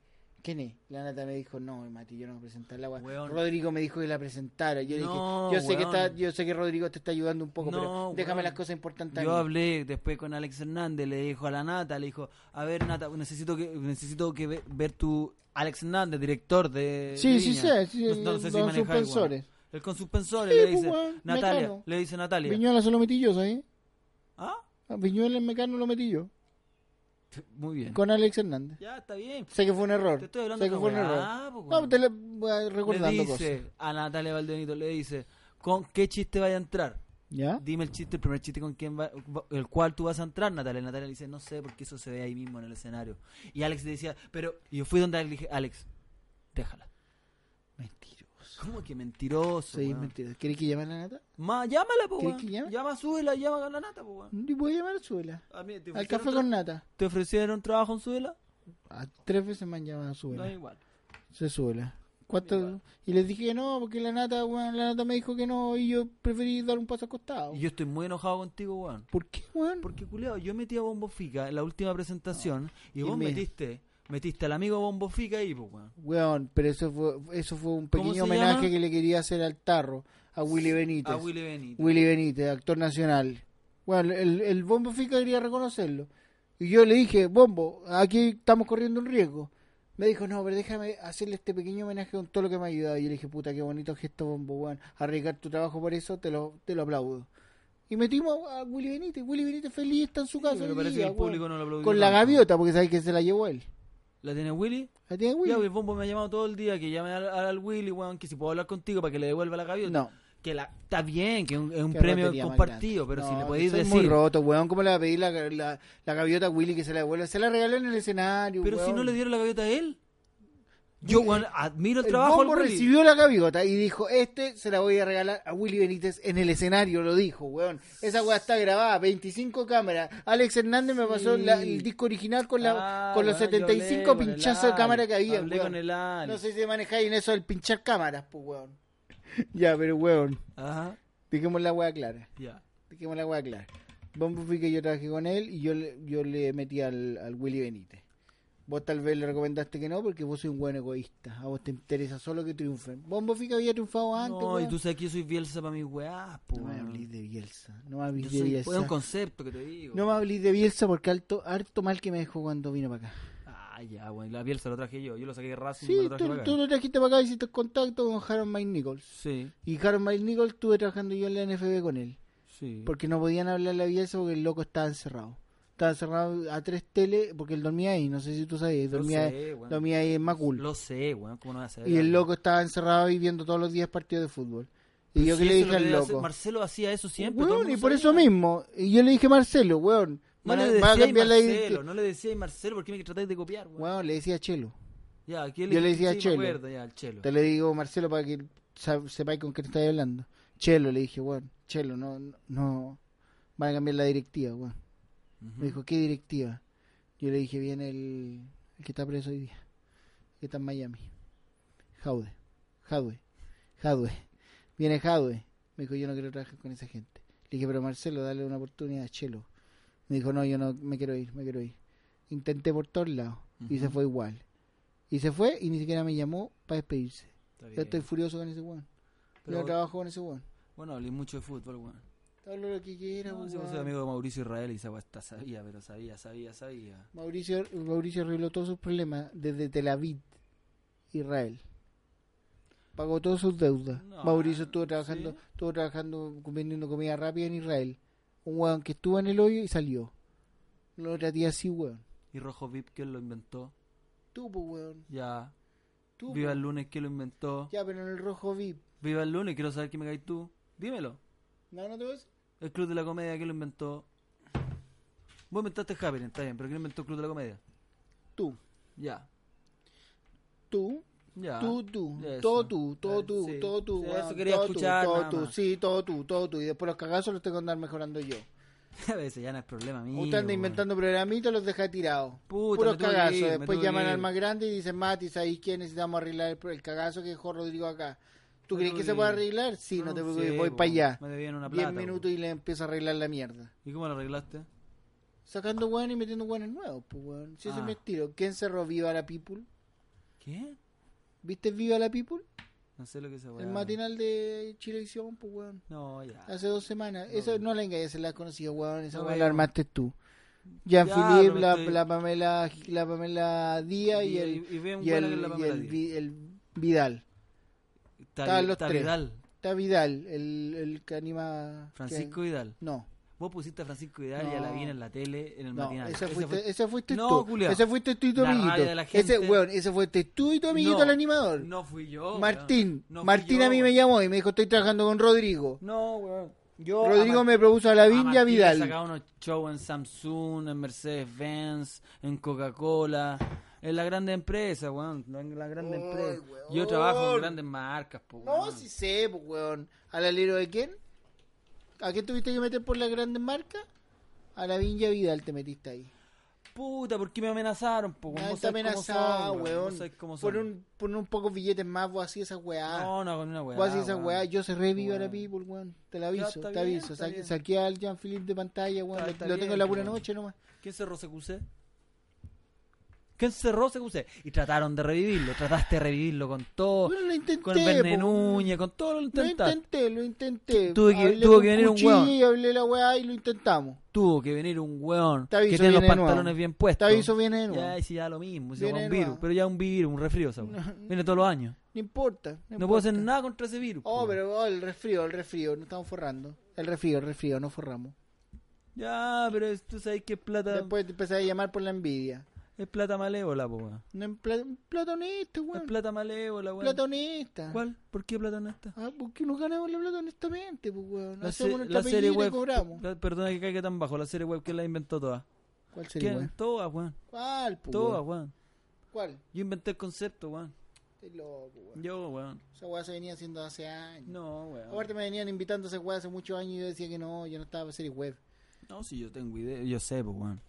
[SPEAKER 2] ¿Quién es? La nata me dijo, no, Mati, yo no voy a presentar la weá.
[SPEAKER 1] Weón.
[SPEAKER 2] Rodrigo me dijo que la presentara. Yo le dije,
[SPEAKER 1] No,
[SPEAKER 2] yo sé, que
[SPEAKER 1] weón.
[SPEAKER 2] está, yo sé que Rodrigo te está ayudando un poco,
[SPEAKER 1] No,
[SPEAKER 2] pero déjame
[SPEAKER 1] weón.
[SPEAKER 2] las cosas importantes. a
[SPEAKER 1] Yo
[SPEAKER 2] mí".
[SPEAKER 1] hablé después con Alex Hernández, le dijo a la Nata, le dijo, a ver Nata, necesito que necesito que ve- ver tu Alex Hernández, director de
[SPEAKER 2] Sí,
[SPEAKER 1] de
[SPEAKER 2] sí
[SPEAKER 1] Viña.
[SPEAKER 2] sé, sí, el don
[SPEAKER 1] manejáis, weón.
[SPEAKER 2] suspensores.
[SPEAKER 1] El con suspensores
[SPEAKER 2] Sí,
[SPEAKER 1] le
[SPEAKER 2] pues,
[SPEAKER 1] dice
[SPEAKER 2] weón,
[SPEAKER 1] Natalia,
[SPEAKER 2] Mecano.
[SPEAKER 1] le dice Natalia.
[SPEAKER 2] Viñuela se lo metí yo, ¿sabes?
[SPEAKER 1] Ah,
[SPEAKER 2] A Viñuela en Mecano lo metí yo.
[SPEAKER 1] muy bien.
[SPEAKER 2] Con Alex Hernández.
[SPEAKER 1] Ya está bien.
[SPEAKER 2] Sé que fue un error.
[SPEAKER 1] Te estoy hablando
[SPEAKER 2] sé que
[SPEAKER 1] de
[SPEAKER 2] fue un
[SPEAKER 1] una
[SPEAKER 2] error.
[SPEAKER 1] weá, pues,
[SPEAKER 2] no,
[SPEAKER 1] weón.
[SPEAKER 2] te le voy a-
[SPEAKER 1] Le
[SPEAKER 2] recordando
[SPEAKER 1] dice
[SPEAKER 2] cosas.
[SPEAKER 1] a Natalia Valdenito le dice, ¿con qué chiste vaya a entrar?
[SPEAKER 2] ¿Ya?
[SPEAKER 1] Dime el chiste, el primer chiste con quién va, va- el cual tú vas a entrar, Natalia. Natalia le dice, no sé, porque eso se ve ahí mismo en el escenario. Y Alex le decía, pero y yo fui donde Alex, le dije, Alex, déjala.
[SPEAKER 2] Mentiroso.
[SPEAKER 1] ¿Cómo que mentiroso?
[SPEAKER 2] Soy
[SPEAKER 1] weón?
[SPEAKER 2] mentiroso. ¿Quieres que llame a la nata?
[SPEAKER 1] Ma, llámala, po,
[SPEAKER 2] ¿Quieres
[SPEAKER 1] weón.
[SPEAKER 2] que llame?
[SPEAKER 1] Llama, súbela, llama a la nata, po, weón.
[SPEAKER 2] Yo voy a llamar a Suela.
[SPEAKER 1] A mí, ¿te,
[SPEAKER 2] Al
[SPEAKER 1] ofrecieron
[SPEAKER 2] café
[SPEAKER 1] tra-
[SPEAKER 2] con nata.
[SPEAKER 1] ¿Te ofrecieron trabajo en Suela?
[SPEAKER 2] Ah, tres veces me han llamado a Suela.
[SPEAKER 1] No, igual.
[SPEAKER 2] Se Suela. ¿Cuánto?
[SPEAKER 1] Igual.
[SPEAKER 2] Y les dije que no, porque la nata, weón, la nata me dijo que no y yo preferí dar un paso acostado.
[SPEAKER 1] Y yo estoy muy enojado contigo, weón.
[SPEAKER 2] ¿Por qué, weón?
[SPEAKER 1] Porque, culeado, yo metí a Bombo Fica en la última presentación y
[SPEAKER 2] Y
[SPEAKER 1] vos
[SPEAKER 2] me-
[SPEAKER 1] metiste, metiste al amigo Bombo Fica ahí, po, weón.
[SPEAKER 2] Weón, pero eso fue, eso fue un
[SPEAKER 1] ¿Cómo se
[SPEAKER 2] pequeño homenaje
[SPEAKER 1] llama?
[SPEAKER 2] que le quería hacer al tarro, a Willy Benítez.
[SPEAKER 1] A Willy Benito.
[SPEAKER 2] Willy Benítez, actor nacional. Bueno, el, el Bombo Fica quería reconocerlo. Y yo le dije, Bombo, aquí estamos corriendo un riesgo. Me dijo, no, pero déjame hacerle este pequeño homenaje con todo lo que me ha ayudado. Y yo le dije, puta, qué bonito gesto, Bombo, weón. Arriesgar tu trabajo por eso, te lo, te lo aplaudo. Y metimos a Willy Benítez. Willy Benítez feliz está en su casa.
[SPEAKER 1] pero
[SPEAKER 2] hoy
[SPEAKER 1] parece
[SPEAKER 2] día,
[SPEAKER 1] que el
[SPEAKER 2] weón.
[SPEAKER 1] público no lo aplaudió
[SPEAKER 2] Con la
[SPEAKER 1] tanto.
[SPEAKER 2] gaviota, porque sabes que se la llevó él.
[SPEAKER 1] ¿La tiene Willy?
[SPEAKER 2] ¿La tiene
[SPEAKER 1] Ya,
[SPEAKER 2] Willy?
[SPEAKER 1] el bombo me ha llamado todo el día que llame al, al Willy, weón, que si puedo hablar contigo para que le devuelva la gaviota.
[SPEAKER 2] No.
[SPEAKER 1] Que la, está bien, que un- es un
[SPEAKER 2] Qué
[SPEAKER 1] premio
[SPEAKER 2] rotería más
[SPEAKER 1] compartido,
[SPEAKER 2] grande.
[SPEAKER 1] pero si
[SPEAKER 2] No,
[SPEAKER 1] le podéis
[SPEAKER 2] soy
[SPEAKER 1] decir.
[SPEAKER 2] muy roto, weón. ¿Cómo le va a pedir la, la, la gaviota a Willy que se la devuelva? Se la regaló en el escenario,
[SPEAKER 1] pero si
[SPEAKER 2] weón.
[SPEAKER 1] no le dieron la gaviota a
[SPEAKER 2] [laughs]
[SPEAKER 1] él. Yo, weón, admiro el, trabajo
[SPEAKER 2] Bombo
[SPEAKER 1] al Willy.
[SPEAKER 2] recibió la gaviota y dijo, este se la voy a regalar a Willy Benítez en el escenario, lo dijo, weón. Esa weá está grabada, 25 cámaras. Alex Hernández me pasó
[SPEAKER 1] Sí.
[SPEAKER 2] la- el disco original con, la,
[SPEAKER 1] Ah,
[SPEAKER 2] con los
[SPEAKER 1] weón, yo
[SPEAKER 2] 75
[SPEAKER 1] hablé con el
[SPEAKER 2] pinchazos de
[SPEAKER 1] Alex,
[SPEAKER 2] cámara que había,
[SPEAKER 1] Hablé
[SPEAKER 2] weón.
[SPEAKER 1] con el Alex.
[SPEAKER 2] No sé si manejáis en eso del pinchar cámaras, pues, weón. [laughs] ya, pero weón,
[SPEAKER 1] Ajá,
[SPEAKER 2] dejemos la weá clara.
[SPEAKER 1] ya.
[SPEAKER 2] Dejemos la weá clara. Bombo fue que yo trabajé con él y yo le, yo le metí al, al Willy Benítez. Vos tal vez le recomendaste que no porque vos sois un buen egoísta. A vos te interesa solo que triunfen. Bombo Fica había triunfado antes.
[SPEAKER 1] no,
[SPEAKER 2] weón.
[SPEAKER 1] y tú sabes que yo soy Bielsa para mis weás, po,
[SPEAKER 2] No me
[SPEAKER 1] weón.
[SPEAKER 2] hablís de Bielsa. No me
[SPEAKER 1] Yo
[SPEAKER 2] hablís de
[SPEAKER 1] soy- pues, Es
[SPEAKER 2] Bielsa.
[SPEAKER 1] un concepto que te digo.
[SPEAKER 2] No me hablís de Bielsa porque alto, harto mal que me dejó cuando vino para acá.
[SPEAKER 1] Ah, ya, weón. La Bielsa lo traje yo. Yo lo saqué de Racing y me
[SPEAKER 2] Sí,
[SPEAKER 1] lo traje
[SPEAKER 2] tú,
[SPEAKER 1] para acá.
[SPEAKER 2] tú lo trajiste para acá, hiciste contacto con Harold Mike Nichols.
[SPEAKER 1] Sí,
[SPEAKER 2] Y Harold Mike Nichols estuve trabajando yo en la NFB con él.
[SPEAKER 1] sí.
[SPEAKER 2] Porque no podían hablarle a Bielsa porque el loco estaba encerrado. Estaba encerrado a tres tele porque él dormía ahí, no sé si tú sabes,
[SPEAKER 1] Lo
[SPEAKER 2] dormía,
[SPEAKER 1] sé, weón.
[SPEAKER 2] dormía ahí en Macul.
[SPEAKER 1] Lo sé, weón, ¿cómo no va a ser?
[SPEAKER 2] Y el loco estaba encerrado y viendo todos los días partidos de fútbol. Y yo
[SPEAKER 1] Pero
[SPEAKER 2] que
[SPEAKER 1] si
[SPEAKER 2] le
[SPEAKER 1] eso
[SPEAKER 2] dije
[SPEAKER 1] es lo
[SPEAKER 2] al
[SPEAKER 1] que hace-
[SPEAKER 2] loco.
[SPEAKER 1] Marcelo hacía eso siempre.
[SPEAKER 2] Weón,
[SPEAKER 1] todo el mundo
[SPEAKER 2] y por
[SPEAKER 1] sabía.
[SPEAKER 2] eso mismo. Y yo le dije, Marcelo, weón,
[SPEAKER 1] No
[SPEAKER 2] Van a-
[SPEAKER 1] le
[SPEAKER 2] van a
[SPEAKER 1] decíais
[SPEAKER 2] cambiar la
[SPEAKER 1] Marcelo,
[SPEAKER 2] identi-
[SPEAKER 1] no le decíais Marcelo, ¿por qué me tratáis de copiar, weón?
[SPEAKER 2] Bueno, le decía Chelo.
[SPEAKER 1] Ya, ¿a quién
[SPEAKER 2] yo le decía
[SPEAKER 1] sí, me
[SPEAKER 2] Chelo.
[SPEAKER 1] acuerdo, ya, al Chelo.
[SPEAKER 2] Te le digo, Marcelo, para que sa- sepáis con quién estáis hablando. Chelo, le dije, weón, Chelo, no, no- no, van a cambiar la directiva, weón.
[SPEAKER 1] Ujú.
[SPEAKER 2] Me dijo, ¿qué directiva? Yo le dije, viene el, el que está preso hoy día, que está en Miami. Jaude, Jadwe, Jadwe. Viene Jadwe. Me dijo, yo no quiero trabajar con esa gente. Le dije, pero Marcelo, dale una oportunidad a Chelo. Me dijo, no, yo no, me quiero ir, me quiero ir. Intenté por todos lados y se
[SPEAKER 1] Ujú.
[SPEAKER 2] fue igual. Y se fue y ni siquiera me llamó para despedirse.
[SPEAKER 1] Está
[SPEAKER 2] Yo
[SPEAKER 1] bien.
[SPEAKER 2] estoy furioso con ese weón.
[SPEAKER 1] Eh, Pero
[SPEAKER 2] yo no trabajo con ese weón.
[SPEAKER 1] Bueno, hablé mucho de fútbol, weón.
[SPEAKER 2] Hablo lo que quiera,
[SPEAKER 1] No,
[SPEAKER 2] weón.
[SPEAKER 1] si vos sos amigo de Mauricio Israel y esa weá está- sabía, pero sabía, sabía, sabía.
[SPEAKER 2] Mauricio, Mauricio arregló todos sus problemas desde Tel Aviv, Israel. Pagó todas sus deudas.
[SPEAKER 1] No,
[SPEAKER 2] Mauricio estuvo trabajando,
[SPEAKER 1] ¿sí?
[SPEAKER 2] estuvo trabajando vendiendo comida rápida en Israel. Un weón que estuvo en el hoyo y salió. No lo traté así, weón.
[SPEAKER 1] Y Rojo VIP, ¿quién lo inventó?
[SPEAKER 2] Tú, pues, weón.
[SPEAKER 1] Ya.
[SPEAKER 2] Tú, po.
[SPEAKER 1] Viva el lunes, ¿quién lo inventó?
[SPEAKER 2] Ya, pero en el rojo VIP.
[SPEAKER 1] Viva el lunes, quiero saber qué me caes tú. Dímelo.
[SPEAKER 2] No, no te ves.
[SPEAKER 1] El Club de la Comedia, ¿quién lo inventó? Vos inventaste Happening, está bien, pero ¿quién inventó el Club de la Comedia?
[SPEAKER 2] Tú,
[SPEAKER 1] Ya.
[SPEAKER 2] tú,
[SPEAKER 1] Ya.
[SPEAKER 2] tú, tú,
[SPEAKER 1] eso.
[SPEAKER 2] todo tú, todo
[SPEAKER 1] Ah,
[SPEAKER 2] tú,
[SPEAKER 1] sí.
[SPEAKER 2] todo tú,
[SPEAKER 1] Sí,
[SPEAKER 2] weón,
[SPEAKER 1] eso quería
[SPEAKER 2] todo
[SPEAKER 1] escuchar,
[SPEAKER 2] tú, todo
[SPEAKER 1] nada
[SPEAKER 2] tú,
[SPEAKER 1] más.
[SPEAKER 2] sí, todo tú, todo tú. Y después los cagazos los tengo que andar mejorando yo.
[SPEAKER 1] [laughs] A veces ya no es problema mío.
[SPEAKER 2] Ustedes andan
[SPEAKER 1] weón.
[SPEAKER 2] inventando programitos, los deja tirados.
[SPEAKER 1] Puta,
[SPEAKER 2] Puros
[SPEAKER 1] me tuve que
[SPEAKER 2] cagazos.
[SPEAKER 1] ir, me tuve
[SPEAKER 2] Después
[SPEAKER 1] que
[SPEAKER 2] llaman
[SPEAKER 1] ir.
[SPEAKER 2] al más grande y dicen, Mati, ¿sabéis qué? Necesitamos arreglar el, pro- el cagazo que dejó Rodrigo acá. ¿Tú
[SPEAKER 1] Me
[SPEAKER 2] crees
[SPEAKER 1] tuve
[SPEAKER 2] que
[SPEAKER 1] que
[SPEAKER 2] se puede
[SPEAKER 1] ir.
[SPEAKER 2] arreglar? Sí, no, te
[SPEAKER 1] sé,
[SPEAKER 2] preocupes, voy
[SPEAKER 1] po,
[SPEAKER 2] para allá.
[SPEAKER 1] Me debían una plata.
[SPEAKER 2] Diez minutos
[SPEAKER 1] po.
[SPEAKER 2] y le empiezo a arreglar la mierda.
[SPEAKER 1] ¿Y cómo lo arreglaste?
[SPEAKER 2] Sacando weón y metiendo weones nuevos, pues weón. Si ese
[SPEAKER 1] Ah.
[SPEAKER 2] es mi estilo. ¿Quién cerró Viva la People?
[SPEAKER 1] ¿Qué?
[SPEAKER 2] ¿Viste Viva la People?
[SPEAKER 1] No sé lo que se va
[SPEAKER 2] El matinal de Chilevisión, pues weón.
[SPEAKER 1] No, ya.
[SPEAKER 2] Hace dos semanas.
[SPEAKER 1] No.
[SPEAKER 2] Eso no la engañes, la conocía, weón. Esa
[SPEAKER 1] No,
[SPEAKER 2] weón
[SPEAKER 1] yo-
[SPEAKER 2] la armaste tú.
[SPEAKER 1] Ya,
[SPEAKER 2] Jean-Philippe,
[SPEAKER 1] pero
[SPEAKER 2] la,
[SPEAKER 1] estoy-
[SPEAKER 2] la Pamela, la Pamela Díaz y el,
[SPEAKER 1] y, ve un
[SPEAKER 2] y
[SPEAKER 1] bueno que
[SPEAKER 2] el,
[SPEAKER 1] es la
[SPEAKER 2] y
[SPEAKER 1] Pamela
[SPEAKER 2] el,
[SPEAKER 1] Díaz.
[SPEAKER 2] Vi- el Vidal.
[SPEAKER 1] Está-
[SPEAKER 2] estaban los
[SPEAKER 1] está
[SPEAKER 2] tres.
[SPEAKER 1] Vidal.
[SPEAKER 2] Está Vidal, el, el que anima.
[SPEAKER 1] Francisco Vidal.
[SPEAKER 2] que- no,
[SPEAKER 1] Vos pusiste a Francisco Vidal y a
[SPEAKER 2] No.
[SPEAKER 1] la vi en la tele en el
[SPEAKER 2] no,
[SPEAKER 1] matinal.
[SPEAKER 2] ese
[SPEAKER 1] Ese
[SPEAKER 2] fuiste,
[SPEAKER 1] fue-
[SPEAKER 2] ese fuiste
[SPEAKER 1] No,
[SPEAKER 2] tú.
[SPEAKER 1] culiao.
[SPEAKER 2] Ese fuiste tú y tu
[SPEAKER 1] La
[SPEAKER 2] amiguito.
[SPEAKER 1] rabia de la gente.
[SPEAKER 2] Ese, weón, ese fuiste tú y tu amiguito
[SPEAKER 1] No,
[SPEAKER 2] el animador.
[SPEAKER 1] No fui yo.
[SPEAKER 2] Martín.
[SPEAKER 1] weón. No fui
[SPEAKER 2] Martín
[SPEAKER 1] yo,
[SPEAKER 2] a mí me
[SPEAKER 1] weón.
[SPEAKER 2] llamó y me dijo: Estoy trabajando con Rodrigo.
[SPEAKER 1] No, weón. Yo
[SPEAKER 2] Rodrigo
[SPEAKER 1] a Mar-
[SPEAKER 2] me propuso a la
[SPEAKER 1] a
[SPEAKER 2] y a
[SPEAKER 1] Martín
[SPEAKER 2] Vidal.
[SPEAKER 1] Le sacaba unos shows en Samsung, en Mercedes-Benz, en Coca-Cola. En la grande empresa, weón. En la grande
[SPEAKER 2] Ay,
[SPEAKER 1] empresa.
[SPEAKER 2] weón.
[SPEAKER 1] Yo trabajo en grandes marcas, po,
[SPEAKER 2] No,
[SPEAKER 1] weón.
[SPEAKER 2] si sé, pues, weón. ¿Al alero de quién? ¿A qué tuviste que meter por la grandes marcas? A la Viña Vidal te metiste ahí.
[SPEAKER 1] Puta, ¿por qué me amenazaron, po, weón?
[SPEAKER 2] Nadie
[SPEAKER 1] Vos
[SPEAKER 2] te
[SPEAKER 1] sabés cómo
[SPEAKER 2] amenazaba,
[SPEAKER 1] son, weón. Vos
[SPEAKER 2] weón.
[SPEAKER 1] sabés cómo
[SPEAKER 2] Pon
[SPEAKER 1] son.
[SPEAKER 2] un, pon un poco billetes más, vos así esa weá.
[SPEAKER 1] No, no, con una weá.
[SPEAKER 2] vos así esa
[SPEAKER 1] weón.
[SPEAKER 2] weá. Yo se reviva la
[SPEAKER 1] Weón.
[SPEAKER 2] people, weón. Te la aviso,
[SPEAKER 1] está
[SPEAKER 2] te
[SPEAKER 1] bien,
[SPEAKER 2] aviso.
[SPEAKER 1] está
[SPEAKER 2] Saqué-
[SPEAKER 1] bien.
[SPEAKER 2] Saqué al Jean-Philippe de pantalla, weón.
[SPEAKER 1] Está-
[SPEAKER 2] Lo-
[SPEAKER 1] está
[SPEAKER 2] lo, tengo
[SPEAKER 1] bien,
[SPEAKER 2] la pura
[SPEAKER 1] weón.
[SPEAKER 2] noche nomás.
[SPEAKER 1] ¿Quién cerró CQC? ¿Quién cerró CQC? Y trataron de revivirlo, trataste de revivirlo con todo,
[SPEAKER 2] Bueno, lo intenté.
[SPEAKER 1] con Verne
[SPEAKER 2] po,
[SPEAKER 1] Núñez, con todo lo
[SPEAKER 2] Lo
[SPEAKER 1] intentaste.
[SPEAKER 2] intenté, lo intenté.
[SPEAKER 1] Tuve que-
[SPEAKER 2] Hablé
[SPEAKER 1] tuvo
[SPEAKER 2] con
[SPEAKER 1] que venir un
[SPEAKER 2] Cuchillo
[SPEAKER 1] weón.
[SPEAKER 2] Y hablé la weá y lo intentamos.
[SPEAKER 1] Tuvo que venir un weón
[SPEAKER 2] Te aviso,
[SPEAKER 1] que tiene los
[SPEAKER 2] viene de nuevo.
[SPEAKER 1] pantalones bien
[SPEAKER 2] Te
[SPEAKER 1] puestos.
[SPEAKER 2] aviso, viene de nuevo.
[SPEAKER 1] ya, y si ya lo mismo, si
[SPEAKER 2] Viene
[SPEAKER 1] va un
[SPEAKER 2] de
[SPEAKER 1] virus,
[SPEAKER 2] nuevo.
[SPEAKER 1] pero ya un virus, un resfrío, esa weá. Viene todos los años.
[SPEAKER 2] No importa.
[SPEAKER 1] No,
[SPEAKER 2] importa.
[SPEAKER 1] puedo hacer nada contra ese virus.
[SPEAKER 2] Oh,
[SPEAKER 1] po.
[SPEAKER 2] pero oh, el resfrío, el resfrío, no estamos forrando. El resfrío, el resfrío, no forramos.
[SPEAKER 1] Ya, pero es- tú sabes que es plata,
[SPEAKER 2] Después te empecé a llamar por la envidia.
[SPEAKER 1] es plata malévola, po, weón.
[SPEAKER 2] No, en pla- platonista,
[SPEAKER 1] Es
[SPEAKER 2] weón.
[SPEAKER 1] plata malévola, weón.
[SPEAKER 2] Platonista.
[SPEAKER 1] ¿Cuál? ¿Por qué plata no está?
[SPEAKER 2] Ah, porque nos ganamos la plata honestamente, pues, weón.
[SPEAKER 1] La, se-
[SPEAKER 2] Hacemos nuestra
[SPEAKER 1] la serie
[SPEAKER 2] pellita y
[SPEAKER 1] web.
[SPEAKER 2] cobramos.
[SPEAKER 1] la- perdona que caiga tan bajo. La serie web que la inventó toda.
[SPEAKER 2] ¿Cuál sería,
[SPEAKER 1] ¿Quién?
[SPEAKER 2] weón?
[SPEAKER 1] Todas, weón.
[SPEAKER 2] ¿Cuál, pues,
[SPEAKER 1] Todas,
[SPEAKER 2] weón?
[SPEAKER 1] weón.
[SPEAKER 2] ¿Cuál?
[SPEAKER 1] Yo inventé el concepto, weón.
[SPEAKER 2] Estoy loco, weón.
[SPEAKER 1] Yo, weón.
[SPEAKER 2] Esa weá se venía haciendo hace años.
[SPEAKER 1] No, weón.
[SPEAKER 2] Aparte me venían invitando a esa weá hace muchos años y yo decía que no, yo no estaba para series web.
[SPEAKER 1] No, si yo tengo idea. Yo sé, pues, weón.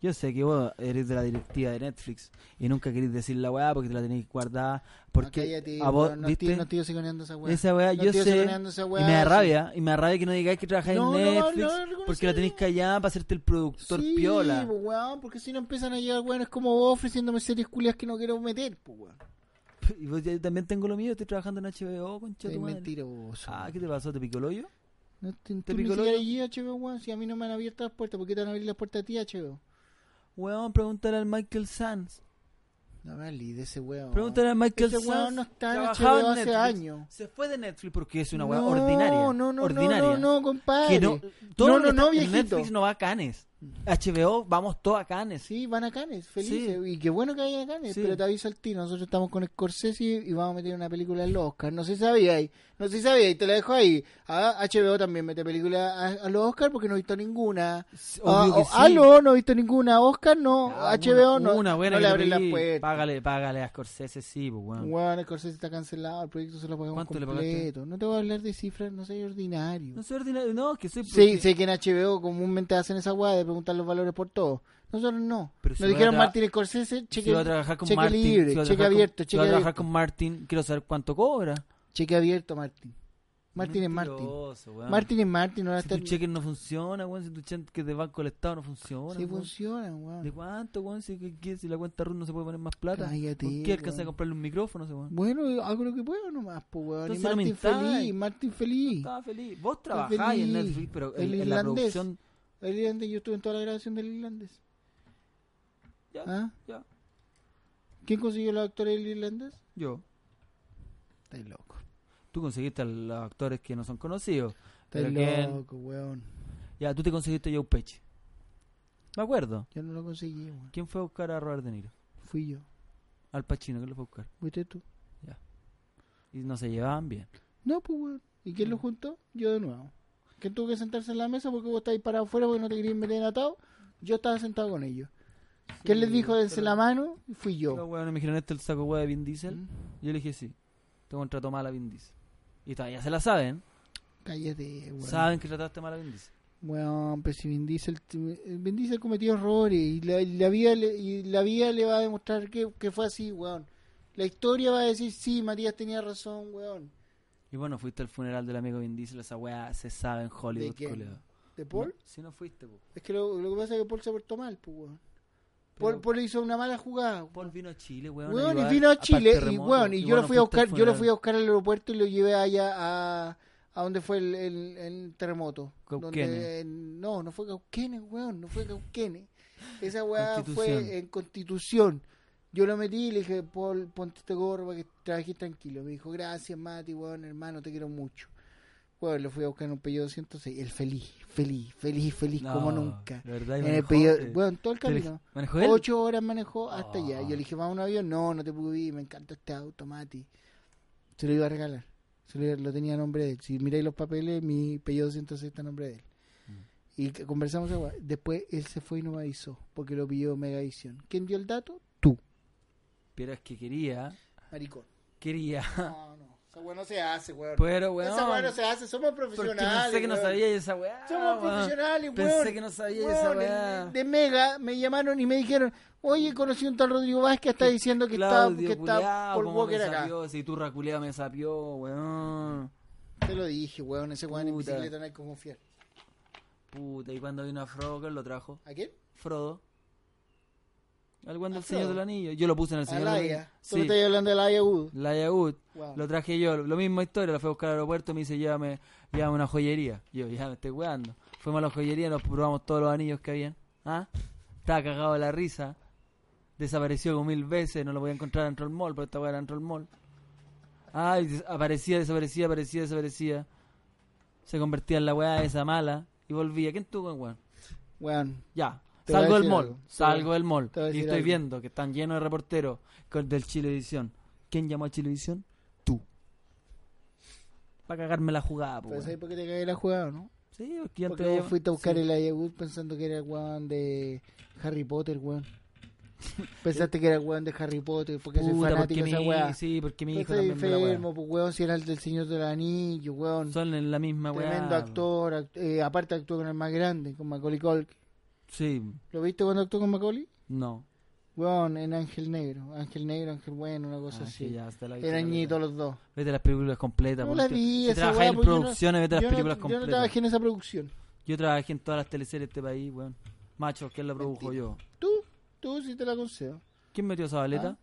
[SPEAKER 1] Yo sé que vos eres de la directiva de Netflix y nunca querés decir la weá porque te la tenéis guardada. Porque
[SPEAKER 2] Ah, cállate,
[SPEAKER 1] a vos,
[SPEAKER 2] weón, no,
[SPEAKER 1] ¿viste?
[SPEAKER 2] estoy, no estoy sigoneando esa weá.
[SPEAKER 1] Esa weá,
[SPEAKER 2] No
[SPEAKER 1] yo
[SPEAKER 2] estoy
[SPEAKER 1] sé.
[SPEAKER 2] sigoneando esa
[SPEAKER 1] y
[SPEAKER 2] weá,
[SPEAKER 1] me da
[SPEAKER 2] sí.
[SPEAKER 1] rabia. Y me da rabia que no digáis que trabajáis
[SPEAKER 2] No, no,
[SPEAKER 1] en
[SPEAKER 2] no, no,
[SPEAKER 1] Netflix
[SPEAKER 2] no,
[SPEAKER 1] porque la tenéis
[SPEAKER 2] sí.
[SPEAKER 1] callada para hacerte el productor
[SPEAKER 2] sí,
[SPEAKER 1] piola.
[SPEAKER 2] po, weón, porque si no empiezan a llegar weones como vos ofreciéndome series culias que no quiero meter, pues weón.
[SPEAKER 1] Y vos, yo también tengo lo mío. Estoy trabajando en HBO, concha
[SPEAKER 2] Es
[SPEAKER 1] tu madre.
[SPEAKER 2] mentiroso.
[SPEAKER 1] Ah, ¿qué te pasó? ¿Te picó el hoyo?
[SPEAKER 2] no te,
[SPEAKER 1] te
[SPEAKER 2] tú ni
[SPEAKER 1] picó
[SPEAKER 2] siquiera
[SPEAKER 1] lo-
[SPEAKER 2] allí, HBO, weón. Si a mí no me han abierto las puertas, ¿por qué te van a abrir las puertas a ti, HBO?
[SPEAKER 1] Weón, pregúntale al Michael Sands.
[SPEAKER 2] No me hables de ese weón.
[SPEAKER 1] Pregúntale a Michael
[SPEAKER 2] Ese
[SPEAKER 1] Sands.
[SPEAKER 2] weón no está en
[SPEAKER 1] Trabajaba
[SPEAKER 2] HBO
[SPEAKER 1] en
[SPEAKER 2] hace
[SPEAKER 1] Netflix.
[SPEAKER 2] años.
[SPEAKER 1] Se fue de Netflix porque es una weá
[SPEAKER 2] no,
[SPEAKER 1] ordinaria.
[SPEAKER 2] No, no,
[SPEAKER 1] ordinaria.
[SPEAKER 2] no, no, no, compadre.
[SPEAKER 1] Que no, todo
[SPEAKER 2] no,
[SPEAKER 1] lo que
[SPEAKER 2] no, no,
[SPEAKER 1] está en
[SPEAKER 2] viejito.
[SPEAKER 1] Netflix no va a Canes. HBO, vamos todos a Cannes.
[SPEAKER 2] Sí, van a Cannes, felices.
[SPEAKER 1] Sí.
[SPEAKER 2] Y qué bueno que vayan a Cannes,
[SPEAKER 1] Sí.
[SPEAKER 2] pero te aviso al tiro. Nosotros estamos con Scorsese y vamos a meter una película en los Oscars. No se sabía ahí, no se sabía ahí, te la dejo ahí. A- HBO también mete película a, a los Oscars porque no he visto ninguna.
[SPEAKER 1] obvio
[SPEAKER 2] A-
[SPEAKER 1] que
[SPEAKER 2] o-
[SPEAKER 1] sí.
[SPEAKER 2] Aló, no he visto ninguna. Oscar no,
[SPEAKER 1] Ah,
[SPEAKER 2] HBO
[SPEAKER 1] una-
[SPEAKER 2] no.
[SPEAKER 1] Una buena
[SPEAKER 2] no
[SPEAKER 1] que
[SPEAKER 2] le
[SPEAKER 1] te
[SPEAKER 2] abren las
[SPEAKER 1] pedí.
[SPEAKER 2] puertas.
[SPEAKER 1] Págale, págale a Scorsese, sí, pues, weón.
[SPEAKER 2] Bueno, Scorsese está cancelado, el proyecto se lo pagamos
[SPEAKER 1] ¿Cuánto le
[SPEAKER 2] completo. No te voy a hablar de cifras, no soy ordinario.
[SPEAKER 1] No soy ordinario, no, que soy.
[SPEAKER 2] Sí, sé que en HBO comúnmente hacen esa weá de preguntar los valores por todo. Nosotros no.
[SPEAKER 1] Pero si
[SPEAKER 2] Nos
[SPEAKER 1] voy a
[SPEAKER 2] dijeron
[SPEAKER 1] tra-
[SPEAKER 2] Martin Scorsese, cheque,
[SPEAKER 1] si voy a trabajar con
[SPEAKER 2] cheque
[SPEAKER 1] Martin,
[SPEAKER 2] libre,
[SPEAKER 1] si voy a
[SPEAKER 2] cheque
[SPEAKER 1] trabajar con-
[SPEAKER 2] abierto,
[SPEAKER 1] si
[SPEAKER 2] cheque
[SPEAKER 1] voy a trabajar
[SPEAKER 2] abierto.
[SPEAKER 1] con Martin, quiero saber cuánto cobra.
[SPEAKER 2] Cheque abierto, Martin. Martin es Martin.
[SPEAKER 1] Mentiroso, weón.
[SPEAKER 2] Martin es Martin, no va a
[SPEAKER 1] Si tu
[SPEAKER 2] estar...
[SPEAKER 1] cheque no funciona, weón, si tu cheque de banco del Estado no funciona.
[SPEAKER 2] Sí
[SPEAKER 1] weón.
[SPEAKER 2] funciona, weón.
[SPEAKER 1] ¿De cuánto, weón? Si, que- que- si la cuenta RUT no se puede poner más plata.
[SPEAKER 2] Cállate,
[SPEAKER 1] ¿Por qué alcanza
[SPEAKER 2] weón.
[SPEAKER 1] a comprarle un micrófono, ese weón?
[SPEAKER 2] Bueno, hago lo que puedo nomás, pues, weón. Y
[SPEAKER 1] Entonces no
[SPEAKER 2] Martin
[SPEAKER 1] mintáis.
[SPEAKER 2] feliz, Martin feliz.
[SPEAKER 1] Estaba feliz. Vos
[SPEAKER 2] Estaba
[SPEAKER 1] trabajáis en
[SPEAKER 2] feliz.
[SPEAKER 1] Netflix, pero en-
[SPEAKER 2] El
[SPEAKER 1] en la
[SPEAKER 2] irlandés.
[SPEAKER 1] producción.
[SPEAKER 2] El irlandés, yo estuve en toda la grabación del irlandés.
[SPEAKER 1] Ya,
[SPEAKER 2] ¿Ah?
[SPEAKER 1] ya.
[SPEAKER 2] ¿Quién consiguió los actores del irlandés?
[SPEAKER 1] Yo.
[SPEAKER 2] Estáis loco.
[SPEAKER 1] Tú conseguiste a los actores que no son conocidos.
[SPEAKER 2] Estáis
[SPEAKER 1] Pero que-
[SPEAKER 2] loco, weón.
[SPEAKER 1] Ya, tú te conseguiste a Joe Pesci. Me acuerdo.
[SPEAKER 2] Yo no lo conseguí, weón.
[SPEAKER 1] ¿Quién fue a buscar a Robert De Niro?
[SPEAKER 2] Fui yo.
[SPEAKER 1] Al Pacino, que lo fue a buscar.
[SPEAKER 2] ¿Fuiste tú?
[SPEAKER 1] Y no se llevaban bien.
[SPEAKER 2] No, pues, weón. ¿Y
[SPEAKER 1] Mm.
[SPEAKER 2] quién lo juntó? Yo de nuevo. Que tuvo que sentarse en la mesa porque vos estáis parados afuera porque no te querías meter en atado. Yo estaba sentado con ellos. ¿Quién les dijo dense la mano? Y Fui
[SPEAKER 1] Los
[SPEAKER 2] yo.
[SPEAKER 1] weones me dijeron, este es el saco hueá de Vin Diesel.
[SPEAKER 2] Mm.
[SPEAKER 1] Yo le dije, sí. Te contrató mal a Vin Diesel. Y todavía se la saben.
[SPEAKER 2] Cállate, weón.
[SPEAKER 1] Saben que trataste mal a Vin Diesel.
[SPEAKER 2] Weón, pero si Vin Diesel, Vin Diesel cometió errores y la, y la vida le, y la vida le va a demostrar que, que fue así, weón. La historia va a decir, sí, Matías tenía razón, weón.
[SPEAKER 1] Y bueno, fuiste al funeral del amigo Vin Diesel. Esa weá se sabe en
[SPEAKER 2] ¿De
[SPEAKER 1] Hollywood,
[SPEAKER 2] quién?
[SPEAKER 1] culiao.
[SPEAKER 2] ¿De Paul?
[SPEAKER 1] No, si no fuiste, po.
[SPEAKER 2] Es que lo, lo que pasa es que Paul se portó mal, pues, weón.
[SPEAKER 1] Pero-
[SPEAKER 2] Paul, Paul hizo una mala jugada.
[SPEAKER 1] Paul vino a Chile, weón. a
[SPEAKER 2] Weón, y
[SPEAKER 1] ayudar
[SPEAKER 2] vino a
[SPEAKER 1] al
[SPEAKER 2] Chile y,
[SPEAKER 1] terremoto.
[SPEAKER 2] weón, y yo
[SPEAKER 1] bueno,
[SPEAKER 2] lo fui a
[SPEAKER 1] fuiste al
[SPEAKER 2] buscar, yo lo fui a
[SPEAKER 1] funeral.
[SPEAKER 2] buscar al aeropuerto y lo llevé allá a, a donde fue el, el- el terremoto.
[SPEAKER 1] Cauquenes.
[SPEAKER 2] Donde, en- no, no fue Cauquenes, weón, no fue Cauquenes. Esa weá
[SPEAKER 1] Constitución.
[SPEAKER 2] fue en Constitución. Yo lo metí y le dije, Paul, ponte este gorro para que trabajes tranquilo. Me dijo, gracias, Mati, weón, hermano, te quiero mucho. Weón, lo fui a buscar en un Peugeot 206. El feliz, feliz, feliz, feliz
[SPEAKER 1] No,
[SPEAKER 2] como nunca.
[SPEAKER 1] de verdad, y
[SPEAKER 2] en el
[SPEAKER 1] manejó,
[SPEAKER 2] Peugeot,
[SPEAKER 1] eh,
[SPEAKER 2] weón, todo el
[SPEAKER 1] te-
[SPEAKER 2] camino.
[SPEAKER 1] ¿Manejó él?
[SPEAKER 2] Ocho horas manejó hasta allá.
[SPEAKER 1] Ah.
[SPEAKER 2] Yo le dije, vamos a un avión. No, no te pude ir, me encanta este auto, Mati. Se lo iba a regalar. Se lo, iba- lo tenía a nombre de él. Si miráis los papeles, mi Peugeot 206 está a nombre de él.
[SPEAKER 1] Mm.
[SPEAKER 2] Y que- conversamos agua. Después él se fue y no me avisó, porque lo pilló Megavisión. ¿Quién dio el dato? Tú,
[SPEAKER 1] Pero es que quería, [laughs]
[SPEAKER 2] maricón.
[SPEAKER 1] quería.
[SPEAKER 2] No, no. Esa weá no se hace, weón.
[SPEAKER 1] Pero, Pues, weón.
[SPEAKER 2] Esa weá no se hace. Somos
[SPEAKER 1] Porque
[SPEAKER 2] profesionales.
[SPEAKER 1] pensé que no
[SPEAKER 2] weón.
[SPEAKER 1] sabía esa weá.
[SPEAKER 2] Somos
[SPEAKER 1] weón.
[SPEAKER 2] profesionales, weón.
[SPEAKER 1] Pensé que no sabía esa
[SPEAKER 2] Weón,
[SPEAKER 1] weá.
[SPEAKER 2] de- De Mega me llamaron y me dijeron, oye, conocí un tal Rodrigo Vázquez, está diciendo que está,
[SPEAKER 1] Claudio,
[SPEAKER 2] que está
[SPEAKER 1] culiao,
[SPEAKER 2] Paul
[SPEAKER 1] cómo me
[SPEAKER 2] Walker acá.
[SPEAKER 1] sapió, Si tú raculea me sapió, weón.
[SPEAKER 2] Te lo dije, weón, ese weón en
[SPEAKER 1] Puta.
[SPEAKER 2] bicicleta no hay como fiar.
[SPEAKER 1] Puta, y cuando vino a Frodo, ¿quién lo trajo?
[SPEAKER 2] ¿A quién?
[SPEAKER 1] Frodo. Al weón
[SPEAKER 2] ¿A
[SPEAKER 1] del Señor
[SPEAKER 2] Ah, Frodo?
[SPEAKER 1] del Anillo. Yo lo puse en el
[SPEAKER 2] A
[SPEAKER 1] Señor del Anillo.
[SPEAKER 2] Laia. Tú Ah. me
[SPEAKER 1] Sí,
[SPEAKER 2] estás hablando de Laia Wood.
[SPEAKER 1] Laia Wood.
[SPEAKER 2] Wow.
[SPEAKER 1] Lo traje yo, lo mismo historia, lo fui a buscar al aeropuerto, me dice, llévame, llévame a una joyería. Yo, ya me estoy weando. Fuimos a la joyería, nos probamos todos los anillos que habían. ¿Ah? Estaba cagado de la risa. Desapareció como mil veces, no lo voy a encontrar dentro del mall, pero esta weá era dentro del mall. Ah, y des- aparecía, desaparecía, aparecía, desaparecía. Se convertía en la weá esa mala y volvía. ¿Quién tuvo, weón?
[SPEAKER 2] Weón,
[SPEAKER 1] Ya.
[SPEAKER 2] Te voy a
[SPEAKER 1] Salgo del
[SPEAKER 2] decir
[SPEAKER 1] mall,
[SPEAKER 2] algo. Te
[SPEAKER 1] salgo
[SPEAKER 2] voy a-
[SPEAKER 1] del mall.
[SPEAKER 2] te voy a
[SPEAKER 1] Y
[SPEAKER 2] decir
[SPEAKER 1] estoy
[SPEAKER 2] algo.
[SPEAKER 1] viendo que están llenos de reporteros con- del Chilevisión. ¿Quién llamó a Chilevisión? Tú. Para cagarme la jugada, po,
[SPEAKER 2] pero
[SPEAKER 1] weón.
[SPEAKER 2] pues, ¿sabes por qué te cagué la jugada, no?
[SPEAKER 1] Sí, porque yo
[SPEAKER 2] Porque
[SPEAKER 1] antes-
[SPEAKER 2] vos fuiste a buscar
[SPEAKER 1] sí.
[SPEAKER 2] el Laia Wood pensando que era el weón de Harry
[SPEAKER 1] [laughs]
[SPEAKER 2] Potter, weón. Pensaste que era el weón de Harry Potter porque soy
[SPEAKER 1] Puta,
[SPEAKER 2] fanático
[SPEAKER 1] porque
[SPEAKER 2] de esa
[SPEAKER 1] mi,
[SPEAKER 2] weá.
[SPEAKER 1] Sí, porque mi
[SPEAKER 2] Yo
[SPEAKER 1] hijo
[SPEAKER 2] estoy
[SPEAKER 1] también me la
[SPEAKER 2] enfermo, pues, weón, si era el del Señor del Anillo,
[SPEAKER 1] weá.
[SPEAKER 2] weón.
[SPEAKER 1] Son en la misma weá.
[SPEAKER 2] Tremendo actor, act- eh, aparte actuó con el más grande, con Macaulay Culkin.
[SPEAKER 1] Sí,
[SPEAKER 2] ¿Lo viste cuando actuó con Macaulay?
[SPEAKER 1] no.
[SPEAKER 2] Weón, en Ángel Negro, Ángel Negro, Ángel Bueno, una cosa
[SPEAKER 1] Ah, sí,
[SPEAKER 2] así.
[SPEAKER 1] ya, pues, hasta la
[SPEAKER 2] Eran ñitos los dos.
[SPEAKER 1] Vete a las películas completas.
[SPEAKER 2] No
[SPEAKER 1] ponte.
[SPEAKER 2] la vi,
[SPEAKER 1] si
[SPEAKER 2] esa
[SPEAKER 1] trabajas
[SPEAKER 2] weá,
[SPEAKER 1] en
[SPEAKER 2] porque yo no-
[SPEAKER 1] producciones, vete a las
[SPEAKER 2] yo no-
[SPEAKER 1] películas
[SPEAKER 2] Yo no
[SPEAKER 1] completas.
[SPEAKER 2] trabajé en esa producción.
[SPEAKER 1] Yo trabajé en todas las teleseries de este país, weón. Macho, ¿quién la produjo yo?
[SPEAKER 2] Tú, tú sí te la concedo.
[SPEAKER 1] ¿Quién metió Zabaleta?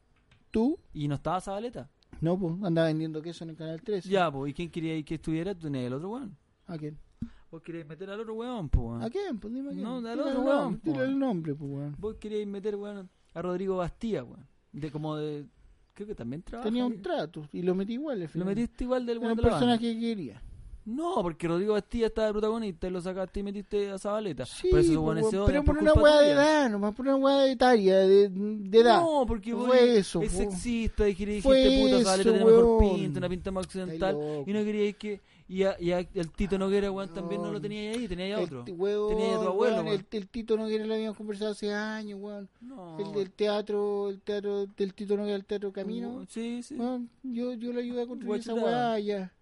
[SPEAKER 2] Tú,
[SPEAKER 1] ¿Y no estaba Zabaleta?
[SPEAKER 2] no, pues, andaba vendiendo queso en el Canal 13.
[SPEAKER 1] Ya, pues, ¿y quién quería que estuviera? Tú tenías el otro weón.
[SPEAKER 2] ¿A quién?
[SPEAKER 1] Vos queríais meter al otro weón, pues,
[SPEAKER 2] ¿A
[SPEAKER 1] weón.
[SPEAKER 2] quién? Pues dime a quién.
[SPEAKER 1] No, dale
[SPEAKER 2] Tírale
[SPEAKER 1] otro
[SPEAKER 2] el
[SPEAKER 1] weón,
[SPEAKER 2] nombre,
[SPEAKER 1] po.
[SPEAKER 2] tírale el nombre, pues, weón.
[SPEAKER 1] Vos queríais meter, weón, a Rodrigo Bastía, weón. De como de. Creo que también trabaja.
[SPEAKER 2] Tenía
[SPEAKER 1] ahí.
[SPEAKER 2] un trato y lo metí igual. al
[SPEAKER 1] Lo
[SPEAKER 2] final.
[SPEAKER 1] metiste igual del
[SPEAKER 2] Era
[SPEAKER 1] weón
[SPEAKER 2] un
[SPEAKER 1] de la banda.
[SPEAKER 2] personaje que quería.
[SPEAKER 1] No, porque Rodrigo Bastilla estaba de protagonista y lo sacaste y metiste a Zabaleta.
[SPEAKER 2] Sí,
[SPEAKER 1] por eso se
[SPEAKER 2] pues,
[SPEAKER 1] supone se
[SPEAKER 2] weón,
[SPEAKER 1] odian
[SPEAKER 2] pero por una
[SPEAKER 1] culpa
[SPEAKER 2] weá de
[SPEAKER 1] tuya.
[SPEAKER 2] edad, nomás por una weá de talla, de, de edad.
[SPEAKER 1] No, porque
[SPEAKER 2] Fue
[SPEAKER 1] vos
[SPEAKER 2] eso,
[SPEAKER 1] es
[SPEAKER 2] fue-
[SPEAKER 1] sexista y este quería
[SPEAKER 2] fue
[SPEAKER 1] dijiste puta, Zabaleta
[SPEAKER 2] eso,
[SPEAKER 1] tiene mejor
[SPEAKER 2] weón.
[SPEAKER 1] pinta, una pinta más occidental.
[SPEAKER 2] Está loco.
[SPEAKER 1] Y no quería que. Y, a, y a- el Tito Noguera, weón, también no lo
[SPEAKER 2] Weón.
[SPEAKER 1] tenía ahí, tenía ahí a
[SPEAKER 2] El
[SPEAKER 1] otro.
[SPEAKER 2] t- Este weón,
[SPEAKER 1] tenía ahí a tu
[SPEAKER 2] weón,
[SPEAKER 1] abuelo,
[SPEAKER 2] el,
[SPEAKER 1] weón.
[SPEAKER 2] el Tito Noguera lo habíamos conversado hace años, weón.
[SPEAKER 1] No.
[SPEAKER 2] El del teatro, el teatro del Tito Noguera, el teatro Camino.
[SPEAKER 1] Mm, Sí, sí.
[SPEAKER 2] Weón, yo, yo le ayudé a construir esa
[SPEAKER 1] Guachita.
[SPEAKER 2] weá ya.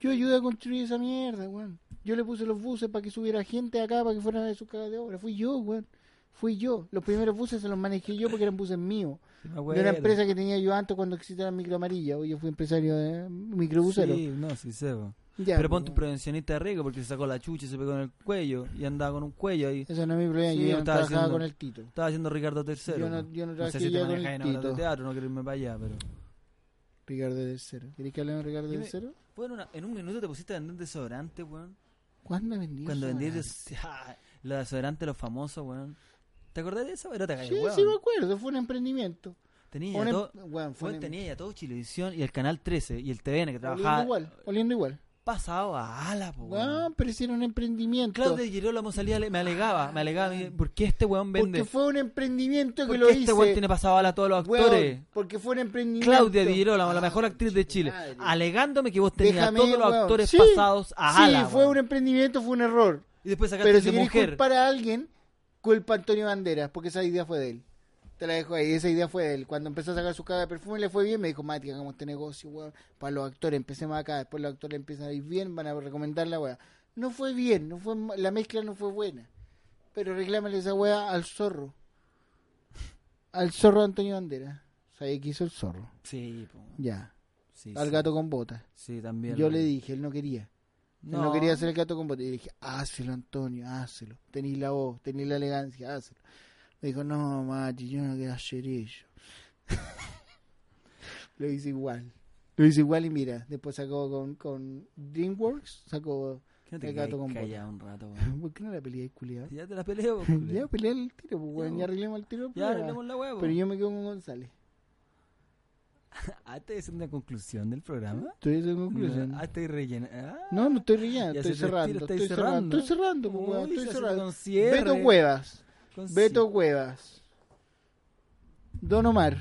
[SPEAKER 2] Yo ayudé a construir esa mierda, weón. Yo le puse los buses para que subiera gente acá, para que fueran a sus cagas de obra. Fui yo, weón. Fui yo. Los primeros buses se los manejé yo porque eran buses míos.
[SPEAKER 1] Me
[SPEAKER 2] De una
[SPEAKER 1] acuerdo.
[SPEAKER 2] empresa que tenía yo antes cuando existía la micro amarilla. Hoy yo fui empresario de microbusero.
[SPEAKER 1] Sí, no, sí, sé, weón.
[SPEAKER 2] Ya,
[SPEAKER 1] Pero ponte un
[SPEAKER 2] weón.
[SPEAKER 1] prevencionista rico porque se sacó la chucha y se pegó en el cuello y andaba con un cuello ahí.
[SPEAKER 2] Eso no es mi problema.
[SPEAKER 1] Sí,
[SPEAKER 2] yo
[SPEAKER 1] estaba
[SPEAKER 2] ya no trabajaba
[SPEAKER 1] haciendo-
[SPEAKER 2] con el Tito.
[SPEAKER 1] Estaba haciendo Ricardo III.
[SPEAKER 2] Yo no-
[SPEAKER 1] weón.
[SPEAKER 2] yo no
[SPEAKER 1] sé
[SPEAKER 2] trabajé
[SPEAKER 1] si
[SPEAKER 2] ya
[SPEAKER 1] te
[SPEAKER 2] con el
[SPEAKER 1] manejas en obras de
[SPEAKER 2] Tito.
[SPEAKER 1] teatro, no quiero irme para allá, pero.
[SPEAKER 2] Ricardo del Cero. ¿Querés que hablemos de Ricardo
[SPEAKER 1] Yo
[SPEAKER 2] del
[SPEAKER 1] me-
[SPEAKER 2] Cero?
[SPEAKER 1] Bueno, una- en un minuto te pusiste a vender desodorante, weón.
[SPEAKER 2] ¿Cuándo vendí?
[SPEAKER 1] Cuando
[SPEAKER 2] eso? Ah,
[SPEAKER 1] vendí des- [laughs] ja, los desodorantes de los famosos, weón. ¿Te acordás de eso? Pero te caí,
[SPEAKER 2] Sí,
[SPEAKER 1] weón.
[SPEAKER 2] sí me acuerdo. Fue un emprendimiento.
[SPEAKER 1] Tenía
[SPEAKER 2] Un
[SPEAKER 1] ya
[SPEAKER 2] em-
[SPEAKER 1] todo.
[SPEAKER 2] weón, fue
[SPEAKER 1] weón,
[SPEAKER 2] un em-
[SPEAKER 1] tenía ya todo Chilevisión y el Canal 13 y el TVN que
[SPEAKER 2] Oliendo
[SPEAKER 1] trabajaba.
[SPEAKER 2] igual. Oliendo igual.
[SPEAKER 1] Pasaba a ala, po,
[SPEAKER 2] Weón,
[SPEAKER 1] weón.
[SPEAKER 2] pero hicieron un emprendimiento.
[SPEAKER 1] Claudio Girolamo salía, le- me alegaba, me alegaba, me- ¿por qué este weón vende?
[SPEAKER 2] Porque fue un emprendimiento que
[SPEAKER 1] Porque
[SPEAKER 2] lo hice.
[SPEAKER 1] este weón tiene pasado a todos los
[SPEAKER 2] Weón,
[SPEAKER 1] actores?
[SPEAKER 2] porque fue un emprendimiento.
[SPEAKER 1] Claudia Di Girolamo, la mejor actriz de
[SPEAKER 2] Ah,
[SPEAKER 1] Chile,
[SPEAKER 2] madre.
[SPEAKER 1] alegándome que vos tenías
[SPEAKER 2] Déjame,
[SPEAKER 1] a todos los
[SPEAKER 2] weón.
[SPEAKER 1] actores
[SPEAKER 2] Sí,
[SPEAKER 1] pasados a
[SPEAKER 2] Sí,
[SPEAKER 1] ala.
[SPEAKER 2] fue
[SPEAKER 1] weón.
[SPEAKER 2] un emprendimiento, fue un error.
[SPEAKER 1] Y después sacaste
[SPEAKER 2] Pero
[SPEAKER 1] de
[SPEAKER 2] si querés
[SPEAKER 1] mujer.
[SPEAKER 2] culpar a alguien, culpa a Antonio Banderas, porque esa idea fue de él. Te la dejo ahí, esa idea fue de él. Cuando empezó a sacar su caja de perfume le fue bien, me dijo, Mati, hagamos este negocio, weón. Para los actores, empecemos acá, después los actores empiezan a ir bien, van a recomendar la weá. No fue bien, no fue ma- la mezcla no fue buena. Pero reclámale esa weá al zorro. Al zorro de Antonio Banderas. ¿Sabes qué hizo el zorro?
[SPEAKER 1] Sí, po, weón.
[SPEAKER 2] Ya.
[SPEAKER 1] sí,
[SPEAKER 2] Al
[SPEAKER 1] sí.
[SPEAKER 2] gato con botas.
[SPEAKER 1] Sí, también.
[SPEAKER 2] Yo
[SPEAKER 1] weón.
[SPEAKER 2] le dije, él no quería. Él No. quería hacer el gato con botas. Y le dije, hácelo, Antonio, hácelo. Tenís la voz, tenís la elegancia, hácelo. Me dijo, no, Mati, yo no quiero hacer eso. [laughs] Lo hice igual. Lo hice igual y mira, después sacó con, con DreamWorks, sacó...
[SPEAKER 1] ¿Qué no te
[SPEAKER 2] el
[SPEAKER 1] quedas
[SPEAKER 2] gato con
[SPEAKER 1] callado un rato, weón? [laughs]
[SPEAKER 2] ¿Por qué no la peleé, culiado?
[SPEAKER 1] Ya te la peleo, po, culiao.
[SPEAKER 2] Ya peleé el tiro, pues, weón,
[SPEAKER 1] Ya,
[SPEAKER 2] ya arreglemos el tiro. el
[SPEAKER 1] Ya
[SPEAKER 2] problema.
[SPEAKER 1] arreglemos la huevo.
[SPEAKER 2] Pero yo me quedo con González.
[SPEAKER 1] Ah, ¿te es una conclusión del programa?
[SPEAKER 2] Estoy en conclusión.
[SPEAKER 1] Ah, te rellena. Ah,
[SPEAKER 2] No, no estoy riendo,
[SPEAKER 1] Ya
[SPEAKER 2] estoy
[SPEAKER 1] se te
[SPEAKER 2] cerrando,
[SPEAKER 1] estira,
[SPEAKER 2] estoy
[SPEAKER 1] estáis
[SPEAKER 2] cerrando,
[SPEAKER 1] cerrando.
[SPEAKER 2] estoy cerrando, pues,
[SPEAKER 1] Uy,
[SPEAKER 2] weón, estoy
[SPEAKER 1] se hace
[SPEAKER 2] cerrando.
[SPEAKER 1] con cierre.
[SPEAKER 2] Beto Cuevas.
[SPEAKER 1] con
[SPEAKER 2] Beto
[SPEAKER 1] sí.
[SPEAKER 2] Cuevas, Don Omar,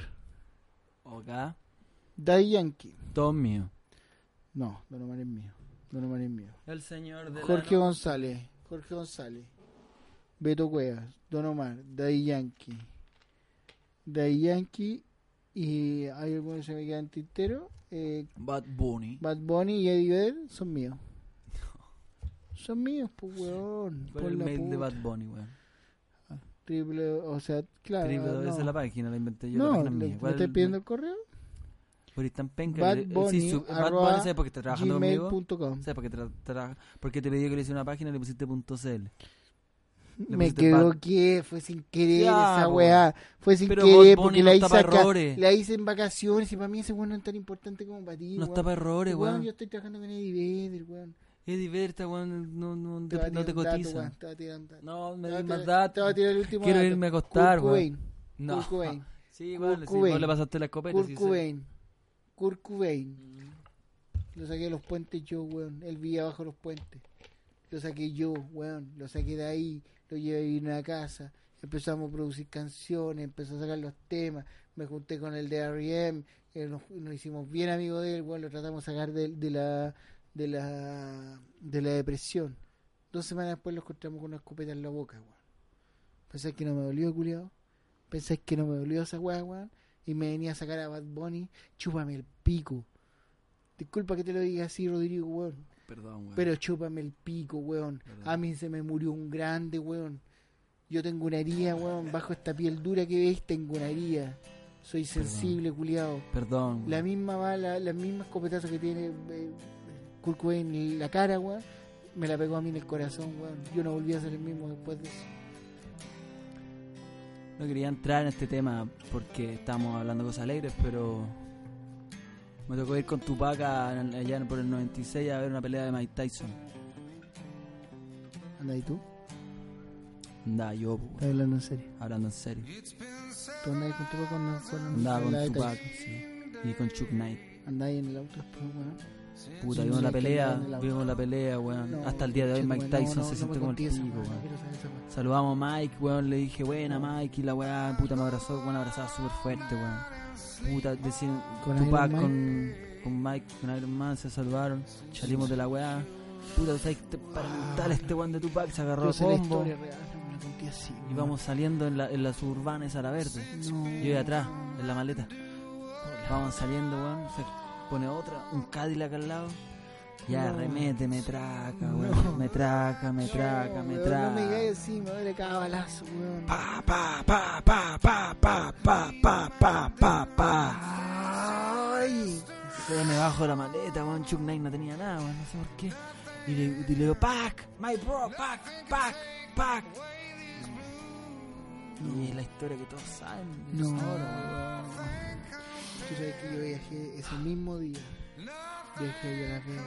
[SPEAKER 1] Acá,
[SPEAKER 2] Daddy Yankee.
[SPEAKER 1] todo mío.
[SPEAKER 2] No, Don Omar es mío. Don Omar es mío.
[SPEAKER 1] El señor de
[SPEAKER 2] Jorge
[SPEAKER 1] la... no-
[SPEAKER 2] González, Jorge González, Beto Cuevas, Don Omar, Daddy Yankee. Daddy Yankee y hay algunos que se me quedan tintero. eh,
[SPEAKER 1] Bad Bunny.
[SPEAKER 2] Bad Bunny y Eddie Vedder son míos. Son míos, pues weón.
[SPEAKER 1] ¿Cuál
[SPEAKER 2] por
[SPEAKER 1] es el
[SPEAKER 2] la
[SPEAKER 1] mail de
[SPEAKER 2] puta.
[SPEAKER 1] Bad Bunny, weón?
[SPEAKER 2] Triple, o sea, claro.
[SPEAKER 1] Triple,
[SPEAKER 2] no.
[SPEAKER 1] esa es la página, la inventé yo. la
[SPEAKER 2] No,
[SPEAKER 1] página
[SPEAKER 2] le-
[SPEAKER 1] mía.
[SPEAKER 2] ¿me
[SPEAKER 1] ¿Cuál es
[SPEAKER 2] estás
[SPEAKER 1] el-
[SPEAKER 2] pidiendo el correo?
[SPEAKER 1] Porque tan penca.
[SPEAKER 2] Bad
[SPEAKER 1] que le-
[SPEAKER 2] Bunny,
[SPEAKER 1] sí, su- Bad
[SPEAKER 2] arroba,
[SPEAKER 1] Bunny, ¿sabes por qué está trabajando conmigo?
[SPEAKER 2] Gmail.com.
[SPEAKER 1] ¿Sabes por qué tra- tra- porque te pedí que le hiciera una página y le pusiste punto .cl? Le
[SPEAKER 2] Me
[SPEAKER 1] pusiste
[SPEAKER 2] quedó
[SPEAKER 1] Bad-
[SPEAKER 2] que fue sin querer
[SPEAKER 1] Ya,
[SPEAKER 2] esa
[SPEAKER 1] po.
[SPEAKER 2] weá. Fue sin
[SPEAKER 1] Pero
[SPEAKER 2] querer
[SPEAKER 1] Bad Bunny
[SPEAKER 2] porque
[SPEAKER 1] no
[SPEAKER 2] la hice
[SPEAKER 1] tapa
[SPEAKER 2] acá.
[SPEAKER 1] errores.
[SPEAKER 2] La hice en vacaciones y para mí ese weón no es tan importante como para ti.
[SPEAKER 1] No
[SPEAKER 2] weón.
[SPEAKER 1] está para errores,
[SPEAKER 2] Weón,
[SPEAKER 1] weón.
[SPEAKER 2] Yo estoy trabajando con Eddie Vedder, weón.
[SPEAKER 1] Eddie Verta, weón, no, no,
[SPEAKER 2] Te
[SPEAKER 1] te,
[SPEAKER 2] voy a
[SPEAKER 1] no te
[SPEAKER 2] tirar un dato,
[SPEAKER 1] cotiza.
[SPEAKER 2] weón, te voy a tirar un dato.
[SPEAKER 1] no, me
[SPEAKER 2] Te voy a
[SPEAKER 1] di más
[SPEAKER 2] tirar- Te voy a
[SPEAKER 1] datos.
[SPEAKER 2] tirar el último
[SPEAKER 1] Quiero
[SPEAKER 2] dato.
[SPEAKER 1] irme a acostar,
[SPEAKER 2] Kurt
[SPEAKER 1] weón.
[SPEAKER 2] Cobain.
[SPEAKER 1] No.
[SPEAKER 2] Kurt Cobain.
[SPEAKER 1] [laughs] Sí, igual,
[SPEAKER 2] Kurt
[SPEAKER 1] sí,
[SPEAKER 2] Cobain.
[SPEAKER 1] vos le pasaste la escopeta.
[SPEAKER 2] Kurt
[SPEAKER 1] sí, sí.
[SPEAKER 2] Cobain. Kurt Cobain. Lo saqué de los puentes yo, weón. Él vivía abajo de los puentes. Lo saqué yo, weón. Lo saqué de ahí. Lo llevé a vivir a una casa. Empezamos a producir canciones. Empezó a sacar los temas. Me junté con el de R.E.M. eh, Nos, nos hicimos bien amigos de él, weón. Lo tratamos de sacar de, de la, de, la, de la depresión. Dos semanas después lo encontramos con una escopeta en la boca, weón. Pensás que no me dolió, culiao. Pensás que no me dolió esa weá, weón. Y me venía a sacar a Bad Bunny. Chúpame el pico. Disculpa que te lo diga así, Rodrigo, weón.
[SPEAKER 1] Perdón, weón.
[SPEAKER 2] Pero chúpame el pico, weón.
[SPEAKER 1] Perdón.
[SPEAKER 2] A mí se me murió un grande, weón. Yo tengo una herida, weón. Bajo esta piel dura que veis, tengo una herida. Soy sensible, culiao.
[SPEAKER 1] Perdón, weón.
[SPEAKER 2] La misma bala, las mismas copetazos que tiene eh, Kurt Cobain en la cara, weón. Me la pegó a mí en el corazón, weón. Yo no volví a ser el mismo después de eso.
[SPEAKER 1] No quería entrar en este tema porque estamos hablando cosas alegres, pero me tocó ir con Tupac a- allá por el 96 a ver una pelea de Mike Tyson.
[SPEAKER 2] Anda, ¿y tú?
[SPEAKER 1] Andaba yo, po, weón,
[SPEAKER 2] Estás hablando en serio.
[SPEAKER 1] hablando en serio.
[SPEAKER 2] Tú andabas con tu cuando fueron
[SPEAKER 1] Andaba
[SPEAKER 2] la
[SPEAKER 1] con
[SPEAKER 2] de
[SPEAKER 1] Tupac
[SPEAKER 2] Tyson.
[SPEAKER 1] sí. y con Chuck Knight.
[SPEAKER 2] Andabas en el auto después, weón.
[SPEAKER 1] Puta,
[SPEAKER 2] Sí,
[SPEAKER 1] vimos
[SPEAKER 2] sí,
[SPEAKER 1] la
[SPEAKER 2] que
[SPEAKER 1] pelea,
[SPEAKER 2] llegaron en la-
[SPEAKER 1] vimos la pelea, weón.
[SPEAKER 2] No,
[SPEAKER 1] Hasta el día de hoy Mike
[SPEAKER 2] conchetumare,
[SPEAKER 1] Tyson
[SPEAKER 2] no,
[SPEAKER 1] se
[SPEAKER 2] no,
[SPEAKER 1] siente
[SPEAKER 2] no me
[SPEAKER 1] con el
[SPEAKER 2] conté esa
[SPEAKER 1] pico,
[SPEAKER 2] weá,
[SPEAKER 1] weón.
[SPEAKER 2] quiero saber esa weá.
[SPEAKER 1] Saludamos a Mike, weón, le dije, buena Mike, y la weá, puta, me abrazó, weón, abrazada súper fuerte, weón. Puta, decían,
[SPEAKER 2] Con
[SPEAKER 1] Tupac
[SPEAKER 2] Iron
[SPEAKER 1] con, con Mike, con Iron Man, se salvaron, salimos de la weá. Puta, ¿sabes? Este, para mental, este weón de Tupac se agarró
[SPEAKER 2] Yo
[SPEAKER 1] a
[SPEAKER 2] sé la
[SPEAKER 1] combo.
[SPEAKER 2] historia real, no me la conté así.
[SPEAKER 1] Y vamos saliendo en la, en la suburbana esa, la verde.
[SPEAKER 2] No.
[SPEAKER 1] Yo de atrás, en la maleta. Vamos saliendo, weón. Se pone otra, un Cadillac al lado. Ya,
[SPEAKER 2] No.
[SPEAKER 1] remete, me traca, weón.
[SPEAKER 2] No.
[SPEAKER 1] Me traca, me traca,
[SPEAKER 2] No,
[SPEAKER 1] me
[SPEAKER 2] weón,
[SPEAKER 1] traca.
[SPEAKER 2] No me caes así, me duele cada balazo, weón.
[SPEAKER 1] Pa, pa, pa, pa, pa, pa, pa, pa, pa, pa, pa.
[SPEAKER 2] Ay.
[SPEAKER 1] Yo me bajo la maleta, weón. Chuck Knight no tenía nada, weón. No sé por qué. Y le, y le digo, pack, my bro, pack, pack, pack. Y es la historia que todos saben.
[SPEAKER 2] No.
[SPEAKER 1] Ahora, weón.
[SPEAKER 2] Tú sabes que yo viajé ese mismo día. Viajé a Las Vegas.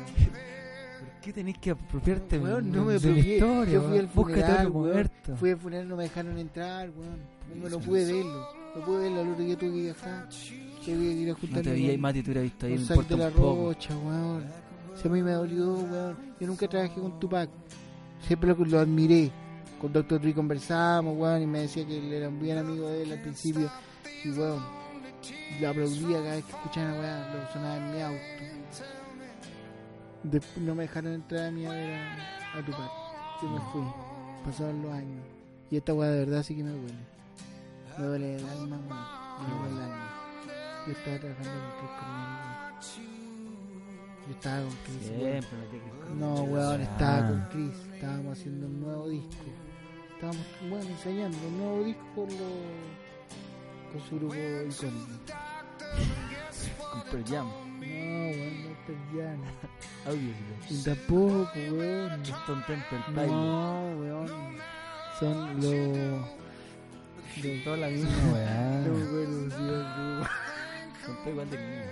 [SPEAKER 1] ¿Por qué tenés que apropiarte
[SPEAKER 2] Weón,
[SPEAKER 1] Este de-
[SPEAKER 2] no me
[SPEAKER 1] de la
[SPEAKER 2] apropié.
[SPEAKER 1] historia?
[SPEAKER 2] Yo fui
[SPEAKER 1] weón?
[SPEAKER 2] al
[SPEAKER 1] Búscate
[SPEAKER 2] funeral,
[SPEAKER 1] otro
[SPEAKER 2] weón.
[SPEAKER 1] muerto.
[SPEAKER 2] Fui al funeral, no me dejaron entrar, weón. No, no pude verlo. No pude verlo, al otro día tuve que viajar. Tuve que ir a
[SPEAKER 1] No
[SPEAKER 2] juntar
[SPEAKER 1] te vi ahí, Mati, te hubiera visto ahí
[SPEAKER 2] Un
[SPEAKER 1] en
[SPEAKER 2] saco
[SPEAKER 1] Puerto
[SPEAKER 2] de la
[SPEAKER 1] un poco.
[SPEAKER 2] rocha, weón. Si a mí me dolió, weón. Yo nunca trabajé con Tupac. Siempre lo, lo admiré. Con Dr. Dre conversábamos, weón, y me decía que él era un bien amigo de él al principio. Y weón, lo aplaudía cada vez que escuchaba, weón, lo sonaba en mi auto. Después no me dejaron entrar a mí a ver a, a Tupac. Yo me fui. Pasaron los años. Y esta weá de verdad sí que me duele. Me duele el alma, weón. Me duele el alma. Yo estaba trabajando con Chris Cornell, weón. Yo estaba con Chris, weón.
[SPEAKER 1] Siempre me tiene que-
[SPEAKER 2] No, weón, estaba
[SPEAKER 1] Ah.
[SPEAKER 2] con Chris. Estábamos haciendo un nuevo disco. Estábamos, bueno, enseñando un nuevo disco con, lo- con su grupo icónico.
[SPEAKER 1] con Pearl Jam.
[SPEAKER 2] No, weón, no perdían.
[SPEAKER 1] Audio, weón.
[SPEAKER 2] Y tampoco, weón.
[SPEAKER 1] Stone Temple Pilots.
[SPEAKER 2] No, weón. Son los. los-
[SPEAKER 1] Toda la misma, weón.
[SPEAKER 2] los buenos días, weón.
[SPEAKER 1] Son todos igual de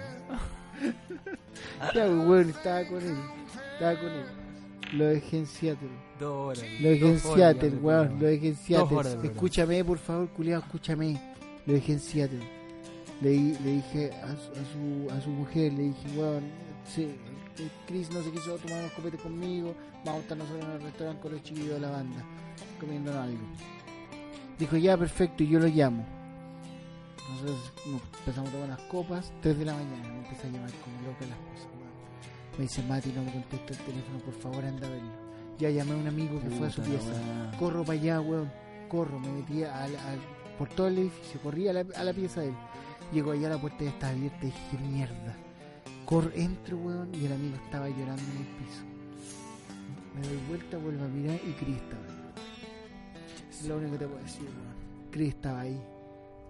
[SPEAKER 1] niños.
[SPEAKER 2] Ya, weón, estaba con él. Estaba con él. Lo dejé en Seattle.
[SPEAKER 1] Dos horas.
[SPEAKER 2] Lo dejé en
[SPEAKER 1] dos horas de
[SPEAKER 2] Seattle,
[SPEAKER 1] programa.
[SPEAKER 2] weón. Lo dejé en Seattle.
[SPEAKER 1] horas de programa.
[SPEAKER 2] Escúchame, por favor, culiao, escúchame. Lo dejé en Seattle. Le, di- le dije a, su- a su, a su mujer, le dije, weón, sí, el Chris no se quiso tomar unos copetes conmigo. Vamos a estar nosotros en el restaurante con los chiquillos de la banda, comiendo algo. Dijo, ya, perfecto, y yo lo llamo. Nosotros nos empezamos a tomar las copas, 3 de la mañana, me empecé a llamar como loca las cosas, weón. Me dice, Mati, no me contesta el teléfono, por favor, anda a verlo. Ya llamé a un amigo que fue a su
[SPEAKER 1] Puta la
[SPEAKER 2] pieza.
[SPEAKER 1] weá.
[SPEAKER 2] Corro para allá, weón. Corro, me metía al, al- por todo el edificio, corrí a la, a la pieza de él. Llego allá, la puerta ya estaba abierta y dije, "Qué mierda. Corro, entro, weón, y el amigo estaba llorando en el piso. Me doy vuelta, vuelvo a mirar y Chris estaba ahí. Es lo único que te puedo decir, weón. Chris estaba ahí.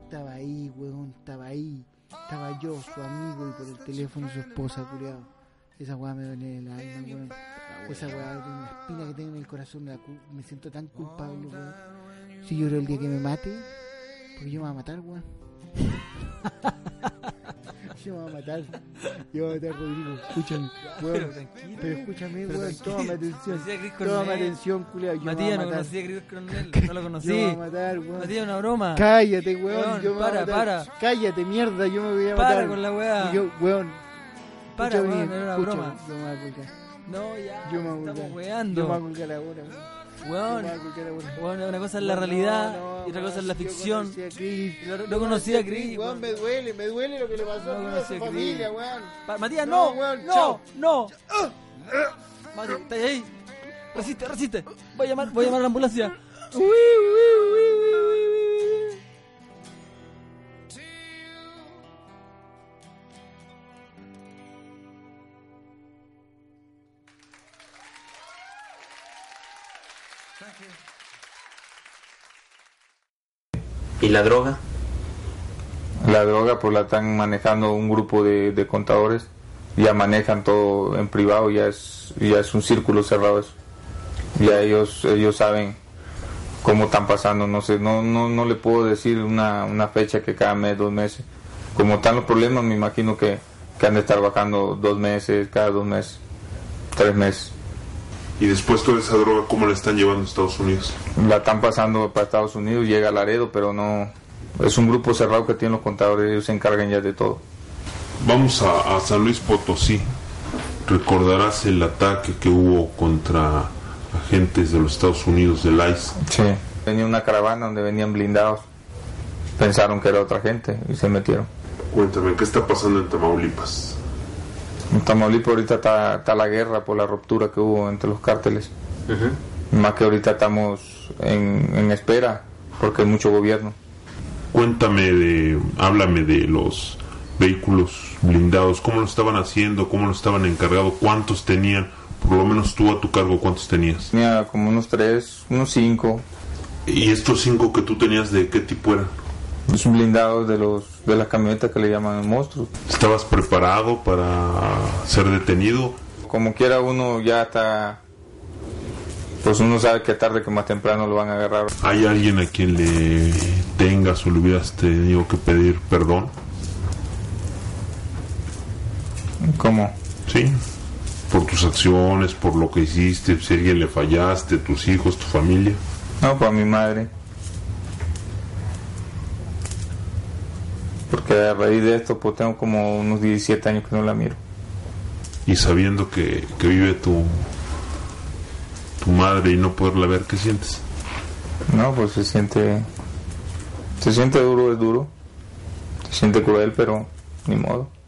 [SPEAKER 2] Estaba ahí, weón, estaba ahí. Estaba yo, su amigo, y por el teléfono su esposa, culiado. Esa weá me duele el alma, weón. Esa weá tiene una espina que tengo en el corazón, la cu- me siento tan culpable, weón. Si lloro el día que me mate, porque yo me voy a matar, weón. [laughs] yo me voy a matar. Yo me voy a matar, Rodrigo. Escúchame,
[SPEAKER 1] Pero
[SPEAKER 2] weón.
[SPEAKER 1] tranquilo.
[SPEAKER 2] Pero escúchame,
[SPEAKER 1] Pero
[SPEAKER 2] weón,
[SPEAKER 1] tranquilo.
[SPEAKER 2] toma atención.
[SPEAKER 1] Decía Chris
[SPEAKER 2] Toma
[SPEAKER 1] Cornell.
[SPEAKER 2] atención, culiao. Yo me voy
[SPEAKER 1] Matías
[SPEAKER 2] a
[SPEAKER 1] no
[SPEAKER 2] matar.
[SPEAKER 1] conocía a Chris Cornell. No lo
[SPEAKER 2] [laughs] Yo me voy a
[SPEAKER 1] conocí.
[SPEAKER 2] matar, weón.
[SPEAKER 1] Matías, una broma.
[SPEAKER 2] Cállate, weón.
[SPEAKER 1] Ah. Weón,
[SPEAKER 2] Yo me voy a
[SPEAKER 1] para,
[SPEAKER 2] matar.
[SPEAKER 1] para.
[SPEAKER 2] Cállate, mierda. Yo me voy a matar.
[SPEAKER 1] Para con la weá.
[SPEAKER 2] Y Yo, weón.
[SPEAKER 1] Para,
[SPEAKER 2] escúchame,
[SPEAKER 1] weón, era una
[SPEAKER 2] escúchame,
[SPEAKER 1] broma.
[SPEAKER 2] Yo me voy a colgar.
[SPEAKER 1] No, ya.
[SPEAKER 2] Yo me voy a
[SPEAKER 1] Estamos
[SPEAKER 2] colgar. Yo me voy a
[SPEAKER 1] weando.
[SPEAKER 2] colgar ahora, weón. Yo me
[SPEAKER 1] Weón.
[SPEAKER 2] voy a colgar ahora.
[SPEAKER 1] Bueno, una cosa es la
[SPEAKER 2] No,
[SPEAKER 1] realidad
[SPEAKER 2] no,
[SPEAKER 1] y otra
[SPEAKER 2] weón,
[SPEAKER 1] cosa es la
[SPEAKER 2] yo
[SPEAKER 1] ficción.
[SPEAKER 2] conocí a Chris.
[SPEAKER 1] Y lo-
[SPEAKER 2] Yo
[SPEAKER 1] No conocía a Chris.
[SPEAKER 2] Weón,
[SPEAKER 1] weón.
[SPEAKER 2] me duele, me duele lo que le pasó
[SPEAKER 1] No
[SPEAKER 2] a toda
[SPEAKER 1] conocí
[SPEAKER 2] su
[SPEAKER 1] a Chris.
[SPEAKER 2] familia, weón.
[SPEAKER 1] Pa- Matías,
[SPEAKER 2] No,
[SPEAKER 1] no, Ah,
[SPEAKER 2] weón, chao.
[SPEAKER 1] no, no. Mati, está ahí. Resiste, resiste. Voy a llamar, voy a llamar a la ambulancia. Uy, uy, uy, uy, uy.
[SPEAKER 3] ¿Y la droga?
[SPEAKER 4] La droga pues la están manejando un grupo de, de contadores, ya manejan todo en privado, ya es, ya es un círculo cerrado eso. Ya ellos, ellos saben cómo están pasando, no sé, no, no, no le puedo decir una, una fecha que cada mes, dos meses. Como están los problemas me imagino que, que han de estar bajando dos meses, cada dos meses, tres meses.
[SPEAKER 5] Y después toda esa droga, ¿cómo la están llevando a Estados Unidos?
[SPEAKER 4] La están pasando para Estados Unidos, llega a Laredo, pero no, es un grupo cerrado que tienen los contadores, ellos se encargan ya de todo.
[SPEAKER 5] Vamos a, a San Luis Potosí. Recordarás el ataque que hubo contra agentes de los Estados Unidos del ICE.
[SPEAKER 4] Sí. Venía una caravana donde venían blindados. Pensaron que era otra gente y se metieron.
[SPEAKER 5] E. Cuéntame, ¿qué está pasando en Tamaulipas?
[SPEAKER 4] En Tamaulipas ahorita está, está la guerra por la ruptura que hubo entre los cárteles. Más que ahorita estamos en, en espera porque hay mucho gobierno.
[SPEAKER 5] Cuéntame de, háblame de los vehículos blindados, cómo lo estaban haciendo, cómo lo estaban encargado, cuántos tenían, por lo menos tú a tu cargo, cuántos tenías.
[SPEAKER 4] Tenía como unos tres, unos cinco.
[SPEAKER 5] Y estos cinco que tú tenías, ¿de qué tipo eran?
[SPEAKER 4] Son blindados de, los, de las camionetas que le llaman monstruos.
[SPEAKER 5] ¿Estabas preparado para ser detenido?
[SPEAKER 4] Como quiera uno ya está... Pues uno sabe que tarde que más temprano lo van a agarrar.
[SPEAKER 5] ¿Hay alguien a quien le tengas o le hubieras tenido que pedir perdón?
[SPEAKER 4] ¿Cómo?
[SPEAKER 5] Sí. Por tus acciones, por lo que hiciste, si a alguien le fallaste, tus hijos, tu familia.
[SPEAKER 4] No, para mi madre. Porque a raíz de esto, pues tengo como unos 17 años que no la miro.
[SPEAKER 5] Y sabiendo que, que vive tu, tu madre y no poderla ver, ¿qué sientes?
[SPEAKER 4] No, pues se siente. Se siente duro, es duro. Se siente cruel, pero ni modo.